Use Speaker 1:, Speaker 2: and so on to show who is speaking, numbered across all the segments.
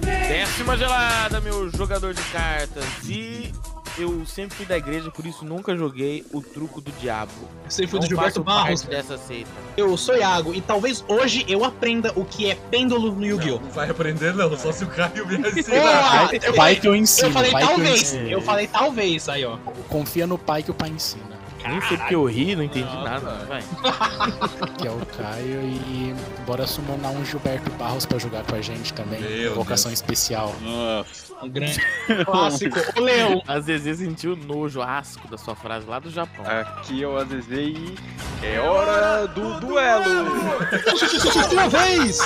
Speaker 1: Próxima gelada, meu jogador de cartas. E eu sempre fui da igreja, por isso nunca joguei o truco do diabo.
Speaker 2: Eu sempre
Speaker 3: É
Speaker 2: fui
Speaker 3: um
Speaker 1: Não
Speaker 2: do Gilberto
Speaker 1: faço
Speaker 2: Barros. né?
Speaker 1: parte dessa seita.
Speaker 2: Eu sou Iago e talvez hoje eu aprenda o que é pêndulo no Yu-Gi-Oh!
Speaker 4: Não vai aprender, não, só se o Caio vier ensinar.
Speaker 2: Boa!
Speaker 3: vai,
Speaker 2: Eu
Speaker 3: vai
Speaker 2: falei-
Speaker 3: que eu ensino.
Speaker 2: Eu falei
Speaker 3: vai que
Speaker 2: talvez,
Speaker 3: ensino.
Speaker 2: eu falei talvez, aí ó.
Speaker 3: Confia no pai que o pai ensina.
Speaker 1: Nem sei porque eu ri, não entendi
Speaker 4: Nossa.
Speaker 1: nada. mas Vai.
Speaker 3: Que é o Caio e bora summonar um Gilberto Barros pra jogar com a gente também.
Speaker 4: Meu
Speaker 3: Invocação especial.
Speaker 5: Nossa.
Speaker 2: Um grande clássico. O Leão.
Speaker 1: Às vezes sentiu nojo, asco da sua frase lá do Japão.
Speaker 2: Ah,
Speaker 5: Aqui é o AZZ e é hora do duelo.
Speaker 2: Sua vez!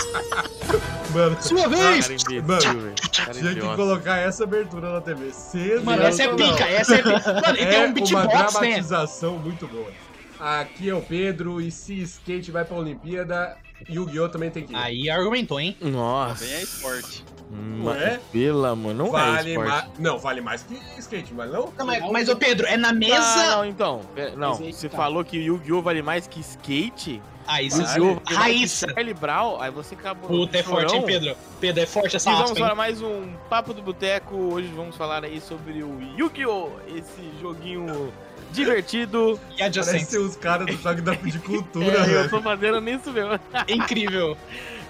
Speaker 4: Mano,
Speaker 2: Sua vez!
Speaker 1: Ah, Cara imbecil,
Speaker 4: Mano,
Speaker 1: velho. Cara
Speaker 4: tinha que
Speaker 1: idiota.
Speaker 4: colocar essa abertura na TV. Cedo,
Speaker 2: Mano, essa é pica, essa é pica. Mano, e tem
Speaker 4: É
Speaker 2: um
Speaker 4: uma
Speaker 2: beatbox, né?
Speaker 4: dramatização muito boa. Aqui é o Pedro, e se skate vai pra Olimpíada, Yu-Gi-Oh! também tem que ir.
Speaker 2: Aí argumentou, hein?
Speaker 1: Nossa.
Speaker 5: Bem é esporte.
Speaker 1: Mano,
Speaker 4: é?
Speaker 1: Pelo amor, não
Speaker 4: vale
Speaker 1: é esporte.
Speaker 4: mais. Não, vale mais que skate, mas não.
Speaker 2: Não, mas, mas, ô Pedro, é na
Speaker 1: Ah,
Speaker 2: mesa.
Speaker 1: não, então. pera- Não,
Speaker 3: Mas aí que
Speaker 1: você
Speaker 3: tá.
Speaker 1: falou que Yu-Gi-Oh! vale mais que skate?
Speaker 2: Aí,
Speaker 4: Vale.
Speaker 2: Zuzu.
Speaker 1: Yu-Gi-Oh! vale mais que é
Speaker 2: Raíssa.
Speaker 1: Charlie Brown, aí você acabou.
Speaker 2: Puta, é forte, hein,
Speaker 1: Chorão.
Speaker 2: Pedro? Pedro, é forte
Speaker 1: E
Speaker 2: essa
Speaker 1: vamos
Speaker 2: aspa, hein?
Speaker 1: para mais um Papo do Boteco. Hoje vamos falar aí sobre o Yu-Gi-Oh! Esse joguinho divertido.
Speaker 2: E
Speaker 4: Parece
Speaker 2: adjacente.
Speaker 4: ser os caras do choque da de cultura, né?
Speaker 1: É, eu
Speaker 4: velho.
Speaker 1: tô fazendo nisso mesmo.
Speaker 2: É Incrível.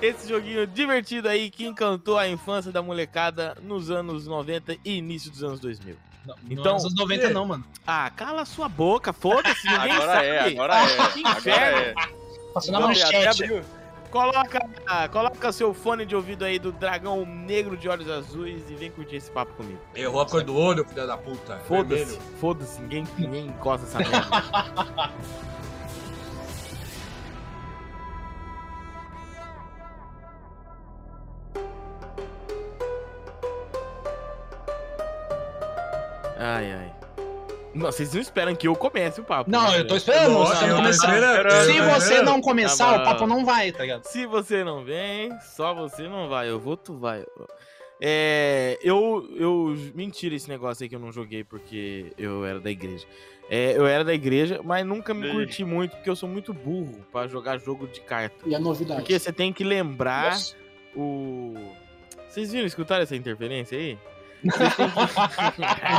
Speaker 1: Esse joguinho divertido aí que encantou a infância da molecada nos anos 90 e início dos anos 2000. Então-
Speaker 2: Então, nos anos 90 não, mano.
Speaker 1: Ah, cala sua boca, foda-se, ninguém
Speaker 5: Agora
Speaker 1: sabe. Ah,
Speaker 5: é, agora é.
Speaker 1: Que
Speaker 5: Agora
Speaker 1: inferno.
Speaker 5: é.
Speaker 2: Passou na
Speaker 5: Não, até
Speaker 2: manchete.
Speaker 5: abriu.
Speaker 1: Coloca, coloca seu fone de ouvido aí do dragão negro de olhos azuis e vem curtir esse papo comigo.
Speaker 4: Errou a cor do olho, filha da puta.
Speaker 1: Foda-se,
Speaker 4: Vermelho.
Speaker 1: foda-se, ninguém, ninguém encosta essa merda. Ai, ai. Nossa, vocês não esperam que eu comece o papo.
Speaker 2: Não,
Speaker 1: né,
Speaker 2: eu tô
Speaker 1: velho?
Speaker 2: esperando,
Speaker 4: Nossa,
Speaker 2: você
Speaker 4: eu
Speaker 2: não
Speaker 4: tô
Speaker 2: começar.
Speaker 4: esperando,
Speaker 2: É, Se
Speaker 4: eu tô
Speaker 2: você
Speaker 4: esperando.
Speaker 2: não começar,
Speaker 1: Tá
Speaker 2: o papo
Speaker 1: bom.
Speaker 2: não vai, tá ligado?
Speaker 1: Se você não vem, só você não vai. Eu vou, tu vai. É, eu, eu. Mentira esse negócio aí que eu não joguei porque eu era da igreja. É, eu era da igreja, mas nunca me
Speaker 5: Ih.
Speaker 1: curti muito porque eu sou muito burro pra jogar jogo de carta.
Speaker 3: E a novidade.
Speaker 1: Porque você tem que lembrar
Speaker 2: Nossa.
Speaker 1: o. Vocês viram, escutaram essa interferência aí?
Speaker 3: Ah,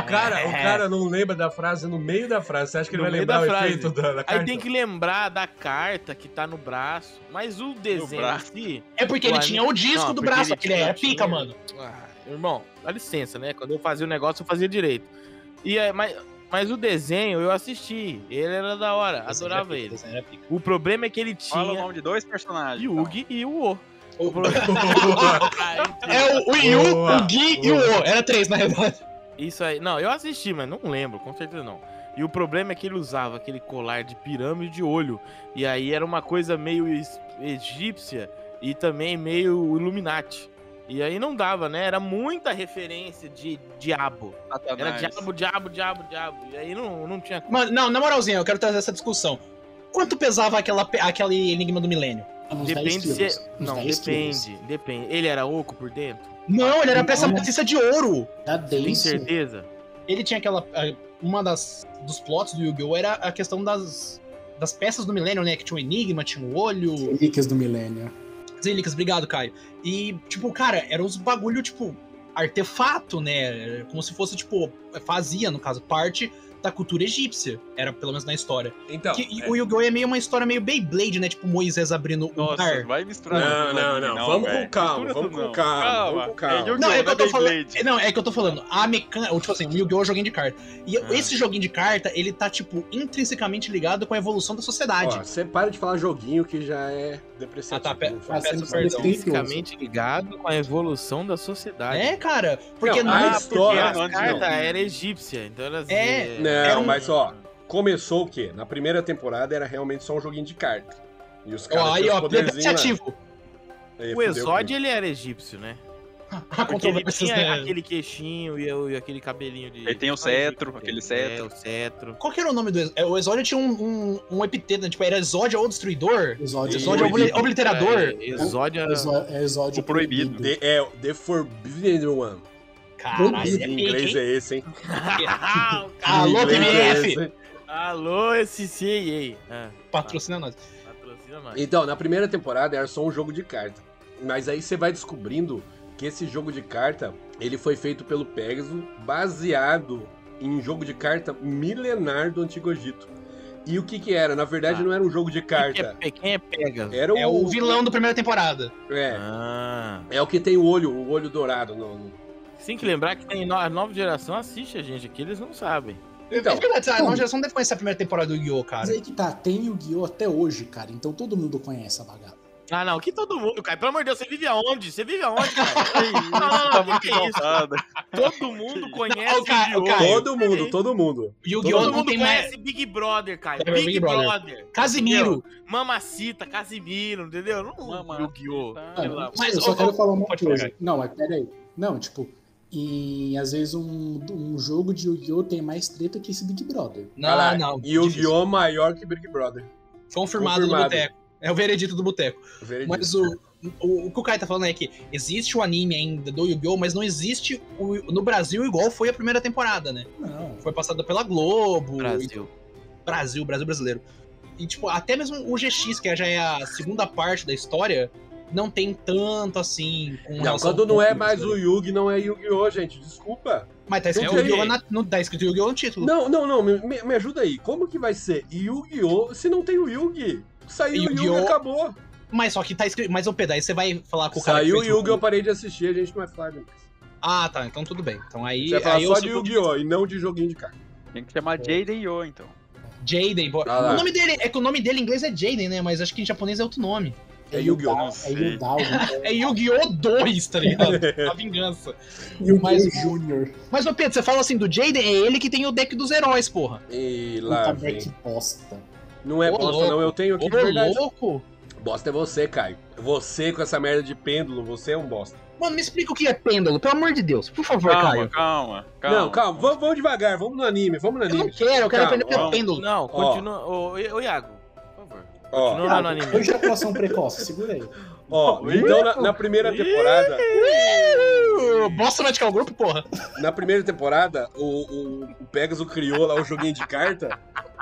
Speaker 4: O cara,
Speaker 2: É.
Speaker 4: o cara não lembra da frase no meio da frase. Você acha que ele
Speaker 1: No
Speaker 4: vai
Speaker 1: meio da
Speaker 4: lembrar o
Speaker 1: frase.
Speaker 4: efeito da, da
Speaker 1: Aí
Speaker 4: carta?
Speaker 1: tem que lembrar da carta que tá no braço, mas o desenho em
Speaker 5: braço.
Speaker 1: si.
Speaker 2: É porque ele
Speaker 1: Ué,
Speaker 2: tinha o disco
Speaker 1: não,
Speaker 2: do
Speaker 1: porque
Speaker 2: braço,
Speaker 1: ele
Speaker 2: aquele é
Speaker 1: tinha-
Speaker 2: pica, mano.
Speaker 1: Ah, irmão, dá licença, né? Quando eu fazia o negócio, eu fazia direito. E aí, mas, mas o desenho eu assisti. Ele era da hora, adorava ele.
Speaker 2: Desenho era pica.
Speaker 1: O problema é que ele
Speaker 5: Fala o
Speaker 1: tinha
Speaker 5: nome de dois personagens. então.
Speaker 1: Yugi e o O.
Speaker 2: O-
Speaker 4: Boa.
Speaker 2: É o, o Yu,
Speaker 4: Boa,
Speaker 2: o Gui e o
Speaker 4: boa.
Speaker 2: O. Era três, na verdade.
Speaker 1: Isso aí. Não, eu assisti, mas não lembro, com certeza não. E o problema é que ele usava aquele colar de pirâmide de olho. E aí era uma coisa meio es- egípcia e também meio Illuminati. E aí não dava, né? Era muita referência de diabo. Era
Speaker 5: Satanás.
Speaker 1: diabo, diabo, diabo, diabo. E aí não, não tinha.
Speaker 2: Mano, não, na moralzinha, eu quero trazer essa discussão. Quanto pesava aquela, pe- aquele enigma do milênio?
Speaker 3: Uns 10
Speaker 1: Depende se. é-
Speaker 3: quilos, uns
Speaker 1: Não,
Speaker 3: 10 quilos.
Speaker 1: depende. Depende. Ele era oco por dentro?
Speaker 2: Não, ele era peça
Speaker 3: Não.
Speaker 2: maciça de ouro.
Speaker 3: Dá
Speaker 1: Tem
Speaker 3: 10.
Speaker 1: certeza?
Speaker 2: Ele tinha aquela. a- Uma das dos plots do Yu-Gi-Oh! era a questão das, das peças do milênio, né? Que tinha um enigma, tinha um olho.
Speaker 3: Relíquias do milênio.
Speaker 2: Zilix, obrigado, Caio. E, tipo, cara, era uns bagulho, tipo, artefato, né? Era Como se fosse, tipo, fazia, no caso, parte da cultura egípcia. Era, pelo menos, na história.
Speaker 4: Então.
Speaker 2: Que- e
Speaker 4: é-
Speaker 2: O Yu-Gi-Oh! é meio uma história meio Beyblade, né? Tipo, Moisés abrindo o
Speaker 5: Nossa,
Speaker 2: mar.
Speaker 5: vai misturar.
Speaker 4: Não,
Speaker 5: tudo
Speaker 4: não,
Speaker 5: ali,
Speaker 4: não. Vamos com
Speaker 5: velho.
Speaker 4: calma,
Speaker 5: Mistura
Speaker 4: vamos
Speaker 5: tudo
Speaker 4: com
Speaker 5: não.
Speaker 4: calma. Vamos com
Speaker 5: É
Speaker 4: calma.
Speaker 5: Yu-Gi-Oh!
Speaker 2: Não, é que eu tô
Speaker 5: né,
Speaker 2: falando.
Speaker 5: Beyblade?
Speaker 2: Não, é que eu tô falando. A mecânica. Tipo assim, o Yu-Gi-Oh! é um joguinho de carta. E
Speaker 1: Ah.
Speaker 2: esse joguinho de carta, ele tá, tipo, intrinsecamente ligado com a evolução da sociedade.
Speaker 4: Ó, você para de falar joguinho que já é depressivo.
Speaker 2: Ah, tá, pe-
Speaker 4: Não faz
Speaker 2: peço
Speaker 4: sentido.
Speaker 2: perdão.
Speaker 1: Fisicamente ligado com a evolução da sociedade.
Speaker 2: é, cara. Porque
Speaker 4: Não,
Speaker 2: não,
Speaker 4: a
Speaker 1: Porque
Speaker 4: história.
Speaker 1: a
Speaker 5: Não, antes
Speaker 1: carta
Speaker 5: não.
Speaker 1: era egípcia, então elas.
Speaker 2: É,
Speaker 4: Não,
Speaker 2: É um-
Speaker 4: mas ó, começou o quê? Na primeira temporada era realmente só um joguinho de carta. E os caras.
Speaker 2: Ó, aí,
Speaker 4: tinham os
Speaker 2: ó,
Speaker 4: poderzinhos lá.
Speaker 2: depreciativo.
Speaker 4: Aí,
Speaker 1: O
Speaker 4: fudeu
Speaker 1: Exod, ele era egípcio, né?
Speaker 2: A
Speaker 1: Porque ele
Speaker 2: controvérsias,
Speaker 1: tinha
Speaker 2: né?
Speaker 1: aquele queixinho e, o- e aquele cabelinho de. Ah,
Speaker 5: Ele tem o cetro, aquele cetro.
Speaker 1: É, o cetro.
Speaker 2: Qual que era o nome do Exódio? É, O Exódio tinha um, um, um epiteto, né? Tipo, era Exódio ou Destruidor?
Speaker 3: Exódio.
Speaker 2: Exódio é
Speaker 4: Proibido.
Speaker 2: obli- Obliterador?
Speaker 1: É, Exódio era.
Speaker 3: Exó- é Exódio.
Speaker 5: O proibido.
Speaker 4: tudo. The, é, The Forbidden One.
Speaker 2: Caralho,
Speaker 4: é. em inglês é esse, hein?
Speaker 1: Ah, o cara-
Speaker 2: Alô,
Speaker 4: Em inglês é
Speaker 2: PBF.
Speaker 4: esse.
Speaker 1: Alô, SCA. Ah,
Speaker 2: Patrocina nós.
Speaker 1: patrocina nós.
Speaker 4: Então, na primeira temporada era só um jogo de carta. Mas aí você vai descobrindo que esse jogo de carta, ele foi feito pelo Pegasus baseado em jogo de carta milenar do Antigo Egito. E o que que era? Na verdade
Speaker 1: Ah.
Speaker 4: não era um jogo de carta.
Speaker 1: Quem é, quem é Pegasus?
Speaker 4: Era o,
Speaker 2: É o vilão da primeira temporada.
Speaker 4: É,
Speaker 1: Ah.
Speaker 4: é o que tem o olho, o olho dourado no- no,
Speaker 1: Tem que lembrar que tem no- a nova geração assiste a gente aqui, eles não sabem.
Speaker 4: Então.
Speaker 2: é verdade, a nova
Speaker 3: Bom.
Speaker 2: geração deve conhecer a primeira temporada do Yu-Gi-Oh,
Speaker 3: Mas
Speaker 2: cara.
Speaker 3: aí que tá, tem Yu-Gi-Oh! até hoje, cara. Então todo mundo conhece a bagaça.
Speaker 1: Ah, não, que todo mundo, cara. Pelo amor de Deus, você vive aonde? Você vive aonde, cara?
Speaker 5: Que isso,
Speaker 1: Não, não, não,
Speaker 5: tá
Speaker 1: que
Speaker 5: muito
Speaker 1: que é isso?
Speaker 5: voltado.
Speaker 1: Todo mundo conhece
Speaker 2: Ô, Caio, ô,
Speaker 1: Yu-Gi-Oh!
Speaker 2: Caio.
Speaker 4: Todo mundo, todo mundo.
Speaker 2: Yu-Gi-Oh!
Speaker 1: Todo
Speaker 2: não
Speaker 1: mundo
Speaker 2: tem
Speaker 1: conhece
Speaker 2: mais.
Speaker 1: Big Brother, cara.
Speaker 2: É,
Speaker 1: é Big,
Speaker 2: Big
Speaker 1: Brother.
Speaker 2: Brother. Casimiro.
Speaker 1: Mamacita, Casimiro, entendeu? Não
Speaker 5: Mamacita.
Speaker 1: Yu-Gi-Oh!
Speaker 3: Ah,
Speaker 5: Sei
Speaker 1: lá.
Speaker 3: eu
Speaker 2: Mas,
Speaker 3: só
Speaker 2: ô,
Speaker 3: quero
Speaker 2: ô,
Speaker 3: falar uma
Speaker 2: pode
Speaker 3: coisa.
Speaker 2: falar,
Speaker 3: Não, mas peraí. Não, tipo, em, às vezes um, um jogo de Yu-Gi-Oh! tem mais treta que esse Big Brother.
Speaker 4: Olha lá,
Speaker 2: Não, não.
Speaker 4: E o Guion maior que Big Brother.
Speaker 2: Confirmado,
Speaker 4: Confirmado.
Speaker 2: um do Boteco. É o veredito do Boteco.
Speaker 4: Veredito.
Speaker 2: Mas o, o, o que o Kai tá falando é que existe o anime ainda do Yu-Gi-Oh! mas não existe o, no Brasil igual foi a primeira temporada, né?
Speaker 3: Não.
Speaker 2: Foi passada pela Globo,
Speaker 1: Brasil.
Speaker 2: Brasil, Brasil brasileiro. E, tipo, até mesmo o GX, que já é a segunda parte da história, não tem tanto assim. com
Speaker 4: Não,
Speaker 2: relação
Speaker 4: quando não
Speaker 2: ao
Speaker 4: é
Speaker 2: público,
Speaker 4: mais o
Speaker 2: né?
Speaker 4: Yugi, não é Yu-Gi-Oh, gente. Desculpa.
Speaker 2: Mas tá escrito
Speaker 4: É o
Speaker 2: Yu-Gi-Oh!
Speaker 4: quê?
Speaker 2: na- Não tá escrito Yu-Gi-Oh! no título.
Speaker 4: Não, não, não. Me, me- me ajuda aí. Como que vai ser Yu-Gi-Oh se não tem o Yugi? Saiu o Yugi
Speaker 2: Yu-Gi-Oh!
Speaker 4: acabou.
Speaker 2: Mas só que tá escrito. Mas, ô Pedro, aí você vai falar com o cara. que
Speaker 4: Saiu o
Speaker 2: fez
Speaker 4: Yugi, eu parei de assistir, a gente não é flag mais.
Speaker 2: Ah, tá. Então tudo bem. Então aí.
Speaker 4: Você vai falar
Speaker 2: aí eu
Speaker 4: só de
Speaker 2: sou-
Speaker 4: Yu-Gi-Oh e não de joguinho de carta.
Speaker 5: Tem que chamar Jaden Yo, então.
Speaker 2: Jaden, bo-
Speaker 4: Ah lá.
Speaker 2: o nome dele é que o nome dele em inglês é Jaden, né? Mas acho que em japonês é outro nome.
Speaker 4: É Yu-Gi-Oh!
Speaker 5: Não
Speaker 3: É
Speaker 5: sei.
Speaker 3: Yu-Dal.
Speaker 2: É Yu-Gi-Oh 2, tá ligado? A vingança.
Speaker 3: Yu-Gi-Oh! Júnior.
Speaker 2: Mas ô Pedro, você fala assim do Jaden, é ele que tem o deck dos heróis, porra.
Speaker 4: E lá
Speaker 3: Puta merda, que
Speaker 4: vem.
Speaker 3: bosta.
Speaker 4: Não é
Speaker 2: Ô,
Speaker 4: bosta,
Speaker 2: louco.
Speaker 4: não. Eu tenho
Speaker 2: Ô,
Speaker 4: aqui de verdade.
Speaker 2: louco.
Speaker 4: Bosta é você, Caio. Você com essa merda de pêndulo, você é um bosta.
Speaker 2: Mano, me explica o que é pêndulo, pelo amor de Deus. Por favor,
Speaker 5: Calma,
Speaker 2: Caio.
Speaker 5: calma, calma.
Speaker 4: Não, calma. Vamos, vamos devagar. Vamos no anime. Vamos no
Speaker 2: Eu não
Speaker 4: anime.
Speaker 2: quero, eu quero
Speaker 4: Calma,
Speaker 2: aprender o que
Speaker 5: ó.
Speaker 2: é pêndulo.
Speaker 1: Não,
Speaker 4: Ó.
Speaker 1: continua. Ô, I- ô, Iago, por favor.
Speaker 4: Ó.
Speaker 1: Continua lá no anime.
Speaker 3: Ejaculação precoce, segura aí.
Speaker 4: Ó, então na, na primeira temporada,
Speaker 2: Uh, Bosta Radical Group, porra.
Speaker 4: na primeira temporada, o, o, o Pegasus criou lá o joguinho de carta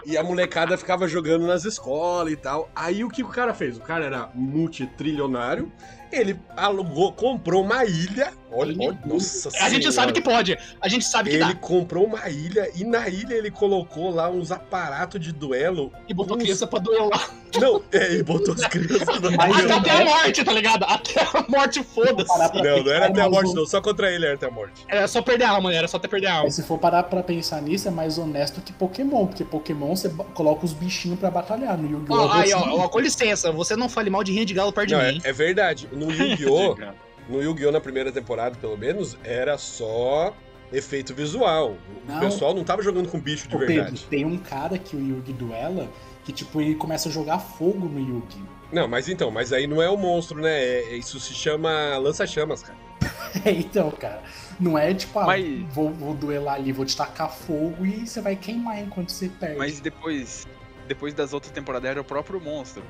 Speaker 4: e a molecada ficava jogando nas escolas e tal. Aí o que o cara fez? O cara era multitrilionário, ele alugou, comprou uma ilha. Olha, olha nossa
Speaker 2: A gente sabe que pode. A gente sabe que
Speaker 4: ele
Speaker 2: dá.
Speaker 4: comprou uma ilha e na ilha ele colocou lá uns aparatos de duelo.
Speaker 2: E botou criança pra doer lá.
Speaker 4: Não, é, e botou as crianças no
Speaker 3: Mas
Speaker 2: Até,
Speaker 3: eu-
Speaker 2: até a morte, tá ligado? Até a morte, foda-se.
Speaker 4: Não, não era até a morte, não. Só contra ele era até a morte.
Speaker 2: Era só perder a alma, era só até perder a alma.
Speaker 3: Mas se for parar pra pensar nisso, é mais honesto que Pokémon, porque Pokémon você bo- coloca os bichinhos pra batalhar no Yu-Gi-Oh! Assim,
Speaker 2: Ó, aí,
Speaker 3: você-
Speaker 2: ó, ó, com licença, você não fale mal de rinha de galo perto de
Speaker 4: Não, é,
Speaker 2: mim.
Speaker 4: é verdade. No Yu-Gi-Oh!
Speaker 5: Diga.
Speaker 4: no Yu-Gi-Oh! na primeira temporada, pelo menos, era só efeito visual. O
Speaker 3: Não.
Speaker 4: pessoal não tava jogando com bicho de
Speaker 3: Ô, Pedro,
Speaker 4: É verdade.
Speaker 3: tem um cara que o Yugi duela que, tipo, ele começa a jogar fogo no Yugi.
Speaker 4: Não, mas então, mas aí não é o monstro, né? É- é- isso se chama lança-chamas, cara.
Speaker 3: É, então, cara, não é tipo, ah,
Speaker 5: Mas-
Speaker 3: vou, vou duelar ali, vou te tacar fogo e você vai queimar enquanto você perde.
Speaker 5: Mas depois. Depois das outras temporadas era o próprio monstro.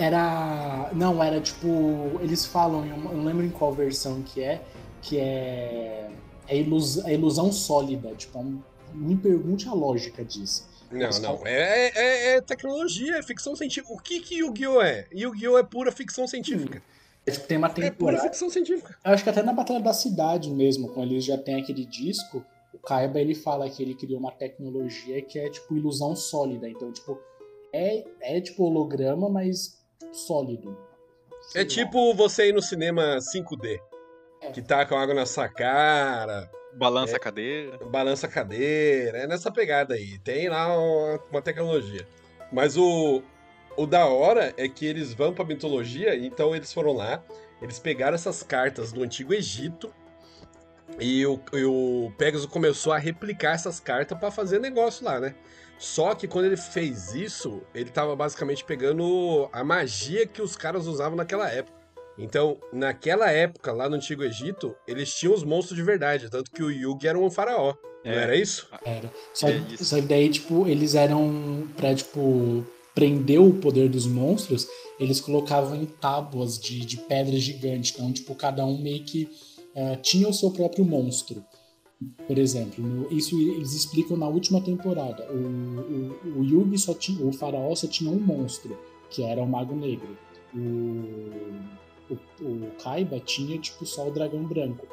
Speaker 3: Era. Não, era tipo. Eles falam, em uma- eu não lembro em qual versão que é, que é. É ilus- é ilusão sólida. Tipo, é um- me pergunte a lógica disso.
Speaker 4: Não,
Speaker 3: Mas
Speaker 4: não.
Speaker 3: qual-
Speaker 4: É, é- é tecnologia, é ficção científica. O que que Yu-Gi-Oh! é? Yu-Gi-Oh! é pura ficção científica.
Speaker 3: É tipo, tem uma
Speaker 4: É pura
Speaker 3: temporada.
Speaker 4: ficção científica.
Speaker 3: Eu acho que até na Batalha da Cidade mesmo, quando eles já tem aquele disco, o Kaiba ele fala que ele criou uma tecnologia que é tipo ilusão sólida. Então, tipo, é, é tipo holograma, mas sólido. Sei
Speaker 4: É
Speaker 3: lá.
Speaker 4: tipo você ir no cinema 5D.
Speaker 3: É.
Speaker 4: Que tacam água na sua cara,
Speaker 5: Balança a cadeira.
Speaker 4: balança a cadeira, é nessa pegada aí. Tem lá uma, uma tecnologia. Mas o, o da hora é que eles vão pra mitologia, então eles foram lá, eles pegaram essas cartas do Antigo Egito e o, e o Pegasus começou a replicar essas cartas pra fazer negócio lá, né? Só que quando ele fez isso, ele tava basicamente pegando a magia que os caras usavam naquela época. Então, naquela época, lá no Antigo Egito, eles tinham os monstros de verdade, tanto que o Yugi era um faraó, não
Speaker 5: É.
Speaker 4: era isso?
Speaker 3: Era. Só,
Speaker 5: É isso.
Speaker 3: só que daí, tipo, eles eram pra, tipo, prender o poder dos monstros, eles colocavam em tábuas de, de pedra gigante. Então, tipo, cada um meio que eh, tinha o seu próprio monstro. Por exemplo, no- isso eles explicam na última temporada. O, o, o Yugi só tinha, o faraó só tinha um monstro, que era o Mago Negro. O, o, o Kaiba tinha, tipo, só o dragão branco.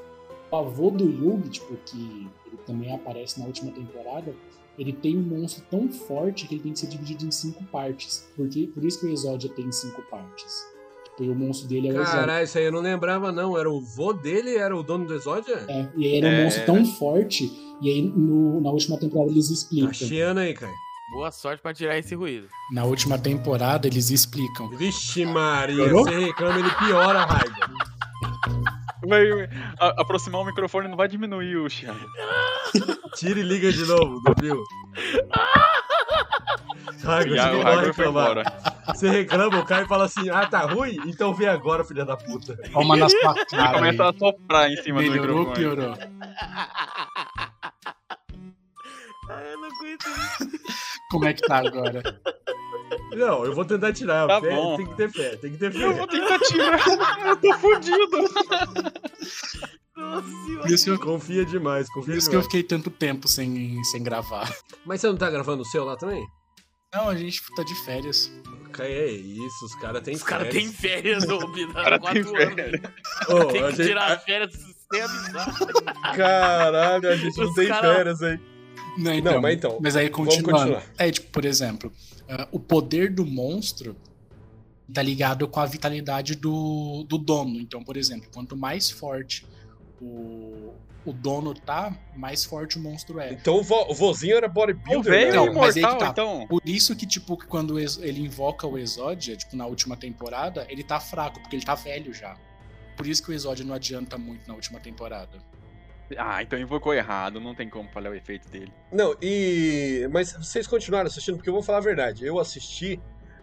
Speaker 3: O avô do Yugi, tipo, que ele também aparece na última temporada, ele tem um monstro tão forte que ele tem que ser dividido em cinco partes. Porque, por isso que o Exódia tem cinco partes. Tipo, e o monstro dele é o Exódia.
Speaker 6: Caralho, isso aí eu não lembrava, não. Era o vô dele, era o dono do Exódia?
Speaker 3: É, e aí ele é um
Speaker 5: É.
Speaker 3: monstro tão forte, e aí no- na última temporada eles
Speaker 5: então.
Speaker 3: explicam.
Speaker 6: Tá chiando aí, cara.
Speaker 1: Boa sorte pra tirar esse ruído.
Speaker 3: Na última temporada eles explicam.
Speaker 6: Vixe, Maria,
Speaker 3: Piorou?
Speaker 6: você reclama, ele piora a raiva.
Speaker 5: Vai a- aproximar o microfone não vai diminuir o Chiano.
Speaker 6: Tira e liga de novo, Dubil. Raigo,
Speaker 3: Ah,
Speaker 5: E a-
Speaker 6: você
Speaker 5: o
Speaker 6: não vai
Speaker 5: Raimundo foi
Speaker 6: reclamar.
Speaker 5: embora.
Speaker 6: Você reclama, o cara fala assim: ah, tá ruim? Então vem agora, filha da puta.
Speaker 3: Toma na sua
Speaker 5: Ele
Speaker 3: cara.
Speaker 5: começa a soprar em
Speaker 3: Ah, aí.
Speaker 5: cima do
Speaker 3: Melhorou,
Speaker 5: microfone.
Speaker 3: piorou.
Speaker 1: Ah, eu não aguento
Speaker 3: Como é que tá agora?
Speaker 6: Não, eu vou tentar tirar.
Speaker 5: Tá
Speaker 6: fé-
Speaker 5: bom.
Speaker 6: Tem que ter fé, tem que ter
Speaker 5: Eu
Speaker 6: fé.
Speaker 5: vou tentar tirar. Eu tô fudido.
Speaker 1: Nossa senhora.
Speaker 3: Por isso que eu,
Speaker 6: Confia demais,
Speaker 3: por
Speaker 6: confia
Speaker 3: isso que eu
Speaker 6: demais.
Speaker 3: fiquei tanto tempo sem, sem gravar.
Speaker 6: Mas você não tá gravando o seu lá também?
Speaker 3: Não, a gente tá de férias.
Speaker 6: Cara, é isso, os caras têm
Speaker 1: Os caras
Speaker 6: férias.
Speaker 1: têm férias, ô, Bida.
Speaker 5: cara tem
Speaker 1: Quatro anos.
Speaker 6: É. Ô,
Speaker 1: Tem
Speaker 6: a
Speaker 1: que
Speaker 6: gente-
Speaker 1: tirar férias é sem avisar.
Speaker 4: Caralho, a gente não
Speaker 1: Os
Speaker 4: tem
Speaker 1: cara-
Speaker 4: férias, hein?
Speaker 3: Não,
Speaker 4: Não, mas então,
Speaker 3: Né, Mas aí
Speaker 4: vamos
Speaker 3: continuando.
Speaker 4: continuar.
Speaker 3: É, tipo, por exemplo, ah, o poder do monstro tá ligado com a vitalidade do, do dono. Então, por exemplo, quanto mais forte o, o dono tá, mais forte o monstro é.
Speaker 4: Então o, vo, o vozinho era
Speaker 5: O
Speaker 4: bodybuilder,
Speaker 5: velho
Speaker 3: Então,
Speaker 5: é
Speaker 4: né?
Speaker 3: mas aí que
Speaker 5: imortal,
Speaker 3: tá.
Speaker 5: então.
Speaker 3: Por isso que, tipo, que quando o Ex- ele invoca o Exódia, tipo, na última temporada, ele tá fraco, porque ele tá velho já. Por isso que o Exódia não adianta muito na última temporada.
Speaker 5: Ah, então invocou errado. Não tem como falhar o efeito dele.
Speaker 4: Não, e. Mas vocês continuaram assistindo, porque eu vou falar a verdade. Eu assisti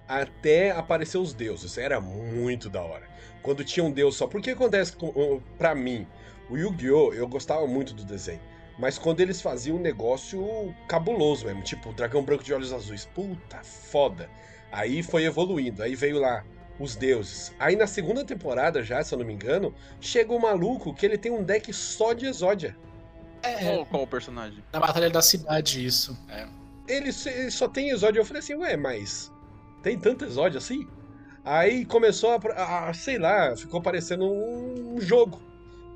Speaker 4: até aparecer os deuses. Era muito da hora. Quando tinha um deus só. Porque acontece com, pra mim? O Yu-Gi-Oh! eu gostava muito do desenho. Mas quando eles faziam um negócio cabuloso mesmo, tipo o Dragão Branco de Olhos Azuis. Puta foda. Aí foi evoluindo, aí veio lá os deuses. Aí na segunda temporada, já, se eu não me engano, chega o maluco que ele tem um deck só de Exódia.
Speaker 3: É,
Speaker 5: Qual, qual o personagem?
Speaker 3: na Batalha da Cidade, isso. É.
Speaker 4: ele só- ele só tem exódio. Eu falei assim, ué, mas tem tanto exódio assim? Aí começou a, a- a- sei lá, ficou parecendo um jogo.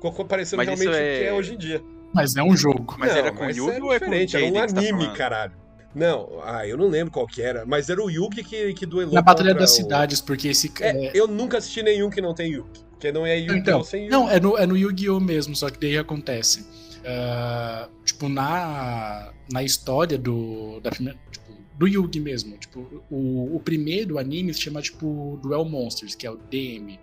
Speaker 4: Ficou parecendo
Speaker 5: Mas
Speaker 4: realmente
Speaker 5: isso
Speaker 4: o
Speaker 5: é-
Speaker 4: que é hoje em dia.
Speaker 3: Mas é um jogo.
Speaker 5: Mas
Speaker 4: Não,
Speaker 5: era com o Yugi
Speaker 4: era
Speaker 5: ou é com o
Speaker 4: diferente, Era um
Speaker 5: Jaden que tá
Speaker 4: anime,
Speaker 5: falando?
Speaker 4: caralho. Não, ah, eu não lembro qual que era, mas era o Yugi que, que duelou.
Speaker 3: Na Batalha
Speaker 4: contra
Speaker 3: das
Speaker 4: o-
Speaker 3: Cidades, porque esse.
Speaker 4: É, eu nunca assisti nenhum que não tem Yugi. Porque não é Yugi
Speaker 3: Então,
Speaker 4: não, sem Yugi.
Speaker 3: Não, é no, é no Yu-Gi-Oh! mesmo, só que daí acontece. Ah, tipo, na, na história do. Da primeira, tipo, do Yu-Gi mesmo. Tipo, o, o primeiro anime se chama, tipo, Duel Monsters, que é o DM.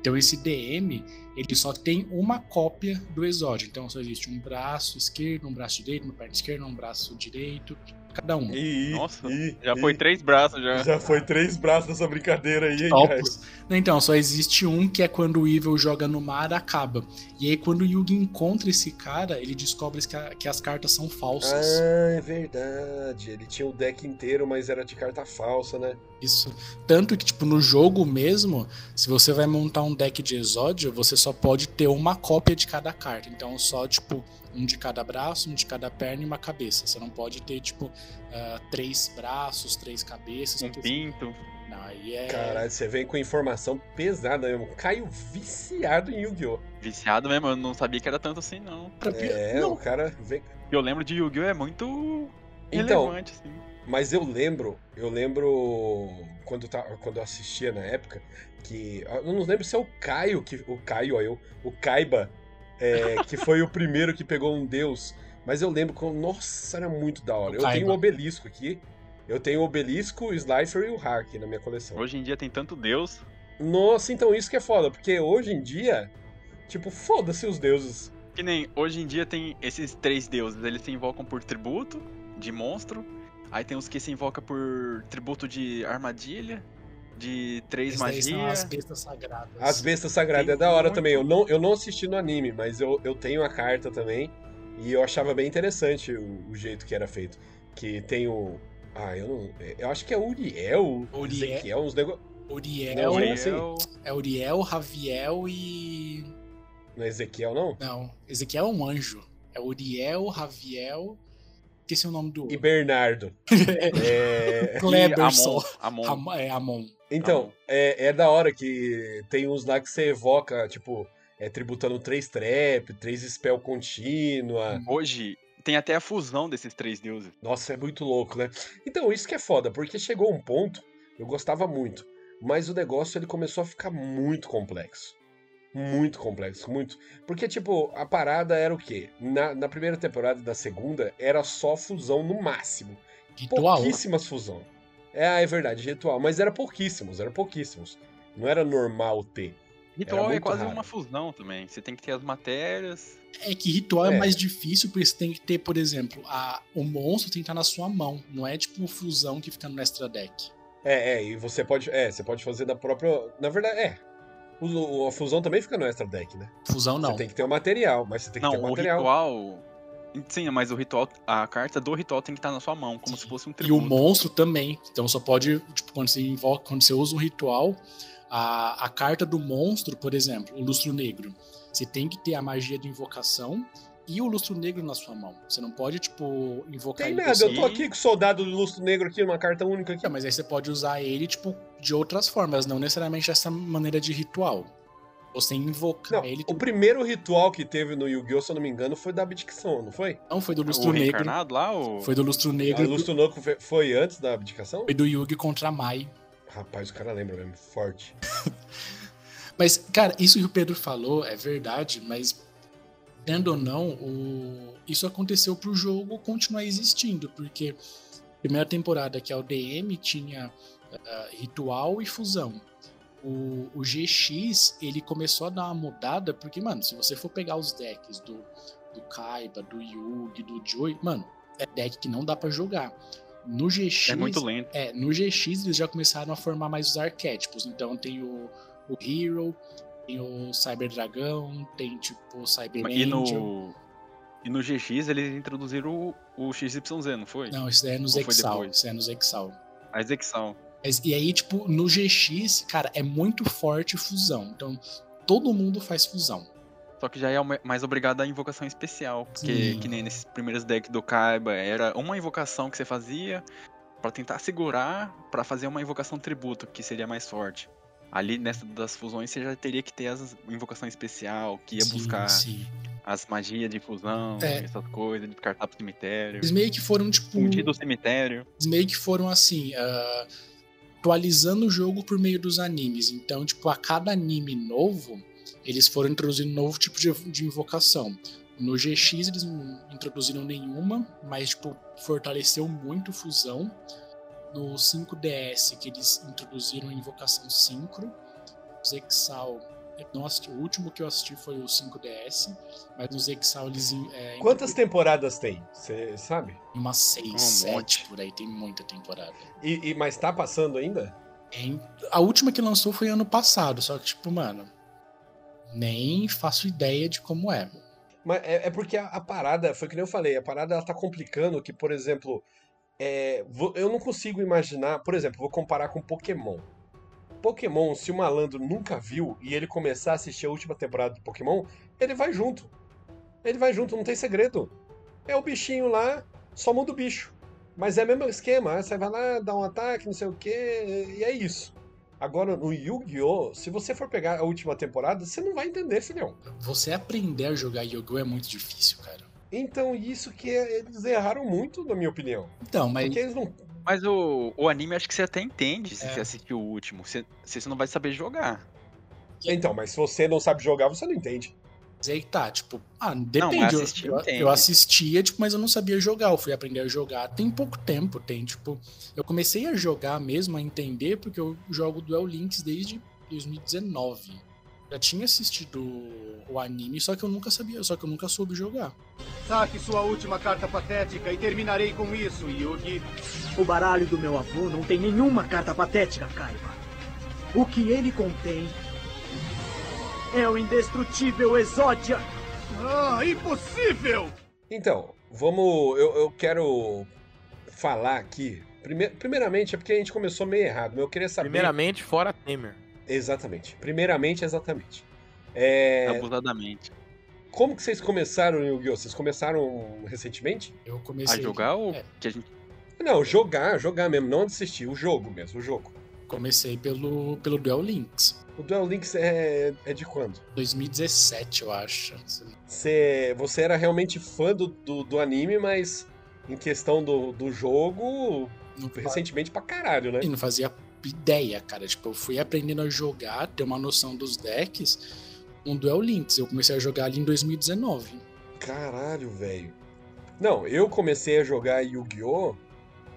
Speaker 3: Então esse DM, ele só tem uma cópia do Exódio. Então só existe um braço esquerdo, um braço direito, uma perna esquerda, um braço direito, cada um.
Speaker 4: Ih,
Speaker 5: Nossa,
Speaker 4: ih,
Speaker 5: Já
Speaker 4: ih.
Speaker 5: foi três braços já.
Speaker 4: Já foi três braços dessa brincadeira aí, hein, cara?
Speaker 3: Topos. Então, só existe um que é quando o Evil joga no mar, acaba. E aí, quando o Yugi encontra esse cara, ele descobre que, a- que as cartas são falsas.
Speaker 4: Ah, é verdade. Ele tinha o deck inteiro, mas era de carta falsa, né?
Speaker 3: Isso. Tanto que, tipo, no jogo mesmo, se você vai montar um deck de exódio, você só pode ter uma cópia de cada carta. Então, só, tipo, um de cada braço, um de cada perna e uma cabeça. Você não pode ter, tipo, ah, três braços, três cabeças.
Speaker 5: Um
Speaker 3: porque-
Speaker 5: pinto.
Speaker 3: Não, aí é.
Speaker 4: Caralho, você vem com informação pesada mesmo. Caio viciado em Yu-Gi-Oh!
Speaker 5: Viciado mesmo, eu não sabia que era tanto assim, não.
Speaker 3: Pra-
Speaker 4: É,
Speaker 3: Não,
Speaker 4: o cara vem.
Speaker 5: Eu lembro de Yu-Gi-Oh! é muito
Speaker 4: Então,
Speaker 5: relevante, assim.
Speaker 4: Mas eu lembro, eu lembro quando, tá, quando eu assistia na época, que. Eu não lembro se é o Caio que. O Caio, ó, eu. O Kaiba, é, que foi o primeiro que pegou um deus. Mas eu lembro que. Nossa, era muito da hora.
Speaker 3: O
Speaker 4: Eu
Speaker 3: Kaiba.
Speaker 4: tenho o obelisco aqui. Eu tenho o obelisco, o Slifer e o Hack na minha coleção.
Speaker 5: Hoje em dia tem tanto Deus.
Speaker 4: Nossa, então isso que é foda, porque hoje em dia, tipo, foda-se os deuses.
Speaker 5: Que nem hoje em dia tem esses três deuses. Eles se invocam por tributo de monstro. Aí tem os que se invoca por tributo de armadilha, de três
Speaker 3: Essas daí são as
Speaker 5: magias.
Speaker 3: bestas sagradas.
Speaker 4: As bestas sagradas
Speaker 5: Tem
Speaker 4: é da hora
Speaker 5: muito.
Speaker 4: também. Eu não, eu não assisti no anime, mas eu, eu tenho a carta também. E eu achava bem interessante o, o jeito que era feito. Que tem o. Ah, eu não. Eu acho que é Uriel.
Speaker 3: Uriel.
Speaker 4: Ezequiel, uns negócios.
Speaker 3: Uriel,
Speaker 4: Não,
Speaker 5: Uriel,
Speaker 4: assim.
Speaker 3: É Uriel, Raviel e.
Speaker 4: Não é Ezequiel, não?
Speaker 3: Não, Ezequiel é um anjo. É Uriel, Raviel Esqueci o nome do
Speaker 4: e Bernardo. É,
Speaker 3: Kleber
Speaker 5: Amon,
Speaker 3: só.
Speaker 5: Amon.
Speaker 3: Am- é, Amon.
Speaker 4: Então, é, é da hora que tem uns lá que você evoca, tipo, é, tributando três trap, três spell contínua.
Speaker 5: Hoje tem até a fusão desses três deuses.
Speaker 4: Nossa, é muito louco, né? Então, isso que é foda, porque chegou um ponto, eu gostava muito, mas o negócio ele começou a ficar muito complexo. Muito complexo, muito. Porque, tipo, a parada era o quê? Na, na primeira temporada e na segunda, era só fusão no máximo.
Speaker 3: Ritual. né?
Speaker 4: Pouquíssimas fusão. É, ah, é verdade, ritual. Mas era pouquíssimos, era pouquíssimos. Não era normal ter.
Speaker 5: Ritual é
Speaker 4: muito
Speaker 5: quase
Speaker 4: raro.
Speaker 5: uma fusão também. Você tem que ter as matérias.
Speaker 3: É que ritual é.
Speaker 4: É.
Speaker 3: mais difícil, porque você tem que ter, por exemplo, a, o monstro tem que estar na sua mão. Não é tipo fusão que fica no extra deck.
Speaker 4: É, é, e você pode. É, você pode fazer da própria. Na verdade, é. O- o- a fusão também fica no extra deck, né?
Speaker 3: Fusão não.
Speaker 4: Você tem que ter o material, mas você tem que
Speaker 5: Não,
Speaker 4: ter o
Speaker 5: o
Speaker 4: material.
Speaker 5: ritual. Sim, mas o ritual. A carta do ritual tem que estar na sua mão, como se fosse um
Speaker 3: E o
Speaker 5: tributo.
Speaker 3: monstro também. Então só pode, tipo, quando você invoca, quando você usa um ritual, a, a carta do monstro, por exemplo, o lustro negro. Você tem que ter a magia de invocação e o lustro negro na sua mão. Você não pode, tipo, invocar
Speaker 4: Tem
Speaker 3: ele
Speaker 4: nada,
Speaker 3: com
Speaker 4: eu tô aqui com o soldado do lustro negro aqui, uma carta única aqui.
Speaker 3: Não, mas é aí você pode usar ele, tipo, de outras formas, não necessariamente essa maneira de ritual. Você invocar
Speaker 4: Não,
Speaker 3: ele.
Speaker 4: o
Speaker 3: Tipo,
Speaker 4: primeiro ritual que teve no Yu-Gi-Oh!, se eu não me engano, foi da abdicação, não foi?
Speaker 3: não foi do
Speaker 5: É o
Speaker 3: lustro negro.
Speaker 5: reencarnado lá, o...
Speaker 3: Foi do lustro
Speaker 4: O
Speaker 3: negro.
Speaker 4: lustro negro fe- foi antes da abdicação?
Speaker 3: Foi do Yugi contra a Mai.
Speaker 4: Rapaz, o cara lembra mesmo, forte.
Speaker 3: Mas, cara, isso que o Pedro falou é verdade, mas, dando ou não, o- isso aconteceu pro jogo continuar existindo, porque primeira temporada, que é o DM, tinha ah, ritual e fusão. O, o GX, ele começou a dar uma mudada, porque, mano, se você for pegar os decks do, do Kaiba, do Yugi, do Joy, mano, é deck que não dá pra jogar. No GX,
Speaker 5: É muito lento.
Speaker 3: é, no GX eles já começaram a formar mais os arquétipos. Então tem o, o Hero, tem o Cyber Dragão, tem tipo o Cyber
Speaker 5: E
Speaker 3: Angel.
Speaker 5: no. E no GX eles introduziram o, o XYZ, não foi?
Speaker 3: Não, isso daí é nos
Speaker 5: Ou foi
Speaker 3: Exal.
Speaker 5: depois?
Speaker 3: Isso daí é nos Exal.
Speaker 5: A execução.
Speaker 3: Mas, e aí, tipo, no GX, cara, é muito forte fusão. Então todo mundo faz fusão.
Speaker 5: Só que já é uma- mais obrigado à invocação especial. Porque
Speaker 3: Sim.
Speaker 5: que nem nesses primeiros decks do Kaiba, era uma invocação que você fazia pra tentar segurar, pra fazer uma invocação tributo, que seria mais forte. Ali nessa das fusões você já teria que ter as invocação especial, que ia
Speaker 3: Sim,
Speaker 5: buscar
Speaker 3: sim.
Speaker 5: as magias de fusão,
Speaker 3: É.
Speaker 5: essas coisas, de cartar pro cemitério,
Speaker 3: Eles meio que foram, tipo.
Speaker 5: fundir do cemitério.
Speaker 3: eles meio que foram assim, ah, atualizando o jogo por meio dos animes. Então, tipo, a cada anime novo, eles foram introduzindo um novo tipo de, de invocação. No GX eles não introduziram nenhuma, mas tipo, fortaleceu muito fusão. No 5DS, que eles introduziram a invocação sincro. Os Exal. Nossa, o último que eu assisti foi o 5DS, mas nos Exal eles. É,
Speaker 4: Quantas temporadas tem? Você sabe?
Speaker 3: Tem umas 6,
Speaker 5: Um
Speaker 3: 7
Speaker 5: monte.
Speaker 3: por aí, tem muita temporada.
Speaker 4: E, e- mas tá passando ainda?
Speaker 3: Em- A última que lançou foi ano passado, só que, tipo, mano, nem faço ideia de como é.
Speaker 4: Mas é, é porque a, a parada, foi que nem eu falei, a parada ela tá complicando que, por exemplo, é, vo- eu não consigo imaginar, por exemplo, vou comparar com Pokémon. Pokémon, se o malandro nunca viu e ele começar a assistir a última temporada do Pokémon, ele vai junto. Ele vai junto, não tem segredo. É o bichinho lá, só muda o bicho. Mas é o mesmo esquema, você vai lá, dá um ataque, não sei o quê, e é isso. Agora, no Yu-Gi-Oh!, se você for pegar a última temporada, você não vai entender, filhão.
Speaker 3: Você aprender a jogar Yu-Gi-Oh! é muito difícil, cara.
Speaker 4: Então, isso que é- eles erraram muito, na minha opinião.
Speaker 3: Então, mas
Speaker 4: Porque eles não.
Speaker 5: Mas o, o anime acho que você até entende se
Speaker 3: É.
Speaker 5: você assistiu o último. Você, você não vai saber jogar.
Speaker 4: Então, mas se você não sabe jogar, você não entende.
Speaker 3: aí que tá, tipo, ah, depende.
Speaker 5: mas
Speaker 3: eu-
Speaker 5: assistir
Speaker 3: eu,
Speaker 5: entende.
Speaker 3: eu assistia, tipo, mas eu não sabia jogar. Eu fui aprender a jogar tem pouco tempo, tem, tipo, eu comecei a jogar mesmo, a entender, porque eu jogo Duel Links desde 2019. Já tinha assistido o anime, só que eu nunca sabia, só que eu nunca soube jogar.
Speaker 7: Saque sua última carta patética e terminarei com isso, Yugi.
Speaker 8: O baralho do meu avô não tem nenhuma carta patética, Kaiba. O que ele contém é o indestrutível Exódia.
Speaker 7: Ah, impossível!
Speaker 4: Então, vamos. Eu, eu quero falar aqui. Prime- Primeiramente, é porque a gente começou meio errado, mas eu queria saber.
Speaker 1: Primeiramente, fora Temer.
Speaker 5: Tá
Speaker 4: Exatamente. Primeiramente, exatamente. É,
Speaker 5: Abusadamente.
Speaker 4: Como que vocês começaram o Yu-Gi-Oh? Vocês começaram recentemente?
Speaker 3: Eu
Speaker 5: A
Speaker 3: comecei.
Speaker 5: jogar ou
Speaker 3: É.
Speaker 5: que a gente.
Speaker 4: Não, jogar, jogar mesmo, não assistir, o jogo mesmo, o jogo.
Speaker 3: Comecei pelo, pelo Duel Links.
Speaker 4: O Duel Links é, é de quando?
Speaker 3: 2017, eu acho.
Speaker 4: Você, você era realmente fã do, do, do anime, mas em questão do, do jogo,
Speaker 3: Não
Speaker 4: recentemente pra caralho, né?
Speaker 3: E não fazia ideia, cara. Tipo, eu fui aprendendo a jogar, ter uma noção dos decks um Duel Links. Eu comecei a jogar ali em 2019.
Speaker 4: Caralho, velho. Não, eu comecei a jogar Yu-Gi-Oh!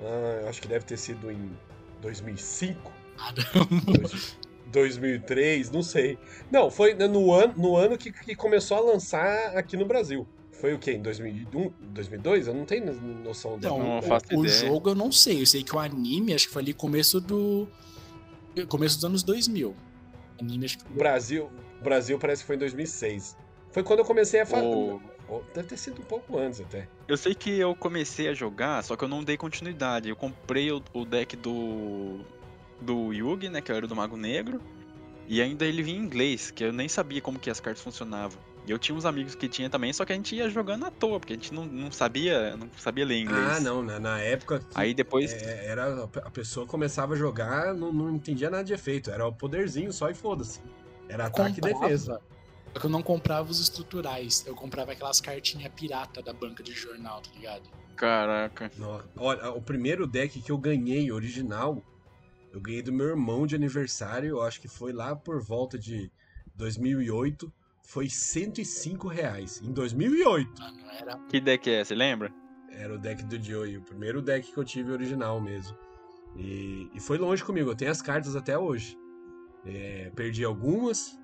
Speaker 4: ah, acho que deve ter sido em 2005. Dois- 2003, não sei. Não, foi no ano, no ano que, que começou a lançar aqui no Brasil. Foi o quê? Em 2001, 2002? Eu não tenho noção do. É.
Speaker 3: Então,
Speaker 5: Não
Speaker 3: o-
Speaker 5: faço
Speaker 3: o,
Speaker 5: ideia.
Speaker 3: jogo eu não sei. Eu sei que o anime, acho que foi ali começo do. Começo dos anos 2000. Anime, acho que
Speaker 4: O Brasil, o Brasil parece que foi em 2006. Foi quando eu comecei a falar.
Speaker 5: Ou...
Speaker 4: Deve ter sido um pouco antes até.
Speaker 5: Eu sei que eu comecei a jogar, só que eu não dei continuidade. Eu comprei o, o deck do. do Yugi, né? Que era do Mago Negro. E ainda ele vinha em inglês, que eu nem sabia como que as cartas funcionavam. E eu tinha uns amigos que tinha também, só que a gente ia jogando à toa, porque a gente não, não sabia. não sabia ler inglês.
Speaker 6: Ah, não, na, na época que
Speaker 5: Aí depois.
Speaker 6: é, era, a pessoa começava a jogar, não, não entendia nada de efeito. Era o poderzinho só e foda-se. Era
Speaker 4: Ah,
Speaker 6: ataque e defesa.
Speaker 3: Só que eu não comprava os estruturais. Eu comprava aquelas cartinhas pirata da banca de jornal, tá ligado?
Speaker 5: Caraca.
Speaker 6: No- Olha, o primeiro deck que eu ganhei, original, eu ganhei do meu irmão de aniversário, eu acho que foi lá por volta de 2008, foi 105 reais, em 2008.
Speaker 3: Ah, não era.
Speaker 5: Que deck é? Você lembra?
Speaker 6: Era o deck do Joey, o primeiro deck que eu tive original mesmo. E, e foi longe comigo, eu tenho as cartas até hoje. É, perdi algumas,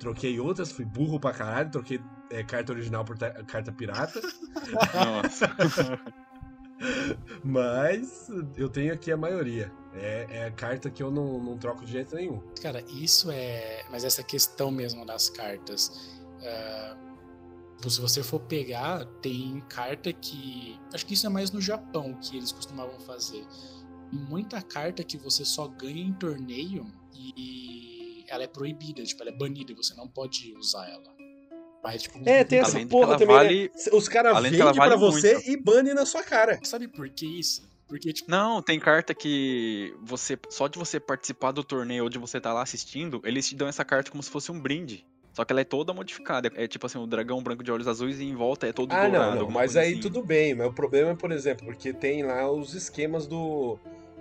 Speaker 6: troquei outras, fui burro pra caralho, troquei é, carta original por ta- carta pirata.
Speaker 5: Nossa.
Speaker 6: Mas eu tenho aqui a maioria. É, é a carta que eu não, não troco de jeito nenhum.
Speaker 3: Cara, isso é. Mas essa questão mesmo das cartas. ah, se você for pegar, tem carta que. Acho que isso é mais no Japão que eles costumavam fazer. Muita carta que você só ganha em torneio e ela é proibida, tipo, ela é banida, você não pode usar ela. Mas, tipo,
Speaker 4: É, tem essa
Speaker 5: Além de que
Speaker 4: porra
Speaker 5: ela
Speaker 4: também,
Speaker 5: vale-
Speaker 4: né? Os caras
Speaker 5: além de que
Speaker 4: vendem
Speaker 5: ela
Speaker 4: pra
Speaker 5: vale
Speaker 4: você
Speaker 5: muito.
Speaker 4: e banem na sua cara.
Speaker 3: Sabe por que isso? Porque, tipo,
Speaker 5: Não, tem carta que você só de você participar do torneio onde você tá lá assistindo, eles te dão essa carta como se fosse um brinde. Só que ela é toda modificada. É tipo assim, o dragão branco de olhos azuis e em volta é todo
Speaker 4: Ah,
Speaker 5: dourado.
Speaker 4: não, não,
Speaker 5: alguma
Speaker 4: mas
Speaker 5: coisa
Speaker 4: aí
Speaker 5: assim.
Speaker 4: tudo bem. Mas o problema é, por exemplo, porque tem lá os esquemas do,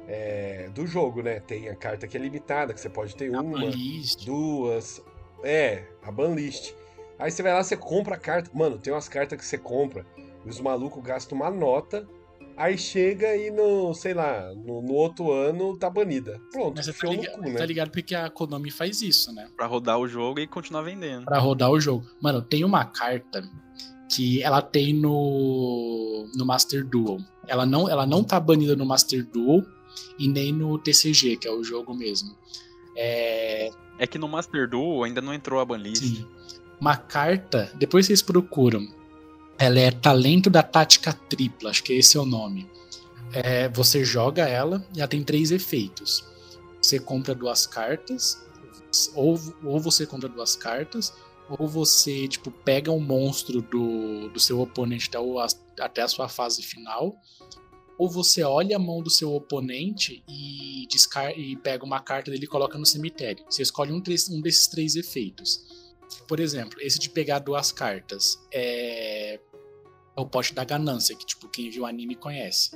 Speaker 4: é, do jogo, né? Tem a carta que é limitada, que você pode ter
Speaker 3: a
Speaker 4: uma,
Speaker 3: banlist,
Speaker 4: duas. É, a banlist. Aí você vai lá, você compra a carta. Mano, tem umas cartas que você compra e os malucos gastam uma nota. Aí chega e no, sei lá, no, no outro ano tá banida. Pronto,
Speaker 3: Mas você tá
Speaker 4: fechou no
Speaker 3: ligado,
Speaker 4: cu, né?
Speaker 3: tá ligado porque a Konami faz isso, né?
Speaker 5: Pra rodar o jogo e continuar vendendo.
Speaker 3: Pra rodar o jogo. Mano, tem uma carta que ela tem no, no Master Duel. Ela não, ela não tá banida no Master Duel e nem no TCG, que é o jogo mesmo. É.
Speaker 5: É que no Master Duel ainda não entrou a banlist.
Speaker 3: Sim. Uma carta, depois vocês procuram. Ela é Talento da Tática Tripla, acho que esse é o nome. É, você joga ela e ela tem três efeitos. Você compra duas cartas, ou, ou você compra duas cartas, ou você tipo, pega um monstro do, do seu oponente até, o- até a sua fase final, ou você olha a mão do seu oponente e, descar e pega uma carta dele e coloca no cemitério. Você escolhe um, tres- um desses três efeitos. Por exemplo, esse de pegar duas cartas é, é o pote da ganância, que tipo, quem viu o anime conhece.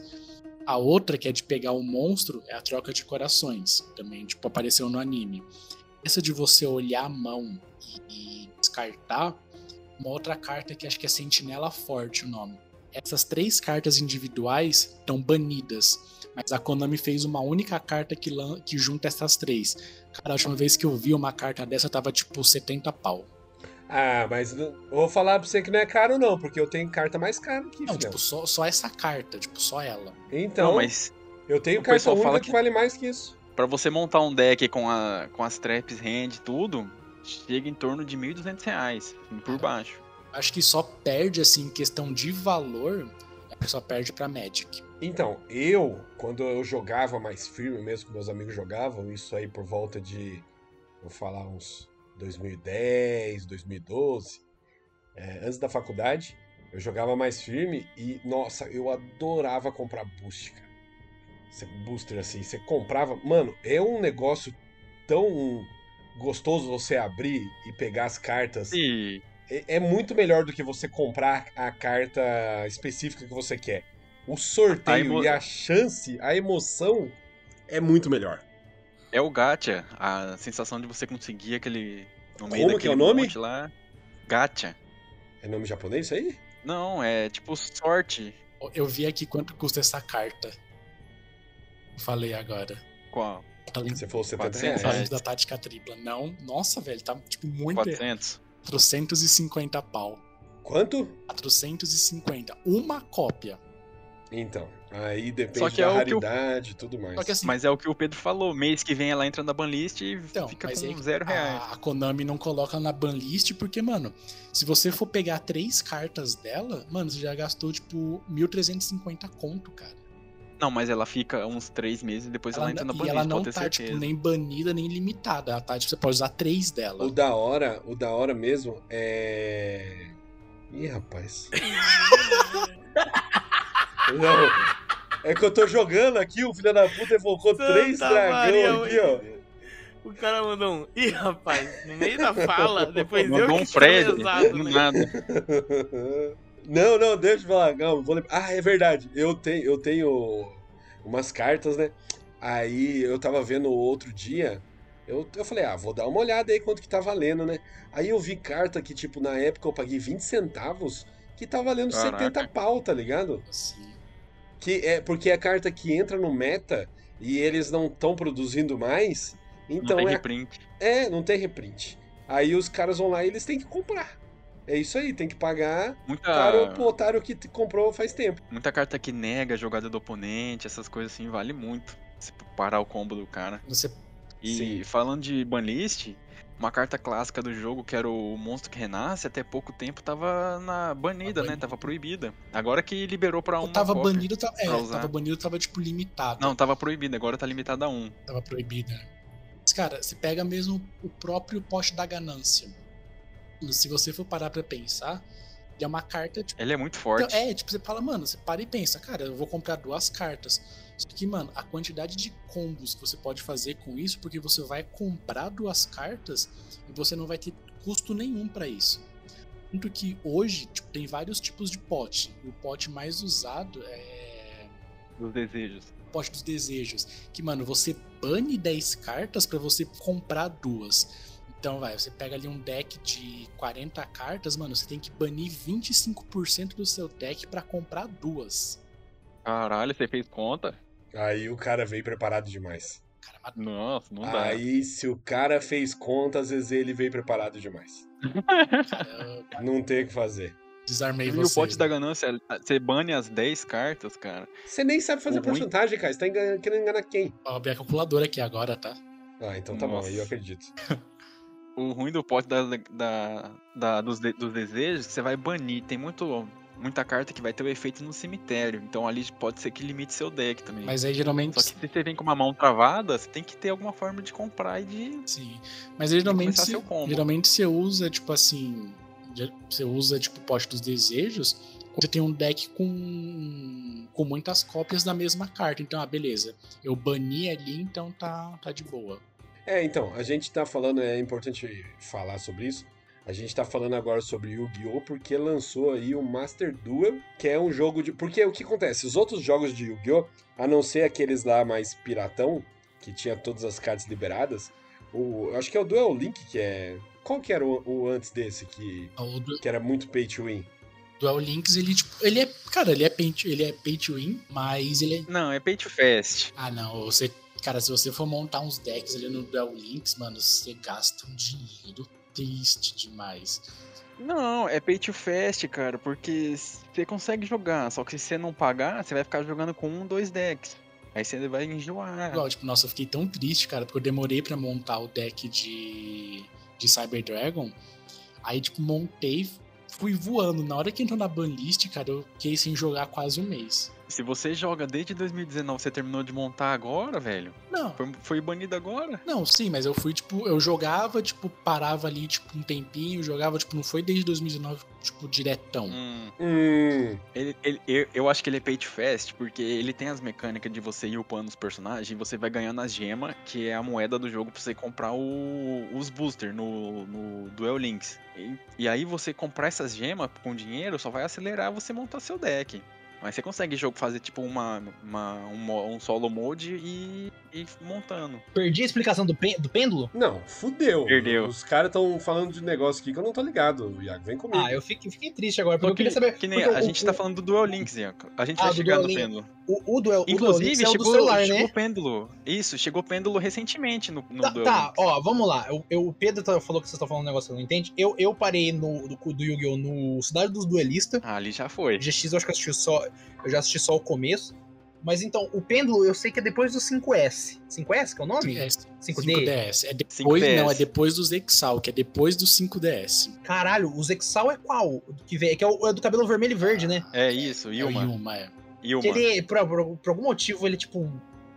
Speaker 3: A outra, que é de pegar o monstro, é a troca de corações. Também, tipo, apareceu no anime. Essa de você olhar a mão e, e descartar, uma outra carta que acho que é Sentinela Forte o nome. Essas três cartas individuais estão banidas, mas a Konami fez uma única carta que, lan- que junta essas três. Cara, a última vez que eu vi uma carta dessa tava tipo 70 pau.
Speaker 4: Ah, mas eu vou falar pra você que não é caro, não, porque eu tenho carta mais cara que
Speaker 3: Não,
Speaker 4: filhão.
Speaker 3: tipo, só, só essa carta, tipo, só ela.
Speaker 4: Então,
Speaker 5: Não, mas
Speaker 4: eu tenho
Speaker 5: o
Speaker 4: carta
Speaker 5: pessoal
Speaker 4: única
Speaker 5: fala
Speaker 4: que...
Speaker 5: que-
Speaker 4: vale mais que isso.
Speaker 5: pra você montar um deck com, a, com as traps, hand e tudo, chega em torno de 1.200 reais assim,
Speaker 4: Ah.
Speaker 5: por baixo.
Speaker 3: Acho que só perde, assim, em questão de valor, é, só perde pra Magic.
Speaker 4: Então, eu, quando eu jogava mais firme mesmo, que meus amigos jogavam, isso aí por volta de, vou falar, uns 2010, 2012, é, antes da faculdade, eu jogava mais firme e, nossa, eu adorava comprar boost, cara. Você booster assim, você comprava. Mano, é um negócio tão gostoso você abrir e pegar as cartas.
Speaker 5: E
Speaker 4: É, é muito melhor do que você comprar a carta específica que você quer. O sorteio
Speaker 5: A emo-
Speaker 4: e a chance, a emoção é muito melhor.
Speaker 5: é o gacha, a sensação de você conseguir aquele. No meio
Speaker 4: Como que é
Speaker 5: daquele
Speaker 4: o nome?
Speaker 5: monte lá. Gacha.
Speaker 4: É nome japonês isso aí?
Speaker 5: Não, é tipo sorte.
Speaker 3: Eu vi aqui quanto custa essa carta. Falei agora.
Speaker 5: Qual?
Speaker 3: Tá lendo
Speaker 4: Você falou 70
Speaker 5: 400
Speaker 4: reais.
Speaker 5: reais.
Speaker 3: da tática tripla. Não, nossa, velho, tá tipo muito. errado.
Speaker 5: 400.
Speaker 3: 450 pau.
Speaker 4: Quanto?
Speaker 3: 450. Uma cópia.
Speaker 4: Então, aí depende
Speaker 5: Só que
Speaker 4: da
Speaker 5: é o que eu-
Speaker 4: raridade e tudo mais.
Speaker 3: Só que assim,
Speaker 5: Mas é o que o Pedro falou. Mês que vem ela entra na banlist e
Speaker 3: Então,
Speaker 5: fica
Speaker 3: mas aí
Speaker 5: com
Speaker 3: que
Speaker 5: zero é reais.
Speaker 3: a, a Konami não coloca na banlist, porque, mano, se você for pegar três cartas dela, mano, você já gastou, tipo, 1.350 conto, cara.
Speaker 5: Não, mas ela fica uns três meses e depois ela, entra na
Speaker 3: não- e ela
Speaker 5: banlist,
Speaker 3: não
Speaker 5: pode ter
Speaker 3: tá, tipo,
Speaker 5: certeza.
Speaker 3: nem banida, nem limitada. Ela tá, tipo, você pode usar três dela.
Speaker 4: O da hora, o da hora mesmo é. Ih, rapaz. Não. É que eu tô jogando aqui, o filho da puta evocou
Speaker 1: Santa
Speaker 4: três dragão
Speaker 1: Maria,
Speaker 4: aqui, ó.
Speaker 1: O cara mandou um. Ih, rapaz, no meio da fala, depois eu
Speaker 5: Mandou
Speaker 1: que
Speaker 5: um
Speaker 1: sou
Speaker 5: Fred,
Speaker 1: lesado,
Speaker 5: do
Speaker 1: né?
Speaker 5: nada.
Speaker 4: Não, não, deixa eu falar. Não, vou lembrar. Ah, é verdade. Eu tenho, eu tenho umas cartas, né? Aí eu tava vendo outro dia. Eu, eu falei, ah, vou dar uma olhada aí quanto que tá valendo, né? Aí eu vi carta que, tipo, na época eu paguei 20 centavos, que tá valendo
Speaker 5: Caraca.
Speaker 4: 70 pau, tá ligado?
Speaker 3: Assim.
Speaker 4: Que é porque é a carta que entra no meta e eles não estão produzindo mais,
Speaker 5: Não
Speaker 4: então
Speaker 5: tem
Speaker 4: é a
Speaker 5: reprint.
Speaker 4: é, não tem reprint. Aí os caras vão lá e eles têm que comprar. É isso aí, tem que pagar para
Speaker 5: Muita,
Speaker 4: o otário que te comprou faz tempo.
Speaker 5: muita carta que nega a jogada do oponente, essas coisas assim, vale muito. Se parar o combo do cara.
Speaker 3: Você
Speaker 5: E
Speaker 4: Sim.
Speaker 5: falando de banlist, uma carta clássica do jogo, que era o Monstro que Renasce, até pouco tempo tava na banida,
Speaker 3: Tá
Speaker 5: né?
Speaker 3: banido.
Speaker 5: Tava proibida. Agora que liberou pra
Speaker 3: ou
Speaker 5: Tá uma
Speaker 3: tava
Speaker 5: cópia.
Speaker 3: banido, tava, é,
Speaker 5: pra usar.
Speaker 3: tava banido, tava, tipo, limitado.
Speaker 5: Não, tava proibida, agora tá limitada a um.
Speaker 3: Tava proibida. Mas, cara, você pega mesmo o próprio poste da ganância. Se você for parar pra pensar, ele é uma carta, tipo,
Speaker 5: Ele é muito forte.
Speaker 3: Então, é, tipo, você fala, mano, você para e pensa, cara, eu vou comprar duas cartas. Só que, mano, a quantidade de combos que você pode fazer com isso, porque você vai comprar duas cartas e você não vai ter custo nenhum pra isso. Tanto que hoje tipo, tem vários tipos de pote. E o pote mais usado é
Speaker 5: Dos desejos.
Speaker 3: o pote dos desejos. Que, mano, você bane 10 cartas pra você comprar duas. Então, vai, você pega ali um deck de 40 cartas, mano, você tem que banir 25% do seu deck pra comprar duas.
Speaker 5: Caralho, você fez conta?
Speaker 4: Aí o cara veio preparado demais.
Speaker 3: Cara, mas
Speaker 5: Nossa, não dá.
Speaker 4: Aí se o cara fez conta, às vezes ele veio preparado demais.
Speaker 3: eu
Speaker 4: Não tem o que fazer.
Speaker 3: desarmei
Speaker 5: E
Speaker 3: você.
Speaker 5: o pote da ganância, você bane as 10 cartas, cara.
Speaker 4: Você nem sabe fazer
Speaker 5: O ruim-
Speaker 4: porcentagem, cara. Você tá engan- querendo enganar quem?
Speaker 3: Ó, abri a calculadora aqui agora, tá?
Speaker 4: Ah, então tá
Speaker 5: Nossa.
Speaker 4: bom, aí eu acredito.
Speaker 5: O ruim do pote da, da, da- dos, de- dos desejos, você vai banir. Tem muito, muita carta que vai ter o efeito no cemitério. Então ali pode ser que limite seu deck também.
Speaker 3: Mas aí geralmente.
Speaker 5: Só que se você vem com uma mão travada, você tem que ter alguma forma de comprar e de.
Speaker 3: Sim. Mas
Speaker 5: Tem
Speaker 3: geralmente
Speaker 5: que começar
Speaker 3: você,
Speaker 5: seu combo.
Speaker 3: geralmente você usa, tipo assim. ge- Você usa, tipo, o pote dos desejos. quando Você tem um deck com, com muitas cópias da mesma carta. Então, ah, beleza. Eu bani ali, então tá, tá de boa.
Speaker 4: É, então, a gente tá falando, é importante falar sobre isso. A gente tá falando agora sobre Yu-Gi-Oh! porque lançou aí o Master Duel, que é um jogo de. Porque o que acontece? Os outros jogos de Yu-Gi-Oh! a não ser aqueles lá mais piratão, que tinha todas as cartas liberadas, o. eu Acho que é o Duel Link que é. Qual que era o, o antes desse, que,
Speaker 3: O Du-
Speaker 4: que era muito pay to win?
Speaker 3: Duel Links, ele, tipo, ele é. Cara, ele é pay to, ele é pay to win, mas ele é.
Speaker 5: Não, é pay to fast.
Speaker 3: Ah, não. Você, cara, se você for montar uns decks ali no Duel Links, mano, você gasta um dinheiro triste demais.
Speaker 5: Não, é pay to fast, cara, porque você consegue jogar, só que se você não pagar, você vai ficar jogando com um, dois decks. Aí você vai enjoar.
Speaker 3: Igual, tipo, nossa, eu fiquei tão triste, cara, porque eu demorei pra montar o deck de, de Cyber Dragon. Aí, tipo, montei, fui voando. Na hora que entrou na banlist, cara, eu fiquei sem jogar quase um mês.
Speaker 5: Se você joga desde 2019, você terminou de montar agora, velho?
Speaker 3: Não,
Speaker 5: Foi, foi banido agora?
Speaker 3: não, sim, mas eu fui, tipo, eu jogava, tipo, parava ali, tipo, um tempinho, jogava, tipo, não foi desde 2019, tipo, diretão.
Speaker 5: Hum,
Speaker 4: Hum,
Speaker 5: ele, ele- eu, eu acho que ele é pay to fast, porque ele tem as mecânicas de você ir upando os personagens e você vai ganhando a gema, que é a moeda do jogo pra você comprar o- os booster no, no Duel Links. E, e aí você comprar essas gemas com dinheiro só vai acelerar você montar seu deck. Mas você consegue jogo fazer tipo uma, uma- um, mo- um solo mode e, e ir montando.
Speaker 2: Perdi a explicação do, pen- do pêndulo?
Speaker 4: não, fudeu.
Speaker 5: Perdeu.
Speaker 4: Os caras estão falando de negócio aqui que eu não tô ligado, Iago. Vem comigo.
Speaker 2: Ah, eu fiquei, fiquei triste agora, porque
Speaker 5: Só
Speaker 2: eu queria saber.
Speaker 5: que nem
Speaker 2: porque
Speaker 5: a
Speaker 2: o-
Speaker 5: gente tá falando do Duel Links, Ian. A gente
Speaker 2: Ah,
Speaker 5: vai
Speaker 2: do
Speaker 5: chegar
Speaker 2: Duel
Speaker 5: no
Speaker 2: Links.
Speaker 5: pêndulo.
Speaker 2: O, o duel, o duel
Speaker 5: Inclusive,
Speaker 2: Links é o do
Speaker 5: chegou,
Speaker 2: celular,
Speaker 5: chegou
Speaker 2: né?
Speaker 5: pêndulo. Isso, chegou pêndulo recentemente no, no
Speaker 2: Tá,
Speaker 5: Duel
Speaker 2: tá,
Speaker 5: Links.
Speaker 2: ó, vamos lá. Eu- eu- o Pedro tá- falou que vocês estão falando um negócio que eu não entende. Eu, eu parei no, do, do Yu-Gi-Oh! no Cidade dos Duelistas.
Speaker 5: Ah, ali já foi.
Speaker 2: GX eu acho que eu assisti só. Eu já assisti só o começo. Mas então, o pêndulo eu sei que é depois do 5S. 5S que é o nome?
Speaker 3: É,
Speaker 2: 5D?
Speaker 3: É depois,
Speaker 5: 5DS.
Speaker 3: não, é depois do Zexal, que é depois do 5DS.
Speaker 2: Caralho, o Zexal é qual? Que, vem, que é o é do cabelo vermelho e verde, né?
Speaker 5: É isso,
Speaker 3: É o
Speaker 5: Yuma.
Speaker 3: Yuma, é.
Speaker 5: Yuma.
Speaker 2: Que
Speaker 4: Tipo,
Speaker 2: ele, por, por- por algum motivo, ele, tipo,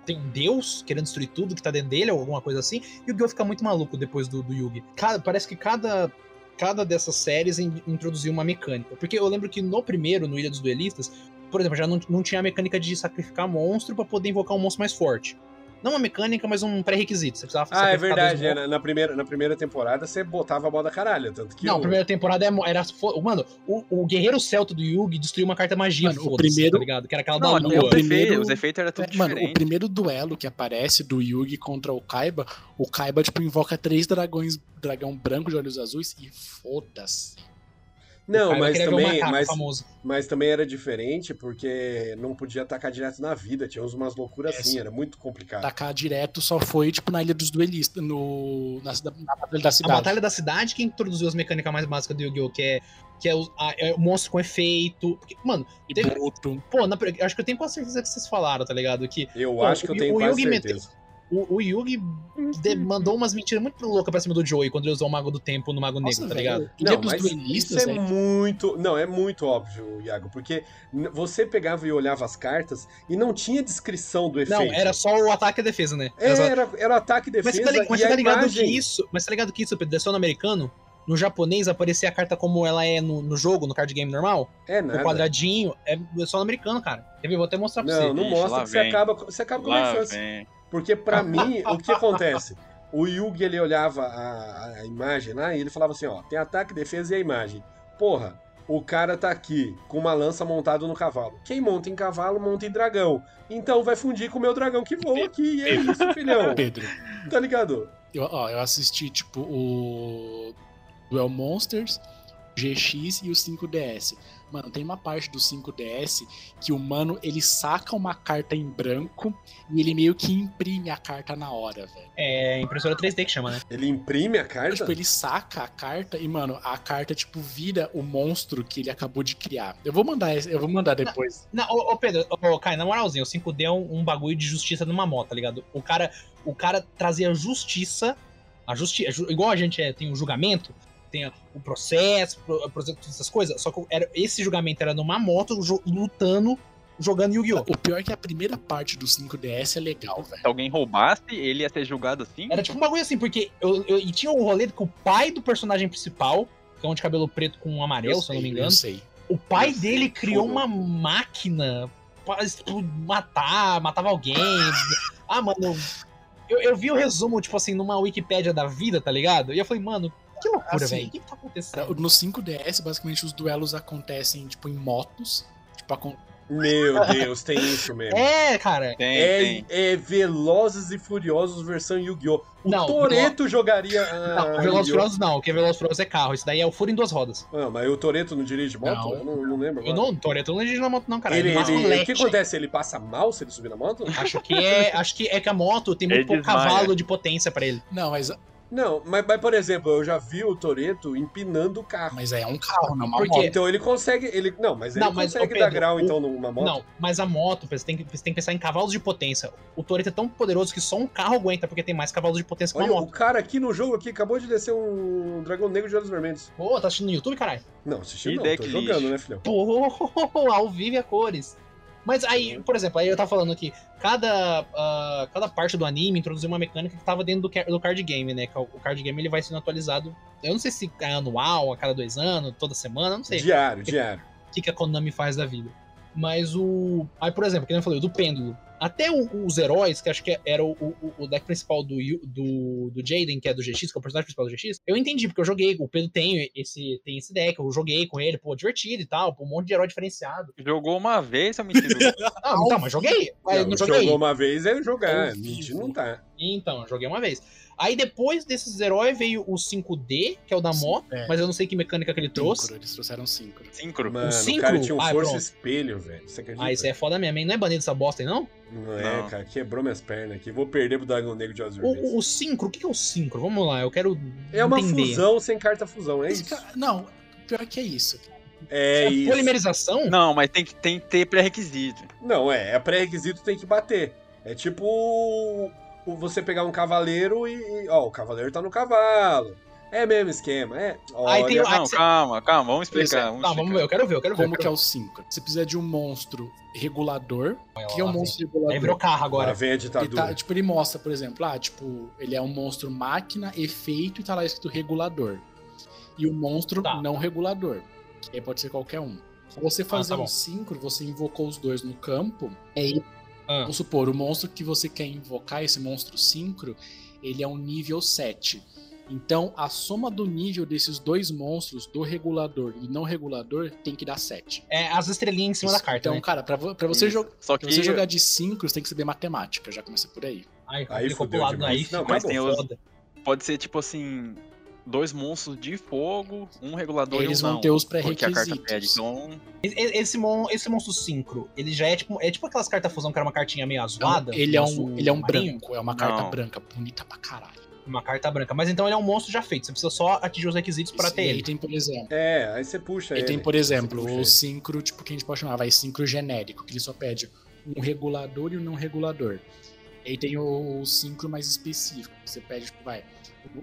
Speaker 2: tem um deus querendo destruir tudo que tá dentro dele, ou alguma coisa assim, e o Gyo fica muito maluco depois do, do Yugi. Cada- parece que cada, cada dessas séries in- introduziu uma mecânica. Porque eu lembro que no primeiro, no Ilha dos Duelistas, por exemplo, já não, não tinha a mecânica de sacrificar monstro pra poder invocar um monstro mais forte. Não uma mecânica, mas um pré-requisito. Você precisava
Speaker 4: Ah, é
Speaker 2: sacrificar dois
Speaker 4: verdade.
Speaker 2: monstros.
Speaker 4: é, na, na primeira, na primeira temporada você botava a bola da caralho. Tanto que.
Speaker 2: Não,
Speaker 4: o-
Speaker 2: a primeira temporada é mo- era. fo- Mano, o, o guerreiro celta do Yugi destruiu uma carta magia,
Speaker 3: Mano, o
Speaker 2: foda-se,
Speaker 3: primeiro-
Speaker 2: tá ligado? Que era aquela
Speaker 5: Não,
Speaker 2: da
Speaker 5: até
Speaker 2: lua.
Speaker 5: os, efeitos,
Speaker 3: primeiro-
Speaker 5: os efeitos eram tudo
Speaker 3: É, mano, o
Speaker 5: diferente.
Speaker 3: primeiro duelo que aparece do Yugi contra o Kaiba, o Kaiba, tipo, invoca três dragões, dragão branco de olhos azuis e foda-se.
Speaker 4: Não,
Speaker 2: Aí eu
Speaker 4: mas
Speaker 2: queria ver o
Speaker 4: também,
Speaker 2: macaco
Speaker 4: mas,
Speaker 2: famoso.
Speaker 4: mas também era diferente porque não podia atacar direto na vida. Tinha umas loucuras
Speaker 3: É,
Speaker 4: assim,
Speaker 3: sim.
Speaker 4: era muito complicado.
Speaker 2: Tá.
Speaker 3: Atacar direto só foi, tipo, na Ilha dos Duelistas, no, na, cida- na Batalha da
Speaker 2: A
Speaker 3: Cidade.
Speaker 2: Batalha da Cidade que introduziu as mecânicas mais básicas do Yu-Gi-Oh! que é, que é, o, a- é o monstro com efeito. Porque, mano,
Speaker 3: E
Speaker 2: teve-
Speaker 3: Boruto.
Speaker 2: pô, na pre- acho que eu tenho quase certeza que vocês falaram, tá ligado? Que
Speaker 4: Eu
Speaker 2: Pô,
Speaker 4: acho que eu
Speaker 2: o-
Speaker 4: tenho
Speaker 2: o
Speaker 4: quase
Speaker 2: Yugi meteu-
Speaker 4: certeza.
Speaker 2: o, o Yugi de-
Speaker 4: Uhum.
Speaker 2: mandou umas mentiras muito loucas pra cima do Joey quando ele usou o Mago do Tempo no Mago Negro, tá
Speaker 3: Nossa, velho,
Speaker 2: ligado?
Speaker 3: Ilha
Speaker 4: Não,
Speaker 3: dos
Speaker 4: mas
Speaker 3: Duelistas,
Speaker 4: isso é
Speaker 2: assim.
Speaker 3: é,
Speaker 4: muito. Não, é muito óbvio, Iago, porque n- você pegava e olhava as cartas e não tinha descrição do
Speaker 2: Não,
Speaker 4: efeito.
Speaker 2: era só o ataque e a defesa, né?
Speaker 4: É,
Speaker 2: Exato.
Speaker 4: era, era ataque e
Speaker 2: Mas
Speaker 4: defesa.
Speaker 2: você tá, li- mas
Speaker 4: e
Speaker 2: você
Speaker 4: a
Speaker 2: tá ligado
Speaker 4: imagem...
Speaker 2: que isso. Mas você tá ligado que isso, Pedro, é só no americano? No japonês aparecia a carta como ela é no, no jogo, no card game normal?
Speaker 4: É
Speaker 2: O
Speaker 4: nada.
Speaker 2: quadradinho. É, é só no americano, cara. Quer ver? Vou até mostrar pra você.
Speaker 4: Não, não
Speaker 5: Ixi,
Speaker 4: mostra
Speaker 5: lá
Speaker 4: que você
Speaker 5: vem.
Speaker 4: acaba, você acaba com a
Speaker 5: Lá
Speaker 3: assim.
Speaker 4: infância.
Speaker 5: vem.
Speaker 4: Porque pra mim, o que acontece? O Yugi, ele olhava a, a imagem lá e ele falava assim, ó, tem ataque, defesa e a imagem. Porra, o cara tá aqui com uma lança montada no cavalo. Quem monta em cavalo, monta em dragão. Então vai fundir com o meu dragão que voa aqui. E é isso, filhão.
Speaker 3: Pedro.
Speaker 4: Tá ligado?
Speaker 3: Eu, ó, eu assisti, tipo, o Duel Monsters, GX e o 5DS. Mano, tem uma parte do 5DS que o mano, ele saca uma carta em branco e ele meio que imprime a carta na hora, velho.
Speaker 2: É impressora 3D que chama, né?
Speaker 4: Ele imprime a carta?
Speaker 3: Tipo, ele saca a carta e, mano, a carta, tipo, vira o monstro que ele acabou de criar. Eu vou mandar, esse- eu vou mandar depois.
Speaker 2: Não, ô, ô, Pedro, ô, Kai, na moralzinha, o 5D é um, um bagulho de justiça numa moto, tá ligado? O cara, o cara trazia justiça, a justiça, igual a gente é, tem o julgamento, tem a- o processo, pro, pro- todas essas coisas, só que era, esse julgamento era numa moto, jo- lutando, jogando Yu-Gi-Oh!
Speaker 3: O pior é que a primeira parte do 5DS é legal, velho.
Speaker 5: Se alguém roubasse, ele ia ser julgado assim?
Speaker 2: Era tipo um bagulho assim, porque eu, eu- e tinha um rolê que o pai do personagem principal, que é um de cabelo preto com um amarelo, se eu não me
Speaker 3: sei,
Speaker 2: engano,
Speaker 3: sei.
Speaker 2: O pai
Speaker 5: Eu sei
Speaker 2: dele criou
Speaker 5: tudo.
Speaker 2: uma máquina pra tipo, matar, matava alguém. ah, mano, eu, eu vi o resumo, tipo assim, numa Wikipédia da vida, tá ligado? E eu falei, mano, que loucura,
Speaker 3: Assim,
Speaker 2: velho. O que, que tá
Speaker 3: Cara,
Speaker 2: acontecendo?
Speaker 3: No 5DS, basicamente, os duelos acontecem, tipo, em motos. Tipo, acon-
Speaker 4: Meu Deus, tem isso mesmo.
Speaker 2: É, cara.
Speaker 5: Tem,
Speaker 4: É,
Speaker 5: tem.
Speaker 4: é Velozes e Furiosos versão Yu-Gi-Oh! O
Speaker 2: Não,
Speaker 4: Toreto jogaria. a-
Speaker 2: Não,
Speaker 4: a
Speaker 2: o Velozes e
Speaker 4: Yu-Gi-Oh!
Speaker 2: Furiosos não, porque Velozes e Furiosos é carro. Isso daí é o furo em duas rodas.
Speaker 4: Ah, mas o Toreto não dirige moto?
Speaker 3: Não.
Speaker 4: Eu não, não lembro.
Speaker 2: Eu
Speaker 4: agora.
Speaker 2: não, Toreto não dirige na moto, não, cara.
Speaker 4: Ele-
Speaker 2: Ele,
Speaker 4: ele-
Speaker 2: ele,
Speaker 4: o que acontece? Ele passa mal se ele subir na moto?
Speaker 2: Acho que é, acho que é que a moto tem muito
Speaker 5: Ele
Speaker 2: pouco
Speaker 5: desmaia.
Speaker 2: cavalo de potência pra ele.
Speaker 3: Não, mas,
Speaker 4: Não, mas, mas, por exemplo, eu já vi o Toreto empinando o carro.
Speaker 3: mas aí é um carro, não é uma
Speaker 2: Por quê?
Speaker 3: moto.
Speaker 4: Então ele consegue. Ele, não, mas ele
Speaker 2: Não, mas,
Speaker 4: consegue
Speaker 2: ô,
Speaker 4: dar
Speaker 2: Pedro,
Speaker 4: grau,
Speaker 2: o-
Speaker 4: então, numa moto.
Speaker 2: Não, mas a moto, você tem, que, você tem que pensar em cavalos de potência. O Toreto é tão poderoso que só um carro aguenta, porque tem mais cavalos de potência que uma
Speaker 4: Olha,
Speaker 2: moto.
Speaker 4: o cara aqui no jogo aqui acabou de descer um dragão negro de olhos vermelhos.
Speaker 2: Pô, tá assistindo no YouTube, caralho?
Speaker 4: Não, assisti
Speaker 5: Que
Speaker 4: não, tô
Speaker 5: deck lixo.
Speaker 4: jogando, né, filhão?
Speaker 2: Pô, ao vivo e a cores. Mas aí, por exemplo, aí eu tava falando aqui, cada, ah, cada parte do anime introduziu uma mecânica que tava dentro do, ca- do card game, né? Que o o card game ele vai sendo atualizado. Eu não sei se é anual, a cada dois anos, toda semana, eu não sei
Speaker 4: Diário, diário.
Speaker 2: o que, que a Konami faz da vida. Mas o. Aí, por exemplo, que nem eu falei, o do pêndulo. Até o- os heróis, que acho que era o, o, o deck principal do, Yu- do, do Jaden, que é do GX, que é o personagem principal do GX, eu entendi, porque eu joguei, o Pedro tem esse, tem esse deck, eu joguei com ele, pô, divertido e tal, pô, um monte de herói diferenciado.
Speaker 5: Jogou uma vez, seu mentiroso.
Speaker 2: Ah, então, mas joguei. Mas não,
Speaker 4: Não,
Speaker 2: joguei.
Speaker 4: jogou uma vez, é jogar.
Speaker 3: Ao
Speaker 4: Mentir
Speaker 3: vivo.
Speaker 4: não tá.
Speaker 2: Então, eu joguei uma vez. Aí depois desses heróis veio o 5D, que é o da Mó,
Speaker 3: É,
Speaker 2: mas eu não sei que mecânica que ele trouxe.
Speaker 3: Syncro, eles trouxeram um síncro.
Speaker 5: Sincro.
Speaker 4: Mano,
Speaker 2: cinco?
Speaker 4: o cara tinha um
Speaker 2: Ah,
Speaker 4: força
Speaker 2: pronto.
Speaker 4: espelho, velho. Você acredita?
Speaker 2: Ah, isso aí é foda mesmo, hein? Não é banido essa bosta aí, não?
Speaker 4: Não é,
Speaker 5: Não.
Speaker 4: cara. Quebrou minhas pernas aqui. Vou perder pro Dragão Negro de Azur.
Speaker 2: O, o, o sincro, o que que é o sincro? Vamos lá, eu quero.
Speaker 4: É uma
Speaker 2: entender.
Speaker 4: fusão sem carta fusão, é
Speaker 3: Mas,
Speaker 4: isso?
Speaker 3: cara, Não, pior que é isso.
Speaker 4: É isso.
Speaker 2: Polimerização?
Speaker 5: Não, mas tem que, tem que ter pré-requisito.
Speaker 4: Não, é. É pré-requisito, tem que bater. É tipo o- o você pegar um cavaleiro e. e- Ó, o cavaleiro tá no cavalo. É mesmo esquema, é.
Speaker 2: Aí tem o-
Speaker 4: Olha,
Speaker 2: Ah,
Speaker 5: Não,
Speaker 2: que cê-
Speaker 5: calma, calma, vamos
Speaker 2: Isso é.
Speaker 5: explicar.
Speaker 2: Tá, vamos ver, eu quero ver, eu quero ver.
Speaker 3: Como que é o síncro? Você precisa de um monstro regulador. O que é um monstro
Speaker 2: Aí virou
Speaker 3: regulador?
Speaker 2: carro
Speaker 4: Lá
Speaker 2: agora.
Speaker 4: vem a
Speaker 3: Ele tá-
Speaker 4: ditadura.
Speaker 3: tipo, ele mostra, por exemplo, ah, tipo, ele é um monstro máquina, efeito, e tá lá escrito regulador. E o monstro
Speaker 2: Tá.
Speaker 3: não regulador. Que aí pode ser qualquer um. Pra Você fazer
Speaker 2: tá bom.
Speaker 3: um síncro, você invocou os dois no campo.
Speaker 2: Ah.
Speaker 3: Vamos supor, o monstro que você quer invocar, esse monstro síncro, ele é um nível 7. Então, a soma do nível desses dois monstros, do regulador e não regulador, tem que dar 7.
Speaker 2: É as estrelinhas em cima da carta.
Speaker 3: Então,
Speaker 2: Né?
Speaker 3: cara, pra, vo- pra você,
Speaker 5: Isso.
Speaker 3: jogar
Speaker 5: Só que
Speaker 3: pra você jogar de síncro, você tem que saber matemática. Já começa por aí.
Speaker 2: Aí,
Speaker 4: Aí
Speaker 2: ficou
Speaker 4: fudeu
Speaker 2: pulado
Speaker 4: demais.
Speaker 2: aí.
Speaker 4: Não,
Speaker 2: fica
Speaker 5: mas tem os-
Speaker 2: foda.
Speaker 5: pode ser tipo assim: dois monstros de fogo, um regulador
Speaker 3: Eles
Speaker 5: e um
Speaker 3: vão
Speaker 5: não.
Speaker 3: ter os
Speaker 5: porque a carta pede.
Speaker 3: pré-requisitos.
Speaker 5: Então,
Speaker 2: E- e- Esse, mon... esse monstro sincro, ele já é tipo. É tipo aquelas cartas fusão que era uma cartinha meio
Speaker 3: Então,
Speaker 2: azulada.
Speaker 3: ele é um,
Speaker 2: azul
Speaker 3: ele é um
Speaker 2: marinho,
Speaker 3: branco, é uma carta
Speaker 5: Não.
Speaker 3: branca, bonita pra caralho.
Speaker 2: Uma carta branca. Mas então ele é um monstro já feito. Você precisa só atingir os requisitos pra ter
Speaker 3: e aí
Speaker 2: ele.
Speaker 3: tem, por exemplo,
Speaker 4: É, aí você puxa
Speaker 3: aí
Speaker 4: ele.
Speaker 3: tem, por
Speaker 4: Você
Speaker 3: exemplo,
Speaker 4: puxa
Speaker 3: o
Speaker 4: ele.
Speaker 3: sincro, tipo, que a gente pode chamar, vai sincro genérico, que ele só pede um regulador e um não regulador. Aí tem o, o sincro mais específico, que você pede, tipo, vai,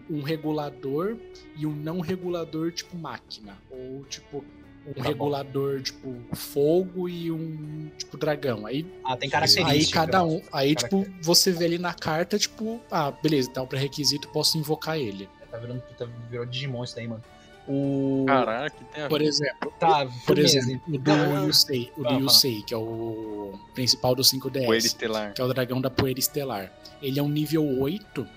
Speaker 3: um regulador e um não regulador, tipo, máquina. Ou, tipo, um
Speaker 2: bom.
Speaker 3: regulador, tipo, fogo e um, tipo, dragão. Aí
Speaker 2: Ah, tem
Speaker 3: Aí
Speaker 2: característica.
Speaker 3: cada um. Aí, tipo, você vê ali na carta, tipo, ah, beleza, então pra requisito posso invocar ele.
Speaker 2: Tá virando puta, virou Digimon isso daí, mano. O.
Speaker 5: caraca, que tem a
Speaker 3: Por exemplo,
Speaker 2: tá,
Speaker 3: por
Speaker 2: firmeza,
Speaker 3: exemplo, o do
Speaker 2: Não, eu-
Speaker 3: Yusei, o do
Speaker 2: Ah,
Speaker 3: Yusei, que é o principal do
Speaker 5: poeira
Speaker 3: 5DS,
Speaker 5: estelar.
Speaker 3: que é o dragão da poeira estelar. Ele é um nível 8,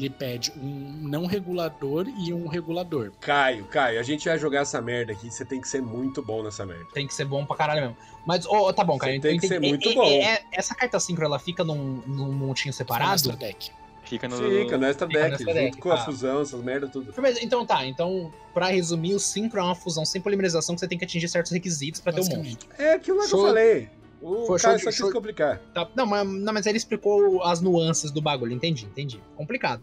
Speaker 3: ele pede um não regulador e um regulador.
Speaker 4: Caio, Caio, a gente vai jogar essa merda aqui. Você tem que ser muito bom nessa merda.
Speaker 2: Tem que ser bom pra caralho mesmo. Mas, ô, ô, tá bom, cara.
Speaker 4: Você
Speaker 2: eu
Speaker 4: tem que
Speaker 2: entendi.
Speaker 4: ser muito
Speaker 2: É- é-
Speaker 4: bom.
Speaker 2: é- essa carta sincro, ela fica num, num montinho
Speaker 3: Extra
Speaker 2: separado?
Speaker 3: Tá deck.
Speaker 5: Fica no.
Speaker 4: Fica no extra
Speaker 2: Fica no
Speaker 4: deck,
Speaker 2: extra
Speaker 4: junto
Speaker 2: deck,
Speaker 4: com
Speaker 2: tá.
Speaker 4: a fusão, essas merda tudo.
Speaker 2: Firmeza, Então tá, então, pra resumir, o sincro é uma fusão sem polimerização que você tem que atingir certos requisitos pra ter um monte.
Speaker 3: basicamente.
Speaker 4: É aquilo lá que
Speaker 2: Show.
Speaker 4: eu falei. O
Speaker 2: Foi, show
Speaker 4: Caio
Speaker 2: de-
Speaker 4: só quis
Speaker 2: show-
Speaker 4: complicar.
Speaker 2: Tá, não, mas, não, mas ele explicou as nuances do bagulho, entendi, entendi. Complicado.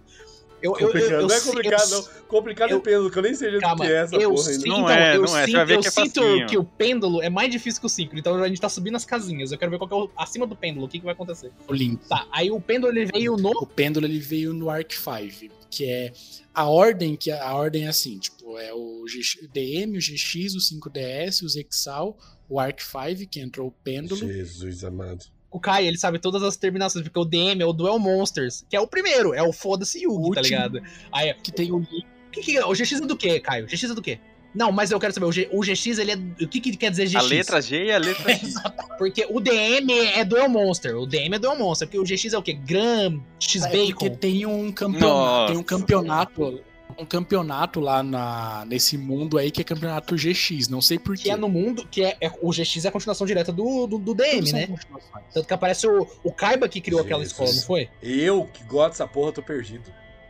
Speaker 2: Eu, eu- eu-
Speaker 4: Complicado,
Speaker 2: eu
Speaker 4: não
Speaker 2: sei-
Speaker 4: é
Speaker 2: eu
Speaker 4: complicado,
Speaker 2: sei-
Speaker 4: não. Complicado
Speaker 2: eu-
Speaker 4: é pêndulo, que eu nem sei o
Speaker 2: Calma,
Speaker 4: que é essa
Speaker 2: eu
Speaker 4: porra ainda.
Speaker 2: sinto, então,
Speaker 5: Não é,
Speaker 2: eu
Speaker 5: não é, você
Speaker 2: sinto,
Speaker 5: vai ver
Speaker 2: eu
Speaker 5: que é
Speaker 2: sinto
Speaker 5: facinho.
Speaker 2: que o pêndulo é mais difícil que o sincro, então a gente tá subindo as casinhas. Eu quero ver qual que é o, acima do pêndulo, o que, que vai acontecer.
Speaker 3: O link.
Speaker 2: Tá, aí o pêndulo ele veio no.
Speaker 3: O pêndulo ele veio no Arc 5, que é a ordem que a ordem é assim, tipo, é o GX DM, o GX, o 5DS, o Zexal, o Arc 5, que entrou o pêndulo.
Speaker 4: Jesus amado.
Speaker 2: O Kai, ele sabe todas as terminações, porque o DM é o Duel Monsters, que é o primeiro, é o foda-se
Speaker 3: O
Speaker 2: Yugi, tá
Speaker 3: último,
Speaker 2: ligado? Aí,
Speaker 3: que tem um o link.
Speaker 2: o que que é? O GX é do que, Caio? O GX é do que? Não, mas eu quero saber, o, G- o GX, ele é. O que, que quer dizer GX?
Speaker 5: A letra G e a letra X.
Speaker 2: Porque o DM é Duel Monster. O DM é Duel Monster. Porque o GX é o quê? Gram, X
Speaker 3: É porque
Speaker 2: Bacon.
Speaker 3: tem um campeonato,
Speaker 5: Nossa.
Speaker 3: tem um campeonato, um campeonato lá na, nesse mundo aí que é campeonato GX, não sei por
Speaker 2: Que
Speaker 3: quê.
Speaker 2: é no mundo. Que é, é- o GX é a continuação direta do, do, do DM,
Speaker 3: Tudo são
Speaker 2: né?
Speaker 3: continuações.
Speaker 2: Tanto que aparece o, o Kaiba que criou aquela
Speaker 4: Jesus.
Speaker 2: escola, não foi?
Speaker 4: Eu que gosto dessa porra, tô perdido.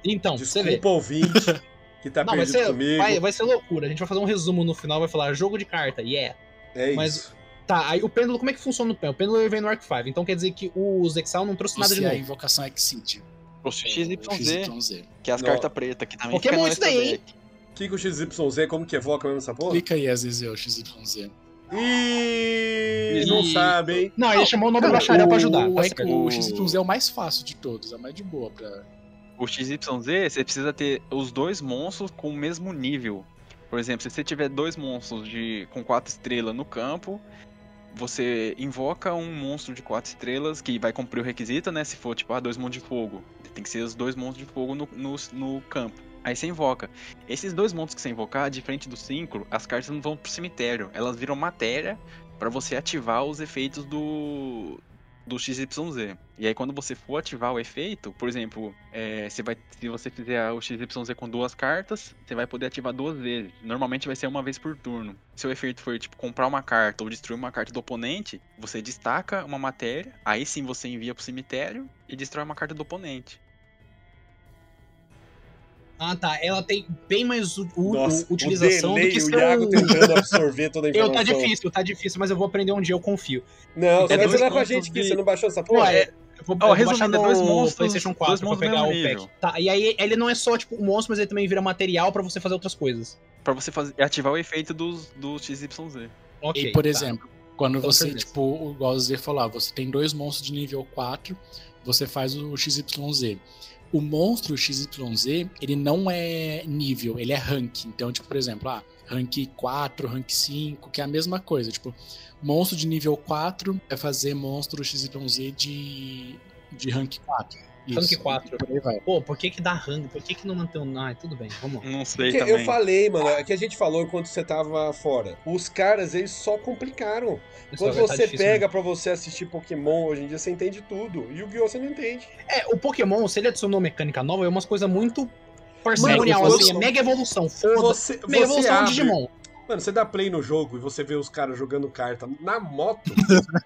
Speaker 2: Então, você vê.
Speaker 4: Desculpa, ouvinte, que tá
Speaker 2: Não, vai
Speaker 4: perdido
Speaker 2: ser,
Speaker 4: comigo.
Speaker 2: vai, vai ser loucura. A gente vai fazer um resumo no final, vai falar jogo de carta, yeah.
Speaker 4: É
Speaker 2: mas-
Speaker 4: isso.
Speaker 2: Tá, aí o pêndulo, como é que funciona o pêndulo? O pêndulo ele vem no Arc 5, então quer dizer que o Zexal não trouxe nada de
Speaker 3: Você é a
Speaker 2: novo.
Speaker 3: invocação Exit.
Speaker 5: XYZ,
Speaker 3: XYZ.
Speaker 5: que é as
Speaker 4: Não.
Speaker 5: cartas pretas, que também
Speaker 2: Pokémon
Speaker 5: fica
Speaker 2: é isso daí, hein?
Speaker 4: Kiko XYZ, como que evoca mesmo essa porra?
Speaker 3: Clica aí, Azizeu, XYZ.
Speaker 4: Ih, Eles não sabem, hein?
Speaker 2: Não, ele chamou o nome do bacharel
Speaker 3: Cara,
Speaker 2: pra ajudar.
Speaker 3: O,
Speaker 2: tá
Speaker 3: é-
Speaker 2: certo.
Speaker 5: certo.
Speaker 3: o XYZ é o mais fácil de todos, é o mais de boa pra
Speaker 5: O XYZ, você precisa ter os dois monstros com o mesmo nível. Por exemplo, se você tiver dois monstros de, com quatro estrelas no campo, Você invoca um monstro de quatro estrelas que vai cumprir o requisito, né? Se for tipo, ah, dois monstros de fogo. Tem que ser os dois monstros de fogo no, no, no campo. Aí você invoca. Esses dois monstros que você invocar, de frente do síncro, as cartas não vão pro cemitério. Elas viram matéria pra você ativar os efeitos do, do XYZ. E aí quando você for ativar o efeito, por exemplo, é, você vai, se você fizer o XYZ com duas cartas, você vai poder ativar duas vezes. Normalmente vai ser uma vez por turno. Se o efeito for tipo comprar uma carta ou destruir uma carta do oponente, você destaca uma matéria, aí sim você envia pro cemitério e destrói uma carta do oponente.
Speaker 2: Ah, tá. Ela tem bem mais u- u-
Speaker 4: Nossa,
Speaker 2: utilização
Speaker 4: o
Speaker 2: do
Speaker 4: delay,
Speaker 2: que
Speaker 4: o
Speaker 2: seu.
Speaker 4: Iago tentando absorver toda a
Speaker 2: Eu
Speaker 4: informação.
Speaker 2: tá difícil, tá difícil, mas eu vou aprender um dia, eu confio.
Speaker 4: Não,
Speaker 2: É
Speaker 4: você vai
Speaker 2: dois
Speaker 4: zerar com a
Speaker 2: pontos
Speaker 4: gente que
Speaker 2: de-
Speaker 4: você não baixou essa porra.
Speaker 2: Pô, é. Eu vou,
Speaker 5: Ó,
Speaker 2: eu vou
Speaker 5: resumindo,
Speaker 2: baixar
Speaker 5: é dois
Speaker 2: no
Speaker 5: monstros-
Speaker 2: PlayStation 4
Speaker 5: dois
Speaker 2: pra
Speaker 5: monstros
Speaker 2: pegar
Speaker 5: mesmo
Speaker 2: o
Speaker 5: nível.
Speaker 2: pack. Tá, e aí ele não é só tipo um monstro, mas ele também vira material pra você fazer outras coisas.
Speaker 5: Pra você fazer, ativar o efeito dos, do XYZ.
Speaker 2: Ok.
Speaker 3: e, por
Speaker 2: tá.
Speaker 3: exemplo, quando
Speaker 2: Com
Speaker 3: você,
Speaker 2: certeza.
Speaker 3: tipo, igual o Z falou, ah, você tem dois monstros de nível 4, você faz o XYZ. O monstro XYZ, ele não é nível, ele é rank. Então, tipo, por exemplo, ah, rank 4, rank 5, que é a mesma coisa. Tipo, monstro de nível 4 vai fazer monstro XYZ de, de rank 4.
Speaker 2: Rank 4.
Speaker 3: Por aí vai.
Speaker 2: Pô, por que que dá rango? Por que que não mantém o... Ah, tudo bem, vamos lá.
Speaker 5: Não sei
Speaker 4: Que
Speaker 5: também.
Speaker 4: eu falei, mano, é que a gente falou enquanto você tava fora. Os caras, eles só complicaram.
Speaker 2: Isso
Speaker 4: Quando
Speaker 2: vai tá
Speaker 4: você
Speaker 2: difícil
Speaker 4: pega pra você assistir Pokémon hoje em dia, você entende tudo. E o Guiô você não entende.
Speaker 2: É, o Pokémon, se ele adicionou mecânica nova, é umas coisas muito parcimonial,
Speaker 4: Mano,
Speaker 2: assim, é
Speaker 4: você-
Speaker 2: mega evolução, foda-se.
Speaker 4: Você,
Speaker 2: Mega
Speaker 4: você
Speaker 2: evolução do
Speaker 4: abre,
Speaker 2: um Digimon.
Speaker 4: Mano, você dá play no jogo e você vê os caras jogando carta na moto.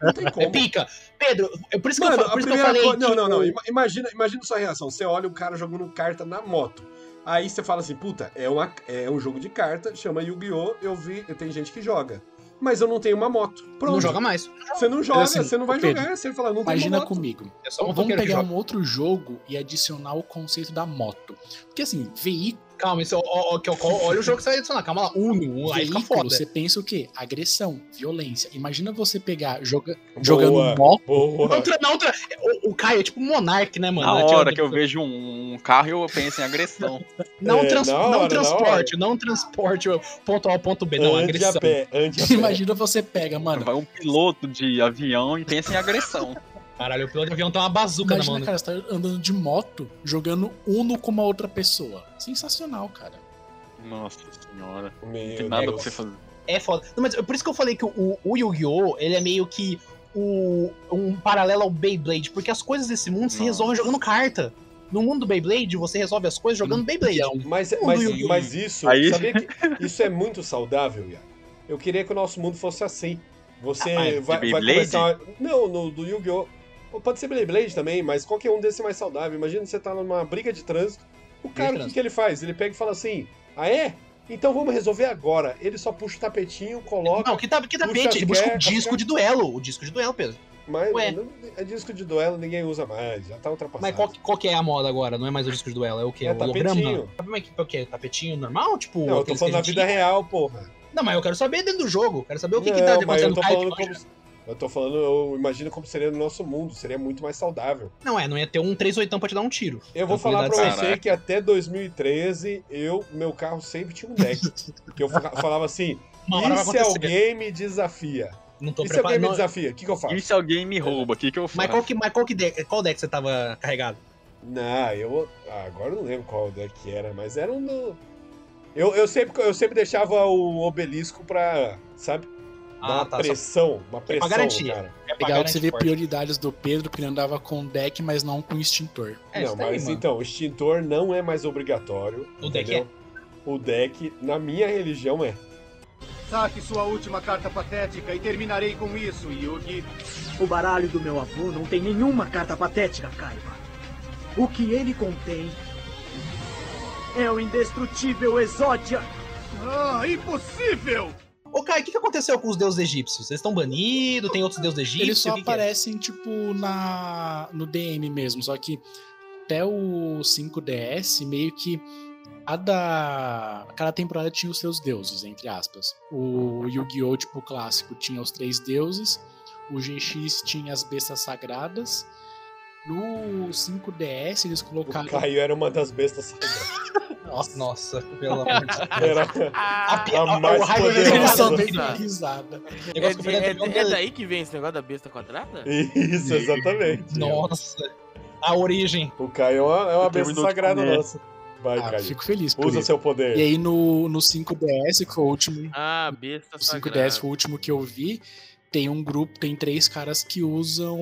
Speaker 4: não tem
Speaker 2: É
Speaker 4: como.
Speaker 2: pica. Pedro, é por isso que,
Speaker 4: Mano,
Speaker 2: eu, fa-
Speaker 4: a
Speaker 2: por isso que eu
Speaker 4: primeira
Speaker 2: falei. tipo,
Speaker 4: coisa.
Speaker 2: que
Speaker 4: Não, não, não.
Speaker 2: o-
Speaker 4: Ima- Imagina, imagina sua reação. Você olha um cara jogando carta na moto. Aí você fala assim, puta, é, uma, é um jogo de carta, chama Yu-Gi-Oh! Eu vi, tem gente que joga. Mas eu não tenho uma moto. Pronto.
Speaker 2: Não joga mais.
Speaker 4: Você não joga,
Speaker 3: assim,
Speaker 4: você não vai
Speaker 3: Pedro,
Speaker 4: jogar. Você fala, não tem uma
Speaker 3: Imagina
Speaker 4: moto.
Speaker 3: comigo.
Speaker 2: É só um
Speaker 3: Vamos
Speaker 2: roqueiro que
Speaker 3: pegar
Speaker 2: joga.
Speaker 3: um outro jogo e adicionar o conceito da moto. Porque assim, veículo.
Speaker 4: um.
Speaker 2: Calma, isso, ó, ó, ó, que eu- ó, olha o jogo que você vai adicionar. Calma lá, Uno, aí fica
Speaker 3: veículo,
Speaker 2: foda.
Speaker 3: você pensa o quê? Agressão, violência. Imagina você pegar joga,
Speaker 4: Boa.
Speaker 3: jogando moto.
Speaker 2: Na
Speaker 4: Boa.
Speaker 2: outra, na outra, o, o Caio é tipo um monarque, né, mano?
Speaker 5: Na
Speaker 2: É, tipo,
Speaker 5: hora que eu vejo um, um carro, eu penso em agressão.
Speaker 2: Não,
Speaker 4: É,
Speaker 2: trans,
Speaker 4: na
Speaker 2: não
Speaker 4: hora, na
Speaker 2: transporte, não transporte o ponto A ao ponto B, não, agressão.
Speaker 4: pé, ande
Speaker 3: Imagina você pega, mano.
Speaker 5: Vai um piloto de avião e pensa em agressão.
Speaker 2: Caralho, o piloto de avião tem uma bazuca na mão.
Speaker 3: Imagina,
Speaker 2: né?
Speaker 3: cara, você tá andando de moto, jogando uno com uma outra pessoa. Sensacional, cara.
Speaker 5: Nossa senhora.
Speaker 4: Meu
Speaker 5: Não tem nada pra
Speaker 4: Deus.
Speaker 5: você fazer.
Speaker 2: É foda. Não, mas por isso que eu falei que o, o Yu-Gi-Oh! ele é meio que o, um paralelo ao Beyblade, porque as coisas desse mundo se
Speaker 5: Nossa.
Speaker 2: resolvem jogando carta. No mundo do Beyblade, você resolve as coisas jogando Beyblade.
Speaker 4: Então, Mas,
Speaker 2: Mundo
Speaker 4: mas,
Speaker 2: Yu-Gi-Oh.
Speaker 4: mas isso,
Speaker 5: Aí-
Speaker 4: sabia que isso é muito saudável, Iago. Eu queria que o nosso mundo fosse assim. Você
Speaker 2: Ah, mas de
Speaker 4: vai, vai
Speaker 5: Beyblade?
Speaker 4: começar. Não, no, do Yu-Gi-Oh! Ou Pode ser Beyblade também, mas qualquer um desse é mais saudável. Imagina você tá numa briga de trânsito. O cara, o que,
Speaker 2: trânsito.
Speaker 4: que ele faz? Ele pega e fala assim: Ah, é? Então vamos resolver agora. Ele só puxa o tapetinho, coloca.
Speaker 2: Não, que, tá, que
Speaker 4: puxa
Speaker 2: tapete, ele busca o
Speaker 4: as né?
Speaker 2: disco
Speaker 4: cartas.
Speaker 2: de duelo, o disco de duelo, Pedro.
Speaker 4: mas
Speaker 2: ué.
Speaker 4: não- é disco de duelo, ninguém usa mais. Já tá ultrapassado.
Speaker 2: Mas qual, que- qual que é a moda agora? Não é mais o disco de duelo, é o quê?
Speaker 4: É
Speaker 2: o holograma?
Speaker 4: tapetinho.
Speaker 2: Sabe como é que é o quê? Tapetinho normal? Tipo,
Speaker 4: Não, eu tô
Speaker 2: aqueles
Speaker 4: falando
Speaker 2: que
Speaker 4: na
Speaker 2: a gente-
Speaker 4: vida real, porra.
Speaker 2: Não, mas eu quero saber dentro do jogo, quero saber o que que
Speaker 4: Não,
Speaker 2: tá
Speaker 4: mas eu
Speaker 2: acontecendo.
Speaker 4: tô
Speaker 2: no hype.
Speaker 4: falando como. Eu tô falando, eu imagino como seria no nosso mundo, seria muito mais saudável.
Speaker 2: Não é, não ia ter um 3-8 pra te dar um tiro.
Speaker 4: Eu vou falar pra
Speaker 5: Tranquilidade.
Speaker 4: você que até 2013, eu, meu carro sempre tinha um deck. que eu fa- falava assim,
Speaker 2: Uma hora
Speaker 4: e
Speaker 2: vai
Speaker 4: se
Speaker 2: acontecer.
Speaker 4: alguém me desafia?
Speaker 2: Não tô
Speaker 4: E se alguém
Speaker 2: preparado.
Speaker 4: me
Speaker 2: não.
Speaker 4: desafia? O que, que eu faço?
Speaker 5: E se alguém me rouba, o que, que eu faço?
Speaker 2: Mas qual, que, mas qual, que deck, qual deck você tava carregado?
Speaker 4: Não, eu. ah, agora eu não lembro qual deck que era, mas era um. do- Eu, eu, sempre, eu sempre deixava o obelisco pra, sabe? Dar uma
Speaker 2: Ah, tá, só É
Speaker 4: pressão, uma pressão,
Speaker 2: garantir.
Speaker 4: cara.
Speaker 2: pra
Speaker 3: Legal um que
Speaker 2: garantir
Speaker 3: você vê
Speaker 2: forte.
Speaker 3: prioridades do Pedro que ele andava com deck, mas não com extintor.
Speaker 2: É,
Speaker 4: não,
Speaker 2: isso daí,
Speaker 4: mas
Speaker 2: mano.
Speaker 4: então, o extintor não é mais obrigatório.
Speaker 2: O deck
Speaker 4: entendeu? O deck, na minha religião, é.
Speaker 7: Saque sua última carta patética e terminarei com isso, Yugi.
Speaker 8: O baralho do meu avô não tem nenhuma carta patética, Kaiba. O que ele contém é o indestrutível Exódia.
Speaker 7: Ah, impossível!
Speaker 2: Ô, Kai, o que, que aconteceu com os deuses egípcios? Vocês estão banidos? Tem outros deuses egípcios?
Speaker 3: Eles
Speaker 2: O
Speaker 3: só
Speaker 2: que que é?
Speaker 3: aparecem, tipo, na, no DM mesmo. Só que até o 5DS, meio que cada, cada temporada tinha os seus deuses, entre aspas. O Yu-Gi-Oh! tipo clássico tinha os três deuses, o GX tinha as bestas sagradas. No 5DS eles
Speaker 4: O
Speaker 3: colocaram.
Speaker 4: Caio era uma das bestas. sagradas.
Speaker 2: Nossa, nossa, pelo amor de Deus.
Speaker 4: Era
Speaker 1: Ah,
Speaker 4: a mais
Speaker 2: raiva dele
Speaker 3: Ele
Speaker 1: Nossa.
Speaker 3: só
Speaker 4: poderosa.
Speaker 3: deu uma risada.
Speaker 2: O
Speaker 1: é,
Speaker 2: negócio
Speaker 1: de-
Speaker 2: que eu falei
Speaker 1: é-
Speaker 2: anterior,
Speaker 1: é daí que vem esse negócio da besta quadrada?
Speaker 4: Isso, exatamente.
Speaker 2: Nossa, a origem.
Speaker 4: O Caio é uma, é uma besta
Speaker 5: Terminou de
Speaker 4: sagrada
Speaker 5: comer.
Speaker 4: nossa. Vai,
Speaker 3: Ah,
Speaker 4: Caio.
Speaker 3: fico feliz por
Speaker 4: Usa
Speaker 3: isso.
Speaker 4: seu poder.
Speaker 3: E aí no, no 5DS, que foi o último
Speaker 1: Ah, besta
Speaker 2: Tá
Speaker 3: O
Speaker 1: sagrada.
Speaker 3: 5DS foi o último que eu vi. Tem um grupo, tem três caras que usam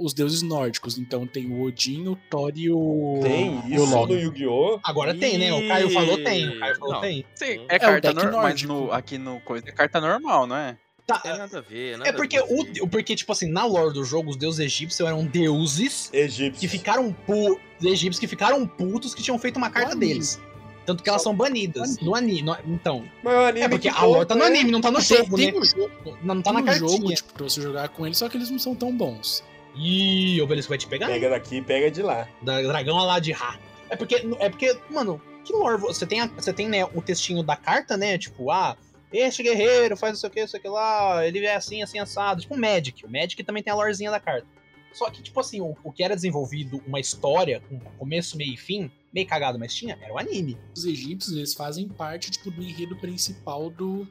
Speaker 3: os deuses nórdicos. Então tem o Odin, o Thor e o.
Speaker 4: Tem
Speaker 3: e o
Speaker 4: isso no
Speaker 3: Loki.
Speaker 4: Yu-Gi-Oh!
Speaker 2: Agora tem, né? O Caio falou tem. O Caio falou
Speaker 1: Não.
Speaker 2: tem.
Speaker 5: Sim,
Speaker 1: É
Speaker 5: é
Speaker 1: o
Speaker 5: carta
Speaker 3: deck
Speaker 5: normal, mas
Speaker 3: nórdico.
Speaker 5: no, aqui no coisa é carta normal, não é?
Speaker 2: Tá,
Speaker 1: Tem nada a ver, nada
Speaker 2: é porque,
Speaker 1: a ver.
Speaker 2: o, de- porque, tipo assim, na lore do jogo, os deuses egípcios eram deuses que
Speaker 4: Egípcio.
Speaker 2: ficaram putos. Egípcios que ficaram putos que tinham feito uma carta
Speaker 3: anime.
Speaker 2: deles. Tanto que elas são banidas no anime. no- então.
Speaker 4: Mas o anime
Speaker 2: É porque
Speaker 4: que
Speaker 2: a lore tá no
Speaker 4: conta, né?
Speaker 2: anime, não tá no
Speaker 3: Tem- um
Speaker 2: jogo, né?
Speaker 3: tem o jogo.
Speaker 2: Não, não tá
Speaker 3: Tá
Speaker 2: na
Speaker 3: no jogo,
Speaker 2: cartinha.
Speaker 3: tipo, pra você jogar com eles, só que eles não são tão bons.
Speaker 2: Ih, o obelisco vai te pegar?
Speaker 4: Pega daqui e pega de lá.
Speaker 2: Da dragão a lá de Ra. É porque, é porque mano, que lore. vo- Você tem, a- você tem né, o textinho da carta, né? Tipo, ah, este guerreiro faz não sei o que, não sei o que lá, ele é assim, assim, assado. Tipo o Magic. O Magic também tem a lorezinha da carta. Só que, tipo assim, o, o que era desenvolvido uma história, com começo, meio e fim, meio cagado, mas tinha, era o anime.
Speaker 3: Os egípcios, eles fazem parte tipo, do enredo principal do.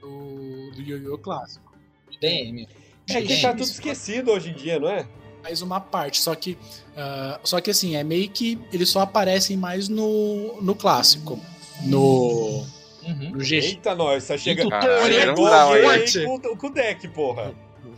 Speaker 3: do, do Yo-Yo clássico.
Speaker 2: do DM.
Speaker 4: É que tá tudo
Speaker 3: Egípcio.
Speaker 4: esquecido hoje em dia, não é?
Speaker 3: Mais uma parte, só que. ah, só que assim, é meio que. Eles só aparecem mais no, no clássico. No. tá
Speaker 2: Uhum.
Speaker 3: No GG.
Speaker 4: Eita, nós, tá chegando.
Speaker 5: Caralho, era um
Speaker 4: Chegou
Speaker 5: grau aí.
Speaker 4: alguém com, com o deck, porra.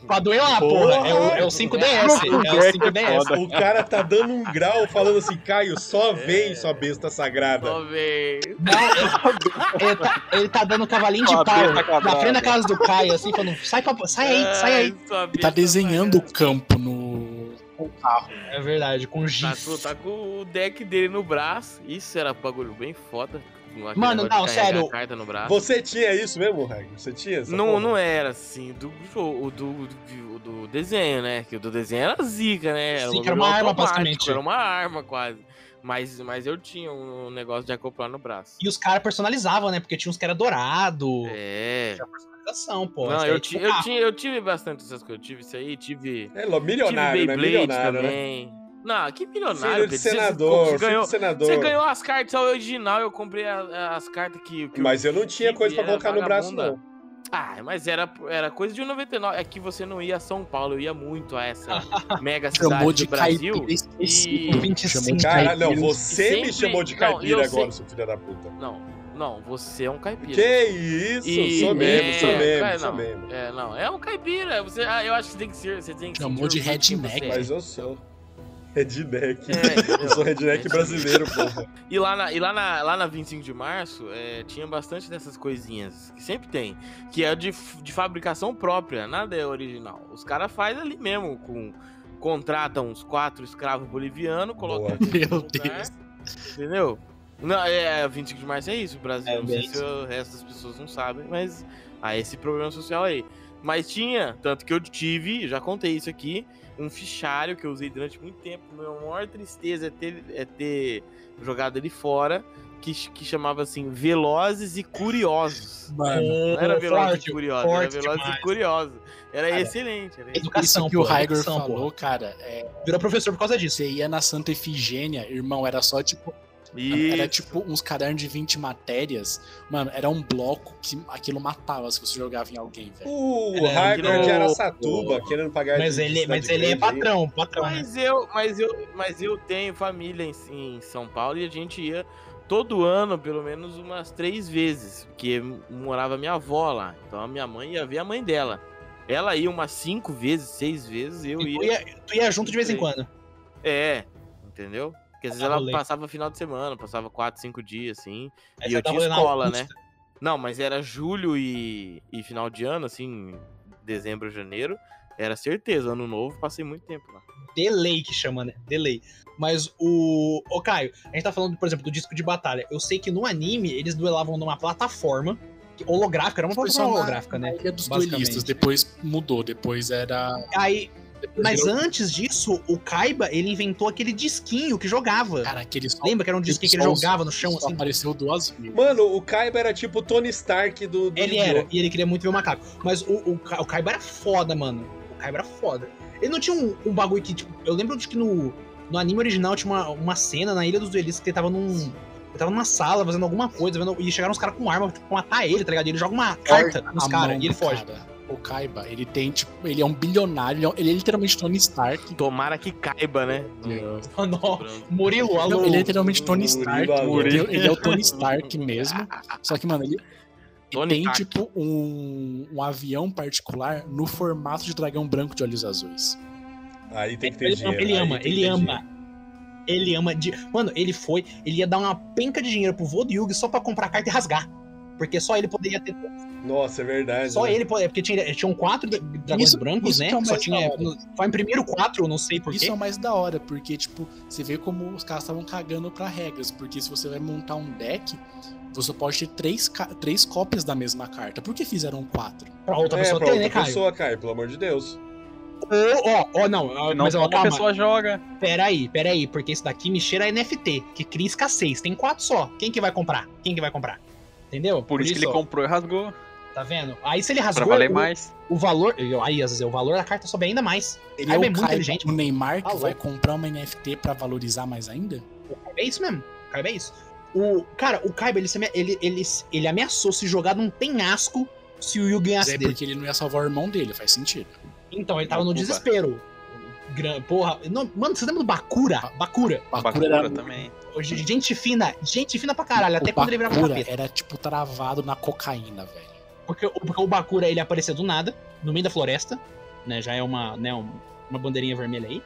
Speaker 2: Pra doer lá, porra. É, o, é o 5DS. É o 5DS.
Speaker 5: Foda.
Speaker 4: O cara tá dando um grau falando assim, Caio, só vem, sua besta sagrada.
Speaker 1: Só vem.
Speaker 2: tá, Ele tá, ele tá dando cavalinho
Speaker 5: Ó,
Speaker 2: de
Speaker 5: a
Speaker 2: pau
Speaker 5: besta quadrada.
Speaker 2: na frente da casa do Caio, assim, falando: sai, pra, sai aí, sai aí.
Speaker 1: Ai, sua
Speaker 3: Ele tá
Speaker 1: besta
Speaker 3: desenhando o campo no. com o carro.
Speaker 2: É verdade, com
Speaker 1: sagrada. Tá, com-
Speaker 2: giz.
Speaker 1: tá com o deck dele no braço. Isso era bagulho bem foda. Aquele negócio
Speaker 2: Mano,
Speaker 1: de
Speaker 2: não,
Speaker 1: carregar
Speaker 2: sério.
Speaker 1: a Carta no braço.
Speaker 4: Você tinha isso mesmo, Rag? Você tinha essa
Speaker 1: Não,
Speaker 4: porra?
Speaker 1: não era assim, do jogo, do, do, do desenho, né? Que o do desenho era zica, né?
Speaker 2: Zica,
Speaker 1: um
Speaker 2: era uma
Speaker 1: bagulho
Speaker 2: arma,
Speaker 1: automático,
Speaker 2: basicamente.
Speaker 1: Era uma arma, quase. Mas, mas eu tinha um negócio de acoplar no braço.
Speaker 2: E os caras personalizavam, né? Porque tinha uns que era dourado.
Speaker 1: É.
Speaker 2: Personalização, pô.
Speaker 1: Não,
Speaker 2: Isso
Speaker 1: eu,
Speaker 2: aí,
Speaker 1: ti,
Speaker 2: tipo,
Speaker 1: eu,
Speaker 2: ah,
Speaker 1: ti, eu tive bastante essas coisas. Eu tive isso aí, tive.
Speaker 4: É, lo- milionário,
Speaker 1: tive
Speaker 4: né?
Speaker 1: Beyblade
Speaker 4: Milionário, né?
Speaker 1: também. Não, que milionário,
Speaker 4: Filho
Speaker 1: Pedro.
Speaker 4: de
Speaker 1: Você-
Speaker 4: senador,
Speaker 1: Você
Speaker 4: filho
Speaker 1: ganhou,
Speaker 4: de senador.
Speaker 1: você ganhou as cartas original, eu comprei a- as cartas que. que o
Speaker 4: Mas eu não tinha
Speaker 1: Steve
Speaker 4: coisa pra
Speaker 1: era
Speaker 4: colocar no braço,
Speaker 1: vagabunda.
Speaker 4: não.
Speaker 1: Ah, mas era, era coisa de 99. É que você não ia a São Paulo, eu ia muito a essa mega
Speaker 3: Chamou
Speaker 1: cidade
Speaker 3: um é de
Speaker 1: do Brasil.
Speaker 3: caipira específico.
Speaker 1: e-
Speaker 2: 25.
Speaker 3: Chamou de
Speaker 4: Caralho,
Speaker 3: caipira.
Speaker 4: não, você
Speaker 1: sempre-
Speaker 4: me chamou de
Speaker 1: não,
Speaker 4: caipira
Speaker 1: eu
Speaker 4: agora, seu filho da puta.
Speaker 1: Não, não, você é um caipira.
Speaker 4: Que isso?
Speaker 1: E-
Speaker 4: Sou mesmo,
Speaker 1: é,
Speaker 4: sou mesmo,
Speaker 1: cara,
Speaker 4: sou
Speaker 1: não.
Speaker 4: mesmo.
Speaker 1: É, não, é um caipira. Você, ah, eu acho que tem que ser. Você tem que sentir
Speaker 3: Chamou um de
Speaker 1: orgulho quem
Speaker 3: redneck.
Speaker 1: você é.
Speaker 4: Mas eu sou. Redneck.
Speaker 1: É, entendeu?
Speaker 4: Eu sou redneck brasileiro, porra.
Speaker 1: E lá na, e lá na, lá na 25 de março, é, tinha bastante dessas coisinhas, que sempre tem, que é de, f- de fabricação própria, nada é original. Os caras fazem ali mesmo, com contratam uns quatro escravos bolivianos, colocam
Speaker 4: Boa.
Speaker 1: eles no
Speaker 3: Meu
Speaker 1: lugar,
Speaker 3: Deus.
Speaker 1: Entendeu? Não, é, é, 25 de março é isso, o Brasil.
Speaker 2: É
Speaker 1: não sei
Speaker 2: bem
Speaker 1: se o resto das pessoas não sabem, mas há esse problema social aí. Mas tinha, tanto que eu tive, já contei isso aqui, um fichário que eu usei durante muito tempo. Minha maior tristeza é ter, é ter jogado ele fora, que, ch- que chamava assim Velozes e Curiosos.
Speaker 3: Mano, É
Speaker 1: Não era Velozes
Speaker 2: forte,
Speaker 1: e Curiosos, era
Speaker 2: forte
Speaker 1: Velozes
Speaker 2: demais.
Speaker 1: e Curiosos. Era
Speaker 2: Cara,
Speaker 1: excelente. Era
Speaker 2: Educação,
Speaker 3: isso que
Speaker 2: pô,
Speaker 3: o Raigor
Speaker 2: educação,
Speaker 3: falou,
Speaker 2: pô.
Speaker 3: cara, é,
Speaker 2: Virou professor por causa disso.
Speaker 3: você ia na Santa Efigênia, irmão, era só tipo.
Speaker 2: né?
Speaker 3: Era
Speaker 1: E
Speaker 3: tipo uns cadernos de 20 matérias. Mano, era um bloco que aquilo matava se você jogava em alguém, velho.
Speaker 4: O
Speaker 2: É,
Speaker 4: Hagner de
Speaker 1: não.
Speaker 4: Araçatuba querendo pagar
Speaker 2: Mas
Speaker 4: de
Speaker 2: ele, mas
Speaker 4: cidade
Speaker 2: ele é
Speaker 4: grande aí.
Speaker 2: patrão, patrão. né?
Speaker 1: Mas eu, mas eu, mas eu tenho família em, em São Paulo e a gente ia todo ano, pelo menos umas três vezes, porque morava minha avó lá. Então a minha mãe ia ver a mãe dela. Ela ia umas cinco vezes, seis vezes, eu
Speaker 2: Tu
Speaker 1: ia.
Speaker 2: ia, tu ia junto de vez em
Speaker 1: Sim.
Speaker 2: quando.
Speaker 1: É, entendeu? Porque às vezes
Speaker 2: Ah,
Speaker 1: ela
Speaker 2: rolê.
Speaker 1: passava final de semana, passava quatro, cinco dias, assim.
Speaker 2: Aí
Speaker 1: E
Speaker 2: você
Speaker 1: eu
Speaker 2: tava
Speaker 1: tinha
Speaker 2: na
Speaker 1: escola, né?"
Speaker 2: Augusta.
Speaker 1: Não, mas era julho e, e final de ano, assim, dezembro, janeiro. Era certeza, ano novo, passei muito tempo lá.
Speaker 2: Delay que chama, né? Delay. Mas o. Ô, Caio, a gente tá falando, por exemplo, do disco de batalha. Eu sei que no anime eles duelavam numa plataforma que- holográfica, era uma
Speaker 3: Foi só
Speaker 2: plataforma
Speaker 3: na-
Speaker 2: holográfica, né?
Speaker 3: na Ilha dos
Speaker 2: Basicamente.
Speaker 3: Duelistas, depois mudou, depois era.
Speaker 2: Aí,
Speaker 3: é. depois
Speaker 2: mas
Speaker 3: virou-
Speaker 2: antes disso, o Kaiba, ele inventou aquele disquinho que jogava.
Speaker 3: Cara, aquele só,
Speaker 2: Lembra que era um disquinho que ele
Speaker 3: só-
Speaker 2: jogava no chão,
Speaker 3: só
Speaker 2: assim?
Speaker 3: apareceu duas vezes.
Speaker 4: Mano, o Kaiba era tipo o Tony Stark do, do
Speaker 2: Ele
Speaker 4: Yu-Gi-Oh!
Speaker 2: era, e ele queria muito ver o macaco. Mas o, o, Ka- o Kaiba era foda, mano. O Kaiba era foda. Ele não tinha um, um bagulho que, tipo, eu lembro de que no, no anime original tinha uma, uma cena na Ilha dos Duelistas que ele tava num. tava numa sala fazendo alguma coisa, vendo- e chegaram uns caras com arma tipo, pra matar ele, tá ligado? E ele joga uma carta nos
Speaker 3: A
Speaker 2: caras
Speaker 3: mão
Speaker 2: e ele
Speaker 3: do
Speaker 2: foge.
Speaker 3: cara, O Kaiba, ele tem, tipo, ele é um bilionário, ele é, ele é literalmente Tony Stark.
Speaker 1: Tomara que caiba, né?
Speaker 2: Não, Murilo, alô.
Speaker 3: Não, ele é literalmente Tony Stark.
Speaker 4: Murilo.
Speaker 3: Ele, é- ele é o Tony Stark mesmo. Só que, mano, ele, ele
Speaker 1: Tony
Speaker 3: tem,
Speaker 1: Stark.
Speaker 3: tipo, um, um avião particular no formato de dragão branco de olhos azuis.
Speaker 4: Aí tem que ter
Speaker 2: ele,
Speaker 4: dinheiro.
Speaker 2: ele
Speaker 4: aí
Speaker 2: ama,
Speaker 4: tem que
Speaker 2: ele
Speaker 4: ter
Speaker 2: ama.
Speaker 4: dinheiro.
Speaker 2: Ele ama de. Mano, ele foi, ele ia dar uma penca de dinheiro pro vô do Yugi só pra comprar a carta e rasgar. Porque só ele poderia ter.
Speaker 4: Nossa, é verdade.
Speaker 2: Só
Speaker 4: né?
Speaker 2: ele poderia. Porque tinha, tinham quatro dra- dragões
Speaker 3: Isso-
Speaker 2: brancos,
Speaker 3: isso
Speaker 2: né?
Speaker 3: que é o
Speaker 2: só
Speaker 3: mais
Speaker 2: tinha. um,
Speaker 3: da hora.
Speaker 2: no- Só imprimiram quatro, não sei porquê.
Speaker 3: Isso é o mais da hora, porque, tipo, você vê como os caras estavam cagando pra regras. Porque se você vai montar um deck, você pode ter três, ca- três cópias da mesma carta. Por que fizeram quatro?
Speaker 2: Pra outra
Speaker 4: é,
Speaker 2: pessoa
Speaker 4: pra
Speaker 2: ter,
Speaker 4: outra
Speaker 2: né, Caio?
Speaker 4: pessoa, Caio, pelo amor de Deus.
Speaker 2: Ou, ó, ó, não, ó,
Speaker 5: Não,
Speaker 2: mas ó,
Speaker 5: é uma
Speaker 2: calma.
Speaker 5: pessoa joga.
Speaker 2: Peraí, peraí, porque esse daqui me cheira a NFT, que cria escassez. Tem quatro só. Quem que vai comprar? Quem que vai comprar? Entendeu?
Speaker 5: Por, isso, que ele
Speaker 2: ó,
Speaker 5: comprou e rasgou.
Speaker 2: Tá vendo? Aí se ele
Speaker 5: Pra
Speaker 2: rasgou
Speaker 5: valer
Speaker 2: o,
Speaker 5: mais.
Speaker 2: o valor. Aí, às vezes, o valor da carta sobe ainda mais.
Speaker 3: Ele
Speaker 2: Kaiba
Speaker 3: é
Speaker 2: é
Speaker 3: o,
Speaker 2: muito
Speaker 3: Kaiba,
Speaker 2: inteligente,
Speaker 3: o Neymar que
Speaker 2: Tá
Speaker 3: vai
Speaker 2: louco.
Speaker 3: comprar uma NFT pra valorizar mais ainda?
Speaker 2: É isso mesmo. Kaiba é isso. O, cara, o Kaiba, ele, se ame- ele, ele, ele ameaçou se jogar num penhasco se o Yu
Speaker 3: Mas
Speaker 2: ganhasse
Speaker 3: é
Speaker 2: dele.
Speaker 3: porque ele não ia salvar o irmão dele, faz sentido.
Speaker 2: Então, ele tava no
Speaker 5: Opa.
Speaker 2: desespero. Gran- Porra. não- mano, vocês lembram do Bakura? Bakura.
Speaker 5: Bakura
Speaker 3: era-
Speaker 5: também.
Speaker 2: Gente fina. Gente fina pra caralho. Até
Speaker 3: o
Speaker 2: quando ele virava
Speaker 3: Bakura
Speaker 2: capeta.
Speaker 3: era tipo travado na cocaína, velho.
Speaker 2: Porque, o- porque o Bakura ele apareceu do nada, no meio da floresta, né? Já é uma, né, um- uma bandeirinha vermelha aí.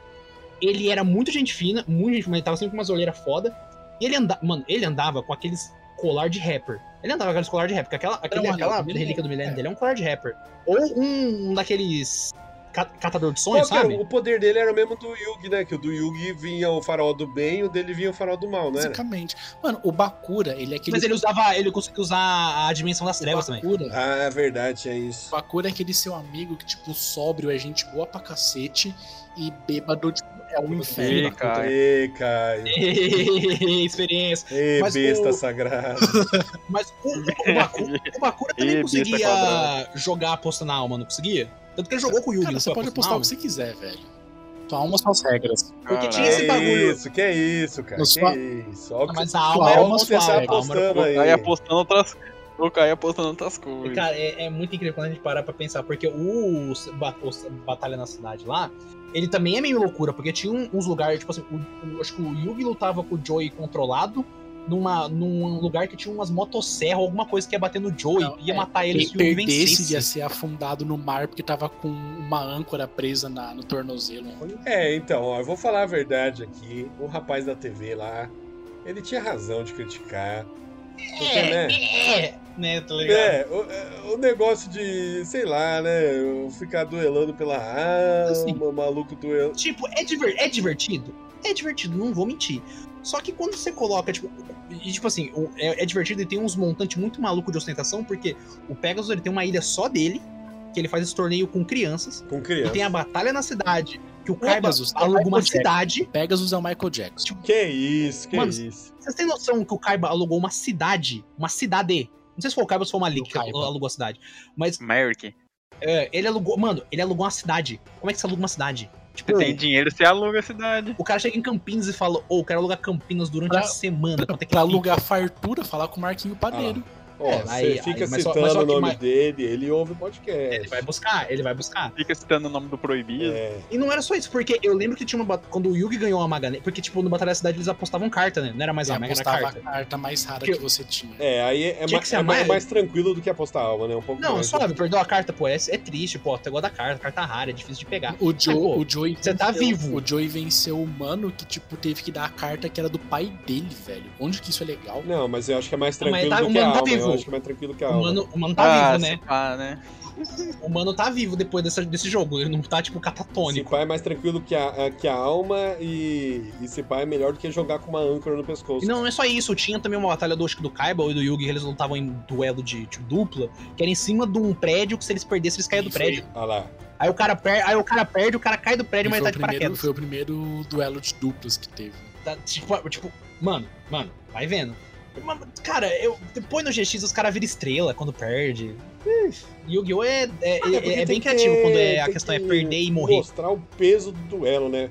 Speaker 2: Ele era muito gente fina, muito gente fina, ele tava sempre com umas olheiras foda. E ele andava, mano, ele andava com aqueles colar de rapper. Ele andava com aqueles colar de rapper, porque aquela, aquele-
Speaker 3: um anel
Speaker 2: aquela
Speaker 3: do milênio,
Speaker 2: relíquia do milênio
Speaker 3: é.
Speaker 2: dele é um colar de rapper. Ou um daqueles ca- catador de sonhos,
Speaker 4: Qual que era-
Speaker 2: sabe?
Speaker 4: o poder dele era o mesmo do Yugi, né? Que o do Yugi vinha o farol do bem e o dele vinha o farol do mal, né? não era?
Speaker 3: Basicamente. Mano, o Bakura, ele é aquele.
Speaker 2: Mas ele usava, ele conseguia usar a dimensão das trevas também.
Speaker 3: Bakura,
Speaker 4: Ah, é verdade, é isso.
Speaker 3: Bakura é aquele seu amigo que, tipo, sóbrio, é gente boa pra cacete e bêbado, tipo, é um
Speaker 5: Ih,
Speaker 3: inferno.
Speaker 5: cara.
Speaker 4: Ê, Caio.
Speaker 2: Experiência.
Speaker 4: Ê,
Speaker 2: Mas o-
Speaker 4: besta sagrada.
Speaker 2: Mas o, o, Bakura, o Bakura
Speaker 5: Ih,
Speaker 2: também
Speaker 5: besta
Speaker 2: conseguia
Speaker 5: quadrada.
Speaker 2: jogar aposta na alma, não conseguia? Tanto que ele jogou com o Yugi.
Speaker 3: Cara,
Speaker 2: não
Speaker 3: você
Speaker 2: foi
Speaker 3: pode
Speaker 2: aposta na
Speaker 3: apostar o
Speaker 2: alma?
Speaker 3: que você quiser, velho. Tua alma, suas regras.
Speaker 2: Porque
Speaker 4: Que
Speaker 2: tinha esse
Speaker 4: é
Speaker 2: bagulho.
Speaker 4: isso, que é isso, cara.
Speaker 3: Nos
Speaker 4: Que
Speaker 3: fa-
Speaker 4: isso. Ó,
Speaker 2: Ah,
Speaker 4: que-
Speaker 2: Mas a
Speaker 3: Sua
Speaker 2: alma era
Speaker 4: Olha o
Speaker 3: alma,
Speaker 2: uma
Speaker 4: mundo
Speaker 3: sua
Speaker 4: que tá
Speaker 3: alma.
Speaker 4: apostando
Speaker 5: O
Speaker 4: aí.
Speaker 5: Caio apostando outras. O Caio apostando outras coisas.
Speaker 2: Cara, é, é muito incrível quando a gente para pra pensar, porque o, s- ba- o s- Batalha na Cidade lá, ele também é meio loucura, porque tinha um- uns lugares, tipo assim, o- o- acho que o Yugi lutava com o Joey controlado numa, num lugar que tinha umas motosserras, alguma coisa que ia bater no Joey,
Speaker 3: Não,
Speaker 2: ia
Speaker 3: é,
Speaker 2: matar ele
Speaker 3: Quem
Speaker 2: se o Yugi
Speaker 3: perdesse ia
Speaker 2: vencesse.
Speaker 3: ser afundado no mar porque tava com uma âncora presa na- no tornozelo.
Speaker 4: É, então, ó, eu vou falar a verdade aqui. O rapaz da TV lá, ele tinha razão de criticar. Porque, né?
Speaker 2: É, né, tá ligado?
Speaker 4: É, o, é, o negócio de, sei lá, né? eu Ficar duelando pela alma,
Speaker 3: Assim.
Speaker 4: maluco duelando.
Speaker 2: Tipo, é, diver- é divertido? É divertido, não vou mentir. Só que quando você coloca, tipo, e tipo assim, o- é, é divertido e tem uns montantes muito maluco de ostentação, porque o Pegasus ele tem uma ilha só dele, que ele faz esse torneio com crianças,
Speaker 4: Com
Speaker 2: e
Speaker 4: criança.
Speaker 2: tem a batalha na cidade, que o Kaiba
Speaker 3: Pegasus tá lá
Speaker 2: aluga
Speaker 3: com
Speaker 2: uma
Speaker 3: o Jack.
Speaker 2: cidade.
Speaker 3: Pegasus é o Michael
Speaker 2: Tipo,
Speaker 3: Jackson.
Speaker 4: Que isso, que
Speaker 2: Mano,
Speaker 4: isso.
Speaker 2: Vocês têm noção que o Kaiba alugou uma cidade? Uma cidade. Não sei se foi o Kaiba ou se foi uma Lick que
Speaker 3: Kaiba.
Speaker 2: alugou a cidade. Mas
Speaker 5: Merrick.
Speaker 2: é, ele alugou. Mano, ele alugou uma cidade. Como é que você aluga uma cidade? Tipo,
Speaker 5: Você tem dinheiro, você aluga a cidade.
Speaker 2: o cara chega em Campinas e fala, ô, o cara aluga Campinas durante
Speaker 3: Pra-
Speaker 2: a semana. Quanto é que
Speaker 3: Pra
Speaker 2: fica?
Speaker 3: alugar fartura, falar com o Marquinho Padeiro.
Speaker 4: Ó,
Speaker 2: É,
Speaker 4: você
Speaker 2: aí-
Speaker 4: fica
Speaker 2: aí, mas só-
Speaker 4: citando
Speaker 2: mas só
Speaker 4: o
Speaker 2: que
Speaker 4: nome
Speaker 2: mais-
Speaker 4: dele, ele ouve o podcast.
Speaker 2: Ele vai buscar, ele vai buscar.
Speaker 5: Fica citando o nome do proibido.
Speaker 4: É,
Speaker 2: E não era só isso, porque eu lembro que tinha uma bat- Quando o Yugi ganhou a Maga, né? porque, tipo, no Batalha da Cidade eles apostavam carta, né? Não era mais
Speaker 3: Você
Speaker 2: a Mega, era
Speaker 3: apostava a
Speaker 2: carta.
Speaker 3: carta mais rara
Speaker 2: Que-
Speaker 3: que você tinha.
Speaker 4: é, aí é,
Speaker 2: Tinha
Speaker 4: ma-
Speaker 2: que ser
Speaker 4: é
Speaker 2: a
Speaker 4: ma- mais,
Speaker 2: mais-
Speaker 4: tranquilo do que apostar alma, né? Um pouco
Speaker 2: Não, é
Speaker 4: mais.
Speaker 2: suave, perdeu a carta, pô. É, é triste, pô. Tá igual da carta, carta rara, é difícil de pegar.
Speaker 3: O, Joe,
Speaker 2: Ah, pô,
Speaker 3: o Joey.
Speaker 2: você tá vivo.
Speaker 3: O Joey venceu o mano que, tipo, teve que dar a carta que era do pai dele, velho. Onde que isso é legal?
Speaker 4: Não, mas eu acho que é mais
Speaker 2: Não, mas
Speaker 4: tranquilo
Speaker 2: tá-
Speaker 4: do
Speaker 2: o
Speaker 4: que a
Speaker 2: mano tá
Speaker 4: alma. Eu
Speaker 2: vivo.
Speaker 4: acho que é mais tranquilo que a
Speaker 2: O
Speaker 4: alma.
Speaker 2: mano, o mano tá
Speaker 5: ah,
Speaker 2: vivo, né?
Speaker 5: se pá, né?
Speaker 2: O mano tá vivo depois dessa- desse jogo. Ele não tá, tipo,
Speaker 4: Se
Speaker 2: catatônico.
Speaker 4: pá é mais tranquilo que a, a- que a alma e, e se pá é melhor do que jogar com uma âncora no pescoço.
Speaker 2: E não, não é só isso. Tinha também uma batalha do, acho que do Kaiba e do Yugi, que eles lutavam em duelo de tipo, dupla, que era em cima de um prédio, que se eles perdessem, eles caíam é do
Speaker 3: Isso
Speaker 2: prédio.
Speaker 4: Ah lá.
Speaker 2: Aí o, cara per... aí o cara perde, o cara cai do
Speaker 3: E
Speaker 2: prédio, mas
Speaker 3: foi,
Speaker 2: ele tá
Speaker 3: o
Speaker 2: de
Speaker 3: primeiro,
Speaker 2: paraquedas.
Speaker 3: foi o primeiro duelo de duplas que teve.
Speaker 2: Tá, tipo, tipo, mano, mano, vai vendo. Mas, Cara, eu, depois no GX os caras viram estrela quando perde. Ih, Yu-Gi-Oh! é, é,
Speaker 4: É,
Speaker 2: é-
Speaker 4: porque
Speaker 2: é
Speaker 4: tem
Speaker 2: bem
Speaker 4: que-
Speaker 2: criativo quando é, a
Speaker 4: tem
Speaker 2: questão é
Speaker 4: que
Speaker 2: perder e morrer.
Speaker 4: Mostrar o peso do duelo, né?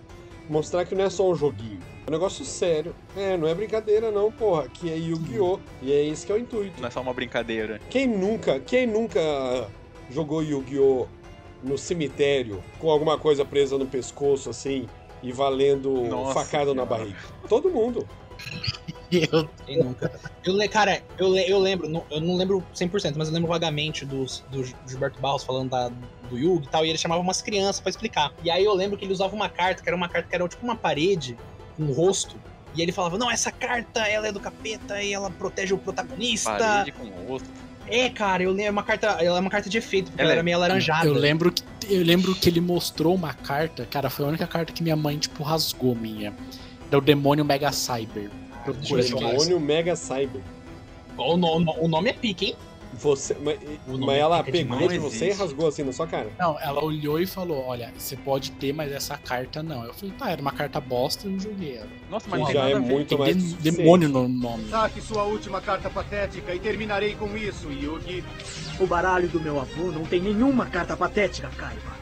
Speaker 4: Mostrar que não é só um joguinho. É um negócio sério. É, não é brincadeira não, porra. Que é Yu-Gi-Oh! E é esse que é o intuito.
Speaker 2: Né.
Speaker 5: Não é só uma brincadeira.
Speaker 4: Quem nunca, quem nunca jogou Yu-Gi-Oh! no cemitério com alguma coisa presa no pescoço, assim, e valendo
Speaker 5: Nossa
Speaker 4: facada na
Speaker 5: Senhora.
Speaker 4: barriga? Todo mundo.
Speaker 2: Eu, quem nunca? Eu, le- cara, eu, le- eu lembro, não- eu não lembro 100%, mas eu lembro vagamente dos, do Gi- Gilberto Barros falando da, do Yugi e tal, e ele chamava umas crianças pra explicar. E aí eu lembro que ele usava uma carta, que era uma carta que era tipo uma parede, com um rosto, e ele falava, não, essa carta, ela é do capeta e ela protege o protagonista.
Speaker 5: Parede com rosto.
Speaker 2: É, cara, eu lembro, é uma carta, ela é uma carta de efeito, porque
Speaker 5: Ela
Speaker 2: ela,
Speaker 5: é-
Speaker 2: era meio alaranjada.
Speaker 3: Eu lembro, que, eu lembro que ele mostrou uma carta, cara, foi a única carta que minha mãe, tipo, rasgou minha. Era o demônio Mega Cyber.
Speaker 2: Deixa eu ver se eu acho.
Speaker 4: Demônio Mega Cyber.
Speaker 2: Ó, O, no- o nome é pique, hein?
Speaker 4: Você, mas,
Speaker 2: O nome
Speaker 4: mas ela
Speaker 2: é demais,
Speaker 4: pegou de
Speaker 5: não
Speaker 4: você e
Speaker 5: existe.
Speaker 4: rasgou assim na sua cara.
Speaker 3: Não, ela olhou e falou: Olha, você pode ter, mas essa carta não. Eu falei: Tá, era uma carta bosta, eu não joguei ela.
Speaker 5: Nossa, mas não
Speaker 4: Que
Speaker 5: tem
Speaker 4: já
Speaker 5: nada
Speaker 4: é
Speaker 5: a ver.
Speaker 4: muito
Speaker 3: Tem
Speaker 4: mais
Speaker 3: de-
Speaker 4: que suficiente.
Speaker 3: demônio né? no nome.
Speaker 7: Saque sua última carta patética e terminarei com isso, Yugi.
Speaker 8: O baralho do meu avô não tem nenhuma carta patética, Kaiba.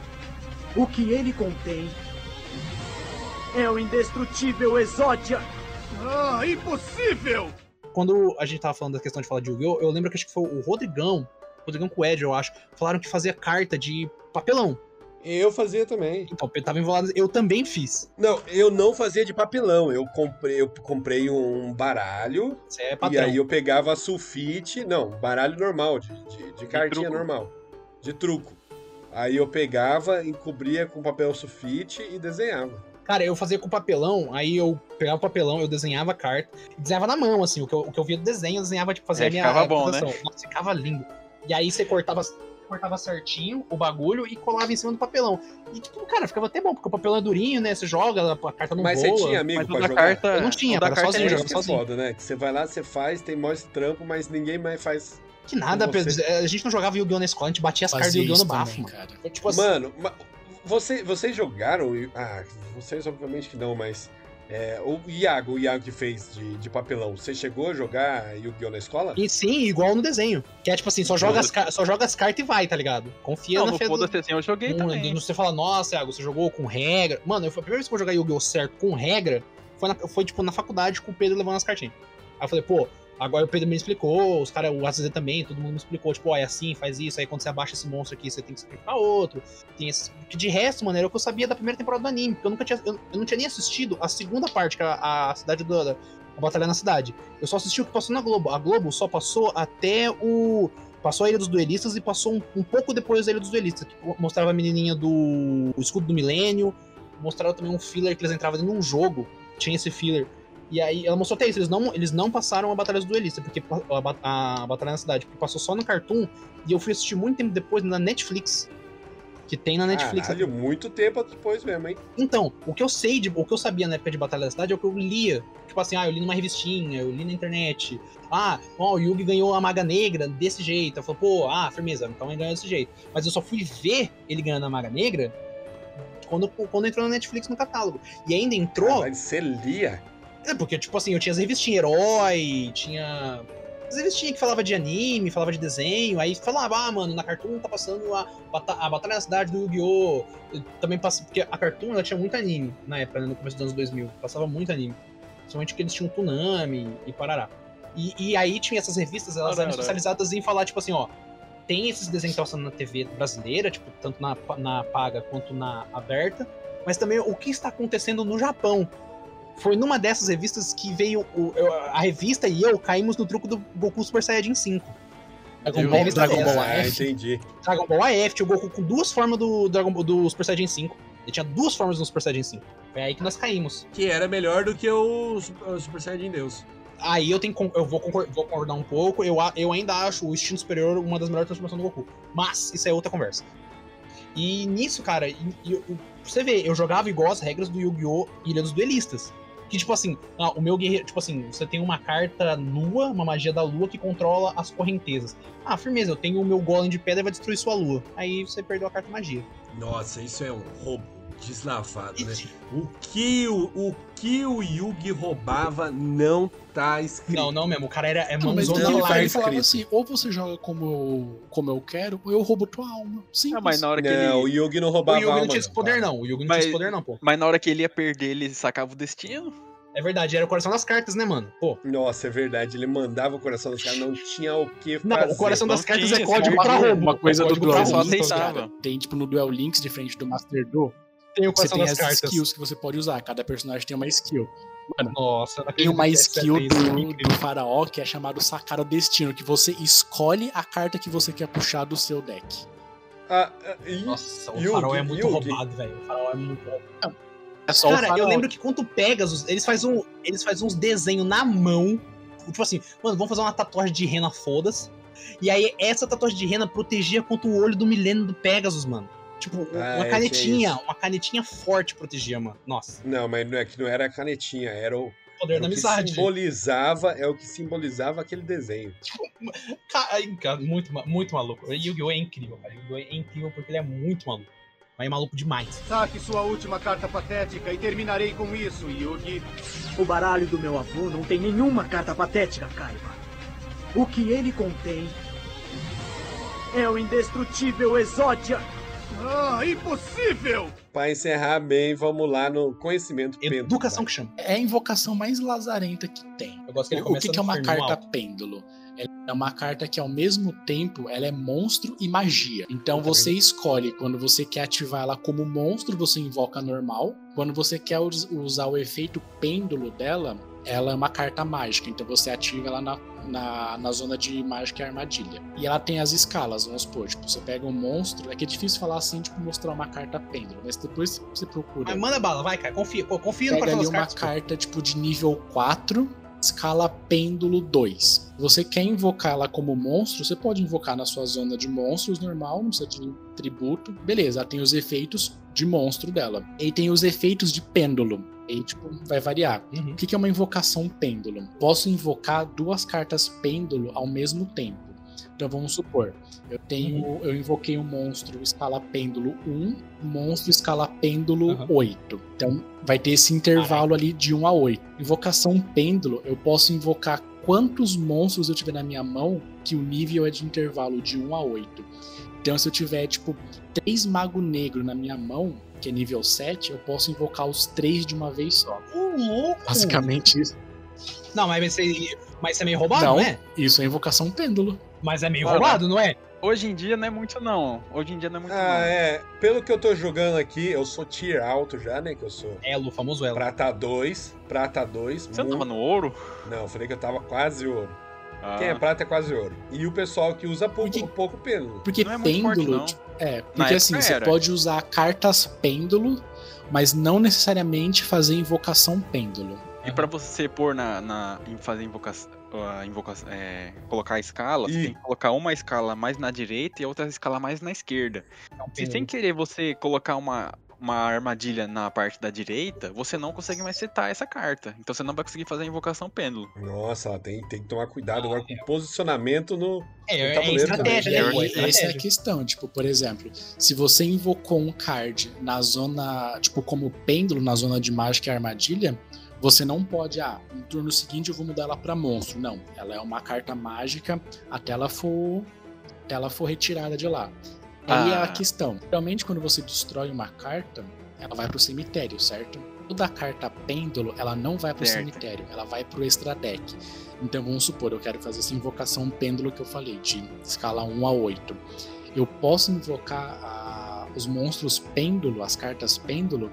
Speaker 8: O que ele contém é o indestrutível Exódia.
Speaker 7: Ah, impossível!
Speaker 2: quando a gente tava falando da questão de falar de Yu-Gi-Oh!, eu lembro que acho que foi o Rodrigão, Rodrigão com o Ed, eu acho, falaram que fazia carta de papelão.
Speaker 4: Eu fazia também.
Speaker 2: Então, eu tava envolado, eu também fiz.
Speaker 4: Não, eu não fazia de papelão. Eu comprei, eu comprei um baralho
Speaker 2: Isso é
Speaker 4: e
Speaker 2: padrão.
Speaker 4: aí eu pegava sulfite. Não, um baralho normal, de, de, de cartinha
Speaker 5: truco.
Speaker 4: normal. De truco. Aí eu pegava, encobria com papel sulfite e desenhava.
Speaker 2: Cara, eu fazia com papelão, aí eu pegava o papelão, eu desenhava a carta, e desenhava na mão, assim, o que eu, o que eu via do desenho, eu desenhava, tipo, fazer
Speaker 5: É,
Speaker 2: a minha
Speaker 5: ficava bom,
Speaker 2: representação. Nossa, ficava lindo. E aí você cortava, cortava certinho o bagulho e colava em cima do papelão. E, tipo, cara, ficava até bom, porque o papelão é durinho, né, você joga, a carta não
Speaker 4: Mas
Speaker 2: voa.
Speaker 4: você tinha amigo
Speaker 5: Mas o
Speaker 4: pra
Speaker 5: da
Speaker 4: jogar?
Speaker 5: carta.
Speaker 2: Eu não tinha,
Speaker 5: o da
Speaker 2: era
Speaker 5: carta
Speaker 2: sozinho,
Speaker 5: é-
Speaker 4: é
Speaker 2: jogava
Speaker 4: isso que é
Speaker 2: sozinho.
Speaker 4: foda, né? Que você vai lá, você faz, tem mó esse trampo, mas ninguém mais faz.
Speaker 2: Que nada,
Speaker 4: Você-
Speaker 2: Pedro, a gente não jogava Yu-Gi-Oh! na escola, a gente batia as cartas de
Speaker 3: Fazia
Speaker 2: Yu-Gi-Oh!
Speaker 3: isso
Speaker 2: no bafo,
Speaker 3: também,
Speaker 2: mano.
Speaker 3: cara.
Speaker 2: É tipo assim,
Speaker 4: Mano, ma- você, vocês jogaram. e- Ah, vocês obviamente que não, mas. é, o Iago, o Iago que fez de, de papelão, você chegou a jogar Yu-Gi-Oh! na escola?
Speaker 2: E sim, igual no desenho. Que é tipo assim, só joga, as, ca- só joga as cartas e vai, tá ligado? Confia
Speaker 5: Não,
Speaker 2: na
Speaker 5: no
Speaker 2: fé do-
Speaker 5: foda-se assim, eu joguei
Speaker 2: no-
Speaker 5: também.
Speaker 2: no- Você fala, nossa, Iago, você jogou com regra. Mano, eu, a primeira vez que eu joguei Yu-Gi-Oh! certo com regra foi, na- foi, tipo, na faculdade com o Pedro levando as cartinhas. Aí eu falei, pô, agora o Pedro me explicou, os caras, o ACZ também, todo mundo me explicou, tipo, ó, é assim, faz isso, aí quando você abaixa esse monstro aqui, você tem que sacrificar outro. Tem esse... que De resto, mano, era o que eu sabia da primeira temporada do anime, porque eu nunca tinha. Eu, eu não tinha nem assistido a segunda parte, que era a, a cidade do. da- A Batalha na Cidade. Eu só assisti o que passou na Globo. A Globo só passou até o. Passou a Ilha dos Duelistas e passou um, um pouco depois da Ilha dos Duelistas. Que mostrava a menininha do o Escudo do Milênio. Mostrava também um filler que eles entravam dentro de um jogo. Tinha esse filler. E aí ela mostrou até isso. Eles não, eles não passaram a Batalha dos Duelistas, porque pa- a, ba- a Batalha na Cidade, porque passou só no Cartoon. E eu fui assistir muito tempo depois na Netflix. Que tem na Netflix.
Speaker 4: Caralho, muito tempo depois mesmo, hein?
Speaker 2: Então, o que eu sei, de, o que eu sabia na época de Batalha da Cidade é o que eu lia. Tipo assim, ah, eu li numa revistinha, eu li na internet. Ah, ó, o Yugi ganhou a Maga Negra desse jeito. Eu falei, pô, ah, firmeza, então ele ganhou desse jeito. Mas eu só fui ver ele ganhando a Maga Negra quando, quando entrou na Netflix no catálogo. E ainda entrou,
Speaker 4: Caralho, você lia.
Speaker 2: é, porque, tipo assim, eu tinha as revistinhas Herói, tinha. As revistinhas que falava de anime, falava de desenho, aí falava, ah, mano, na Cartoon tá passando a, bata- a Batalha na Cidade do Yu-Gi-Oh! Eu Também passa. Porque a Cartoon ela tinha muito anime na época, né, no começo dos anos 2000. Passava muito anime. Principalmente porque eles tinham Tunami e Parará. E, e aí tinha essas revistas, elas eram
Speaker 5: Parará.
Speaker 2: especializadas em falar, tipo assim, ó. Tem esses desenhos que estão passando na TV brasileira, tipo, tanto na, pa- na paga quanto na aberta, mas também o que está acontecendo no Japão. Foi numa dessas revistas que veio o- eu- a revista e eu caímos no truco do Goku Super Saiyajin 5.
Speaker 3: Dragon
Speaker 2: Eu-
Speaker 3: É Ball,
Speaker 2: Eles-
Speaker 3: Dragon Ball
Speaker 4: ah,
Speaker 3: AF.
Speaker 4: entendi.
Speaker 2: Dragon Ball AF tinha o Goku com duas formas do, Dragon Ball- do Super Saiyajin 5. Ele tinha duas formas do Super Saiyajin 5. Foi aí que nós caímos.
Speaker 6: Que era melhor do que o Su- o Super Saiyajin Deus.
Speaker 2: Aí eu tenho con- eu vou, concor- vou concordar um pouco. Eu, a- eu ainda acho o Instinto Superior uma das melhores transformações do Goku. Mas isso é outra conversa. E nisso, cara, e- e eu- pra você vê, eu jogava igual as regras do Yu-Gi-Oh! Ilha dos Duelistas. Que, tipo assim, ah, o meu guerreiro. Tipo assim, você tem uma carta lua, uma magia da lua que controla as correntezas. Ah, firmeza, eu tenho o meu golem de pedra e vai destruir sua lua. Aí você perdeu a carta magia.
Speaker 6: Nossa, isso é um roubo
Speaker 4: Tá
Speaker 6: deslavado, né? O que o, o, que o Yugi roubava não tá escrito.
Speaker 2: Não, não mesmo. O cara era é
Speaker 3: Não, mas
Speaker 2: mãozão
Speaker 3: ele,
Speaker 2: de
Speaker 4: tá
Speaker 3: falava-
Speaker 2: lá.
Speaker 3: ele falava
Speaker 4: escrito.
Speaker 3: assim: ou você joga como eu, como eu quero, ou eu roubo tua alma. Sim.
Speaker 5: Ah, mas na hora que
Speaker 4: Não, o
Speaker 5: ele.
Speaker 4: Yugi não
Speaker 2: O
Speaker 4: roubava
Speaker 2: Yugi não
Speaker 4: alma,
Speaker 2: tinha esse poder,
Speaker 4: para.
Speaker 2: não. O Yugi não tinha
Speaker 5: Mas-
Speaker 2: esse poder, não, pô.
Speaker 5: Mas na hora que ele ia perder, ele sacava o destino.
Speaker 2: É verdade, era o coração das cartas, né, mano? Pô.
Speaker 4: Nossa, é verdade. Ele mandava o coração dos caras, não tinha o que fazer.
Speaker 2: Não, o coração das
Speaker 5: não
Speaker 2: cartas
Speaker 5: tinha
Speaker 2: é
Speaker 5: esse
Speaker 2: código pra roubo.
Speaker 3: Uma coisa
Speaker 2: É
Speaker 3: do
Speaker 2: código pra
Speaker 5: Duel
Speaker 3: Duel
Speaker 5: só
Speaker 2: roubo.
Speaker 3: Links,
Speaker 5: aceitava.
Speaker 3: cara, tem tipo no Duel Links, de frente do Master Do,
Speaker 2: Tem o
Speaker 3: você
Speaker 2: coração
Speaker 3: tem
Speaker 2: das
Speaker 3: as
Speaker 2: cartas.
Speaker 3: skills que você pode usar. Cada personagem tem uma skill.
Speaker 2: Nossa,
Speaker 3: Tem uma skill é do, do
Speaker 2: incrível.
Speaker 3: faraó que é chamado sacar o destino, que você escolhe a carta que você quer puxar do seu deck.
Speaker 4: Ah, ah, e-
Speaker 2: Nossa, o
Speaker 4: Yugi,
Speaker 2: farol é muito
Speaker 4: Yugi.
Speaker 2: roubado, velho. O farol é muito roubado.
Speaker 3: É só o
Speaker 2: Cara, eu
Speaker 3: faraó.
Speaker 2: lembro que quando o Pegasus, eles fazem um, eles fazem uns desenhos na mão. Tipo assim, mano, vamos fazer uma tatuagem de rena, foda-se. E aí, essa tatuagem de rena protegia contra o olho do milênio do Pegasus, mano. Tipo,
Speaker 4: Ah, é,
Speaker 2: uma
Speaker 4: tinha
Speaker 2: canetinha,
Speaker 4: isso.
Speaker 2: uma canetinha forte protegia, mano. Nossa,
Speaker 4: Não, mas não é que não era a canetinha, era o,
Speaker 2: poder
Speaker 4: era
Speaker 2: da
Speaker 4: o que
Speaker 2: amizade.
Speaker 4: simbolizava, é o que simbolizava aquele desenho.
Speaker 2: Ca- ai, cara, muito, ma- muito maluco. O Yu-Gi-Oh! é incrível, cara. Yu-Gi-Oh! é incrível porque ele é muito maluco. Mas é maluco demais.
Speaker 7: Saque sua última carta patética e terminarei com isso, Yugi.
Speaker 8: O baralho do meu avô não tem nenhuma carta patética, Kaiba. O que ele contém é o indestrutível Exódia.
Speaker 7: Ah, impossível!
Speaker 4: Pra encerrar bem, vamos lá no conhecimento pêndulo.
Speaker 2: Educação que chama.
Speaker 3: É a invocação mais lazarenta que tem.
Speaker 2: Eu gosto que ele
Speaker 3: O
Speaker 2: começa
Speaker 3: que, que é
Speaker 2: no
Speaker 3: uma
Speaker 2: Inferno
Speaker 3: carta
Speaker 2: Alto.
Speaker 3: pêndulo? Ela é uma carta que, ao mesmo tempo, ela é monstro e magia. Então
Speaker 2: Exatamente.
Speaker 3: você escolhe quando você quer ativar ela como monstro, você invoca normal. Quando você quer us- usar o efeito pêndulo dela, ela é uma carta mágica. Então você ativa ela na, na, na zona de mágica e armadilha. E ela tem as escalas, vamos supor. Tipo, você pega um monstro. É que é difícil falar assim, tipo, mostrar uma carta pêndulo. Mas depois você procura
Speaker 2: Mas manda bala, vai, cara. Confia, co- confia no
Speaker 3: pega
Speaker 2: coração
Speaker 3: ali
Speaker 2: das
Speaker 3: uma
Speaker 2: cartas. pô.
Speaker 3: carta tipo de nível 4, escala pêndulo 2. Você quer invocar ela como monstro, você pode invocar na sua zona de monstros normal, não precisa de tributo. Beleza, ela tem os efeitos de monstro dela. E tem os efeitos de pêndulo. E tipo, vai variar.
Speaker 2: Uhum.
Speaker 3: O que que é uma invocação pêndulo? Posso invocar duas cartas pêndulo ao mesmo tempo. Então vamos supor, eu tenho, eu invoquei um monstro escala pêndulo 1, um monstro escala pêndulo
Speaker 2: Aham.
Speaker 3: 8. Então vai ter esse intervalo ali de 1 a 8. Invocação pêndulo, eu posso invocar quantos monstros eu tiver na minha mão, que o nível é de intervalo de 1 a 8. Então se eu tiver tipo três mago negro na minha mão, que é nível 7, eu posso invocar os três de uma vez só.
Speaker 2: Ô, louco!
Speaker 3: Basicamente isso.
Speaker 2: Não, mas você, mas você é meio roubado,
Speaker 3: Não.
Speaker 2: né?
Speaker 3: Isso é invocação pêndulo.
Speaker 2: Mas é meio
Speaker 5: Cara,
Speaker 2: roubado, não é?
Speaker 5: Hoje em dia não é muito, não. Hoje em dia não é muito,
Speaker 4: Ah,
Speaker 5: não.
Speaker 4: é. Pelo que eu tô jogando aqui, eu sou tier alto já, né? Que eu sou
Speaker 2: Elo, famoso elo.
Speaker 4: prata 2, prata 2.
Speaker 5: Você não
Speaker 4: muito-
Speaker 5: tava no ouro?
Speaker 4: Não, eu falei que eu tava quase ouro.
Speaker 5: Ah,
Speaker 4: Quem é prata é quase ouro. E o pessoal que usa pouco,
Speaker 3: Porque-
Speaker 4: pouco pêndulo.
Speaker 3: Porque
Speaker 5: Não é muito forte,
Speaker 3: pêndulo.
Speaker 5: não.
Speaker 3: tipo, é,
Speaker 5: Na
Speaker 3: porque
Speaker 5: época
Speaker 3: assim, você
Speaker 5: era.
Speaker 3: pode usar cartas pêndulo, mas não necessariamente fazer invocação pêndulo.
Speaker 5: E pra você pôr na. na em fazer invocação. invocação é, colocar a escala,
Speaker 4: Ih.
Speaker 5: você tem que colocar uma escala mais na direita e a outra escala mais na esquerda. Se sem querer você colocar uma, uma armadilha na parte da direita, você não consegue mais setar essa carta. Então você não vai conseguir fazer a invocação pêndulo.
Speaker 4: Nossa, ela tem, tem que tomar cuidado
Speaker 2: Ah,
Speaker 5: é.
Speaker 4: agora com o posicionamento no.
Speaker 2: É,
Speaker 4: O
Speaker 2: é,
Speaker 4: tabuleiro
Speaker 2: estratégia,
Speaker 3: E
Speaker 2: né?
Speaker 3: aí,
Speaker 2: pô? É
Speaker 3: essa é a
Speaker 2: estratégia.
Speaker 3: questão. Tipo, por exemplo, se você invocou um card na zona, tipo, como pêndulo na zona de mágica e armadilha, você não pode, ah, no turno seguinte eu vou mudar ela pra monstro. Não, ela é uma carta mágica até ela for, até ela for retirada de lá. Aí é
Speaker 5: Ah.
Speaker 3: a questão. Realmente, quando você destrói uma carta, ela vai pro cemitério, certo? Toda carta pêndulo, ela não vai pro
Speaker 5: Certo.
Speaker 3: cemitério, ela vai pro extra deck. Então vamos supor, eu quero fazer essa invocação pêndulo que eu falei, de escala 1 a 8. Eu posso invocar a- os monstros pêndulo, as cartas pêndulo,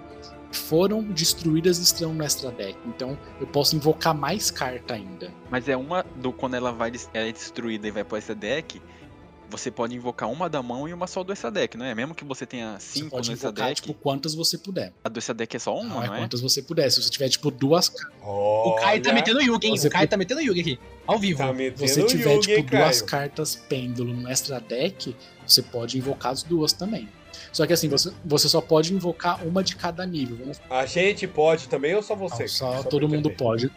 Speaker 3: que foram destruídas e estão no extra deck. Então eu posso invocar mais carta ainda.
Speaker 5: Mas é uma do quando ela vai des- ela é destruída e vai pro essa deck. Você pode invocar uma da mão e uma só do essa deck, não é? Mesmo que você tenha
Speaker 3: você
Speaker 5: cinco
Speaker 3: pode
Speaker 5: no essa
Speaker 3: invocar
Speaker 5: deck,
Speaker 3: tipo, quantas você puder.
Speaker 5: a do essa deck é só
Speaker 2: Ah,
Speaker 5: uma,
Speaker 3: Não é
Speaker 5: não é?
Speaker 3: quantas você puder. Se você tiver tipo duas cartas,
Speaker 2: O Kai tá
Speaker 4: Olha,
Speaker 2: metendo Yugi, hein?
Speaker 3: Você
Speaker 2: O Kai tá metendo Yugi aqui. Ao vivo.
Speaker 4: Tá metendo
Speaker 3: você tiver
Speaker 4: Yugi, hein,
Speaker 3: tipo duas
Speaker 4: Caio?
Speaker 3: cartas pêndulo no extra deck, você pode invocar as duas também. Só que assim, você, você só pode invocar uma de cada nível. Vamos
Speaker 4: A gente pode também ou só
Speaker 3: Não,
Speaker 4: você?
Speaker 3: só,
Speaker 4: pra
Speaker 3: todo
Speaker 4: eu
Speaker 3: mundo
Speaker 4: entender.
Speaker 3: pode.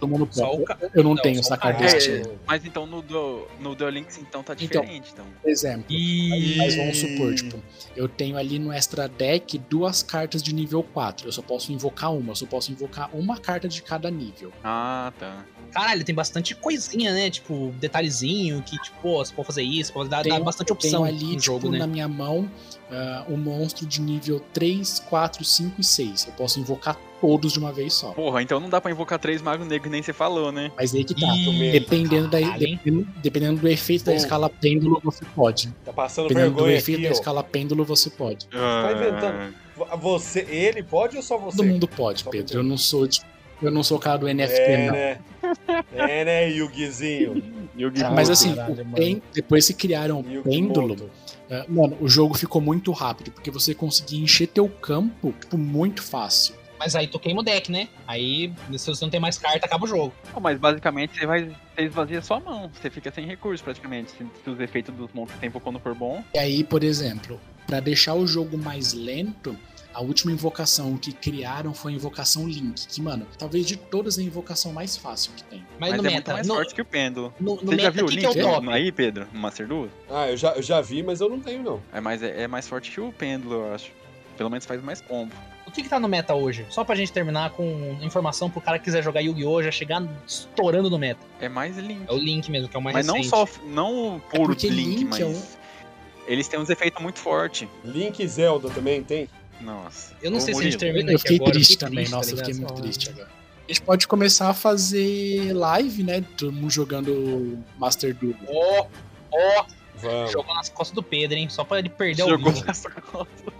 Speaker 3: Todo mundo
Speaker 2: Só
Speaker 3: pode.
Speaker 2: o Kai.
Speaker 3: Eu não,
Speaker 2: não,
Speaker 3: tenho
Speaker 2: só
Speaker 3: essa
Speaker 2: o cara.
Speaker 3: carta.
Speaker 5: É,
Speaker 3: Por
Speaker 5: mas então no, do, no Duel Links então tá
Speaker 3: Então.
Speaker 5: diferente, então.
Speaker 3: exemplo.
Speaker 2: E...
Speaker 3: Mas vamos supor, tipo, eu tenho ali no extra deck duas cartas de nível 4. Eu só posso invocar uma, eu só posso invocar uma carta de cada nível.
Speaker 5: Ah, tá.
Speaker 2: Caralho, tem bastante coisinha, né? Tipo, detalhezinho que, tipo, pô, você pode fazer isso, pode dar, dá
Speaker 3: Tenho-
Speaker 2: bastante
Speaker 3: um- eu tenho
Speaker 2: opção
Speaker 3: ali,
Speaker 2: no jogo,
Speaker 3: tipo,
Speaker 2: né?
Speaker 3: na minha mão, ah, um monstro de nível 3, 4, 5 e 6. Eu posso invocar todos de uma vez só.
Speaker 5: Porra, então não dá pra invocar três magos negros nem você falou, né?
Speaker 3: Mas aí que tá.
Speaker 4: Ih,
Speaker 3: Dependendo, da,
Speaker 2: caralho, hein?
Speaker 3: dependendo, dependendo do efeito da
Speaker 4: Pô.
Speaker 3: escala pêndulo, você pode.
Speaker 4: Tá passando
Speaker 3: Dependendo do
Speaker 4: vergonha
Speaker 3: efeito
Speaker 4: aqui,
Speaker 3: da
Speaker 4: ó.
Speaker 3: escala pêndulo, você pode.
Speaker 5: Tá
Speaker 4: inventando. Vo- Você, ele pode ou só você?
Speaker 3: Todo mundo pode,
Speaker 4: Só
Speaker 3: Pedro.
Speaker 4: você.
Speaker 3: Eu não sou de- eu não sou o cara do NFT,
Speaker 4: É,
Speaker 3: não.
Speaker 4: né? É, né, Yugizinho?
Speaker 3: Ah, Mas
Speaker 5: assim.
Speaker 3: Pô, assim,
Speaker 2: caralho,
Speaker 3: o
Speaker 2: mano.
Speaker 3: pen- depois que criaram o
Speaker 4: Yugi
Speaker 3: pêndulo,
Speaker 4: Moto.
Speaker 3: É, Mano, o jogo ficou muito rápido, porque você conseguia encher teu campo, tipo, muito fácil.
Speaker 2: Mas aí tu queima o deck, né? Aí, se você não tem mais carta, acaba o jogo.
Speaker 5: Ah. Não, mas basicamente você vai. Você esvazia sua mão. Você fica sem recurso praticamente. Se, se os efeitos dos monstros tempo quando for bom.
Speaker 3: E aí, por exemplo, pra deixar o jogo mais lento, a última invocação que criaram foi a invocação Link, que, mano, talvez de todas é a invocação mais fácil que tem.
Speaker 2: Mas,
Speaker 5: Mas,
Speaker 2: no
Speaker 5: é muito
Speaker 2: meta,
Speaker 5: mais
Speaker 2: no,
Speaker 5: forte que o pêndulo.
Speaker 2: no, no
Speaker 5: Você já
Speaker 2: meta,
Speaker 5: viu
Speaker 2: o
Speaker 5: o
Speaker 2: que,
Speaker 5: Link
Speaker 2: que é o top?
Speaker 5: aí, Pedro? No Master Duel?
Speaker 4: Ah, eu já, eu já vi, mas eu não tenho, não.
Speaker 5: É mais, é, é mais forte que o pêndulo, eu acho. Pelo menos faz mais combo.
Speaker 2: O que, que tá no meta hoje? Só pra gente terminar com informação pro cara que quiser jogar Yu-Gi-Oh! já chegar estourando no meta.
Speaker 5: É mais Link.
Speaker 2: É o Link mesmo, que é o mais
Speaker 5: mas não
Speaker 2: recente.
Speaker 5: só. Não o puro
Speaker 3: porque
Speaker 5: Link,
Speaker 3: Link
Speaker 5: mas.
Speaker 3: é um-
Speaker 5: Eles têm uns efeitos muito fortes.
Speaker 4: Link e Zelda também tem?
Speaker 5: Nossa.
Speaker 2: Eu não
Speaker 5: Ô,
Speaker 2: sei se a
Speaker 5: Murilo,
Speaker 2: gente termina
Speaker 3: Eu
Speaker 2: aqui
Speaker 3: fiquei
Speaker 2: agora, eu
Speaker 3: triste também, nossa, eu
Speaker 2: tá
Speaker 3: fiquei muito
Speaker 2: ligado?
Speaker 3: triste agora. A gente pode começar a fazer live, né? Todo mundo jogando Master Duel.
Speaker 2: Ó, ó,
Speaker 4: Vamos.
Speaker 2: jogou nas costas do Pedro, hein? Só pra ele perder
Speaker 5: Jogou
Speaker 2: o vivo.
Speaker 5: nas costas.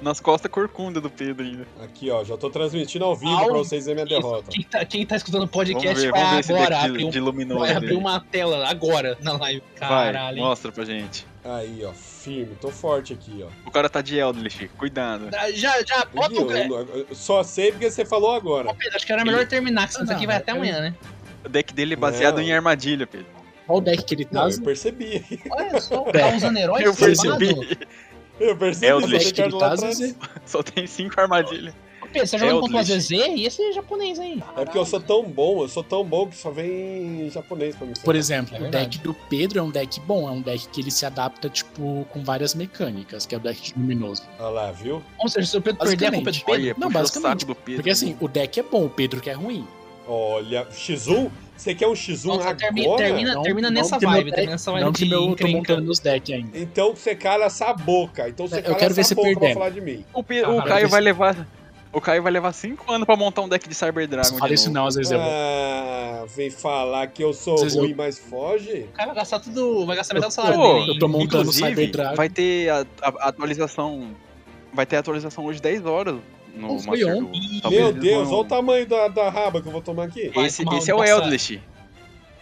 Speaker 5: Nas costas corcunda do Pedro ainda.
Speaker 4: Aqui, ó, já tô transmitindo ao vivo
Speaker 2: Ao
Speaker 4: pra vocês verem minha
Speaker 2: vivo.
Speaker 4: derrota.
Speaker 2: Quem tá, quem tá escutando o podcast
Speaker 5: vamos ver,
Speaker 2: vai
Speaker 5: vamos ver esse
Speaker 2: agora
Speaker 5: deck
Speaker 2: abrir,
Speaker 5: de,
Speaker 2: um-
Speaker 5: de
Speaker 2: vai
Speaker 5: Luminosa.
Speaker 2: abrir uma tela agora na live.
Speaker 5: Vai,
Speaker 2: Caralho. hein?
Speaker 5: mostra pra gente.
Speaker 4: Aí, ó, firme, tô forte aqui, ó.
Speaker 5: O cara tá de Eldritch, cuidado.
Speaker 2: Ah, Já, já, bota
Speaker 4: Ih, eu
Speaker 2: o Pedro.
Speaker 4: não- eu só sei porque você falou agora.
Speaker 5: Tá
Speaker 2: Acho que era melhor terminar, que senão isso
Speaker 3: Não,
Speaker 2: aqui vai
Speaker 3: não,
Speaker 5: Ah,
Speaker 2: até
Speaker 3: eu-
Speaker 2: amanhã, né?
Speaker 5: O deck dele é baseado
Speaker 4: Não.
Speaker 5: em armadilha, Pedro.
Speaker 3: Qual o deck que ele tá?
Speaker 4: Não, É, eu percebi.
Speaker 2: Olha só,
Speaker 3: É.
Speaker 2: tá usando herói
Speaker 5: Eu
Speaker 2: safado.
Speaker 5: percebi.
Speaker 4: Eu percebi.
Speaker 5: É o
Speaker 4: você
Speaker 5: Link.
Speaker 4: tá lá atrás.
Speaker 3: Zezé?
Speaker 5: Só tem cinco armadilhas.
Speaker 2: Pedro, você tá jogando contra É o
Speaker 5: Eldritch.
Speaker 2: AZZ e esse japonês aí.
Speaker 4: É porque eu sou tão bom, eu sou tão bom que só vem japonês pra mim.
Speaker 3: Por exemplo,
Speaker 2: É
Speaker 3: o
Speaker 2: verdade.
Speaker 3: deck do Pedro é um deck bom, é um deck que ele se adapta, tipo, com várias mecânicas, que é o deck de luminoso.
Speaker 4: Olha lá, viu?
Speaker 2: Ou seja, se o Pedro perder a culpa é do
Speaker 3: Basicamente.
Speaker 2: Pedro,
Speaker 5: Olha,
Speaker 3: Não,
Speaker 5: puxa
Speaker 3: basicamente,
Speaker 5: o saco do Pedro.
Speaker 3: Porque assim, o deck é bom, o Pedro que é ruim.
Speaker 4: Olha, X1? Você quer um X1
Speaker 2: Nossa,
Speaker 4: agora?
Speaker 2: termina, termina,
Speaker 3: Não-
Speaker 2: termina
Speaker 3: não
Speaker 2: nessa
Speaker 3: que meu
Speaker 2: vibe,
Speaker 3: deck-
Speaker 2: termina nessa vibe
Speaker 3: não
Speaker 2: é de
Speaker 3: que meu, eu tô
Speaker 2: encrenca.
Speaker 3: montando os decks ainda.
Speaker 4: Então você cala essa boca. Então você
Speaker 3: Eu
Speaker 4: cala
Speaker 3: quero
Speaker 4: essa
Speaker 3: ver você
Speaker 4: boca pra
Speaker 3: perdendo.
Speaker 4: falar de mim.
Speaker 5: O, Pe-
Speaker 2: Ah,
Speaker 5: o
Speaker 2: cara,
Speaker 5: Caio
Speaker 2: esse-
Speaker 5: vai levar. O Caio vai levar cinco anos pra montar um deck de Cyber Dragon.
Speaker 3: Não fala
Speaker 5: de
Speaker 3: isso
Speaker 5: novo.
Speaker 3: não, às vezes é bom.
Speaker 4: Ah, vem falar que eu sou
Speaker 3: Vocês
Speaker 4: ruim, mas foge?
Speaker 2: O cara vai gastar tudo, vai gastar metade do salário
Speaker 5: Pô,
Speaker 2: dele.
Speaker 3: eu tô montando o
Speaker 5: inclusive,
Speaker 3: Cyber Dragon.
Speaker 5: Vai ter a, a- a atualização. Vai ter a atualização hoje 10 horas no
Speaker 3: Não, foi
Speaker 5: Master
Speaker 3: ontem.
Speaker 5: Duel. Talvez
Speaker 4: Meu
Speaker 5: eles
Speaker 4: Deus,
Speaker 5: vão-
Speaker 4: olha o tamanho da, da raba que eu vou tomar aqui.
Speaker 2: Vai
Speaker 5: Esse,
Speaker 2: tomar
Speaker 5: esse é
Speaker 2: um
Speaker 5: o
Speaker 2: passado.
Speaker 5: Eldritch.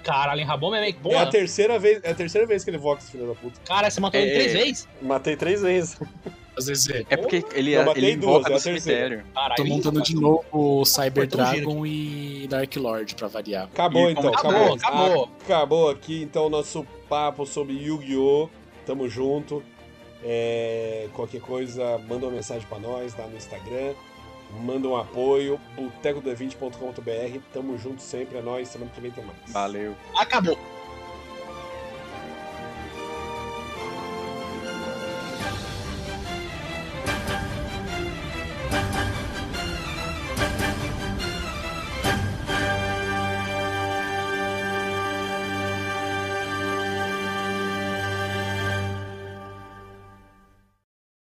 Speaker 2: Caralho, enrabou minha make.
Speaker 4: É a
Speaker 2: Boa.
Speaker 4: terceira vez, é a terceira vez que ele vox, filho da puta.
Speaker 2: Cara, você matou ele
Speaker 5: É,
Speaker 2: três
Speaker 5: é.
Speaker 2: vezes?
Speaker 4: Matei três vezes.
Speaker 3: Às vezes é.
Speaker 5: É porque ele,
Speaker 4: Eu matei
Speaker 5: ele invoca
Speaker 4: duas,
Speaker 5: do
Speaker 4: é a terceira.
Speaker 5: cemitério.
Speaker 2: Caralho.
Speaker 3: Tô montando de novo
Speaker 2: um
Speaker 3: o Cyber
Speaker 2: Portão gira
Speaker 3: Dragon e Dark Lord pra variar.
Speaker 4: Acabou
Speaker 5: E
Speaker 4: então,
Speaker 5: como-
Speaker 4: acabou.
Speaker 2: Acabou, acabou.
Speaker 4: Acabou aqui então o nosso papo sobre Yu-Gi-Oh! Tamo junto. É, qualquer coisa, manda uma mensagem pra nós lá no Instagram. Manda um apoio. botecodo20.com.br. Tamo junto sempre. É nóis. Semana que vem tem mais.
Speaker 5: Valeu.
Speaker 2: Acabou.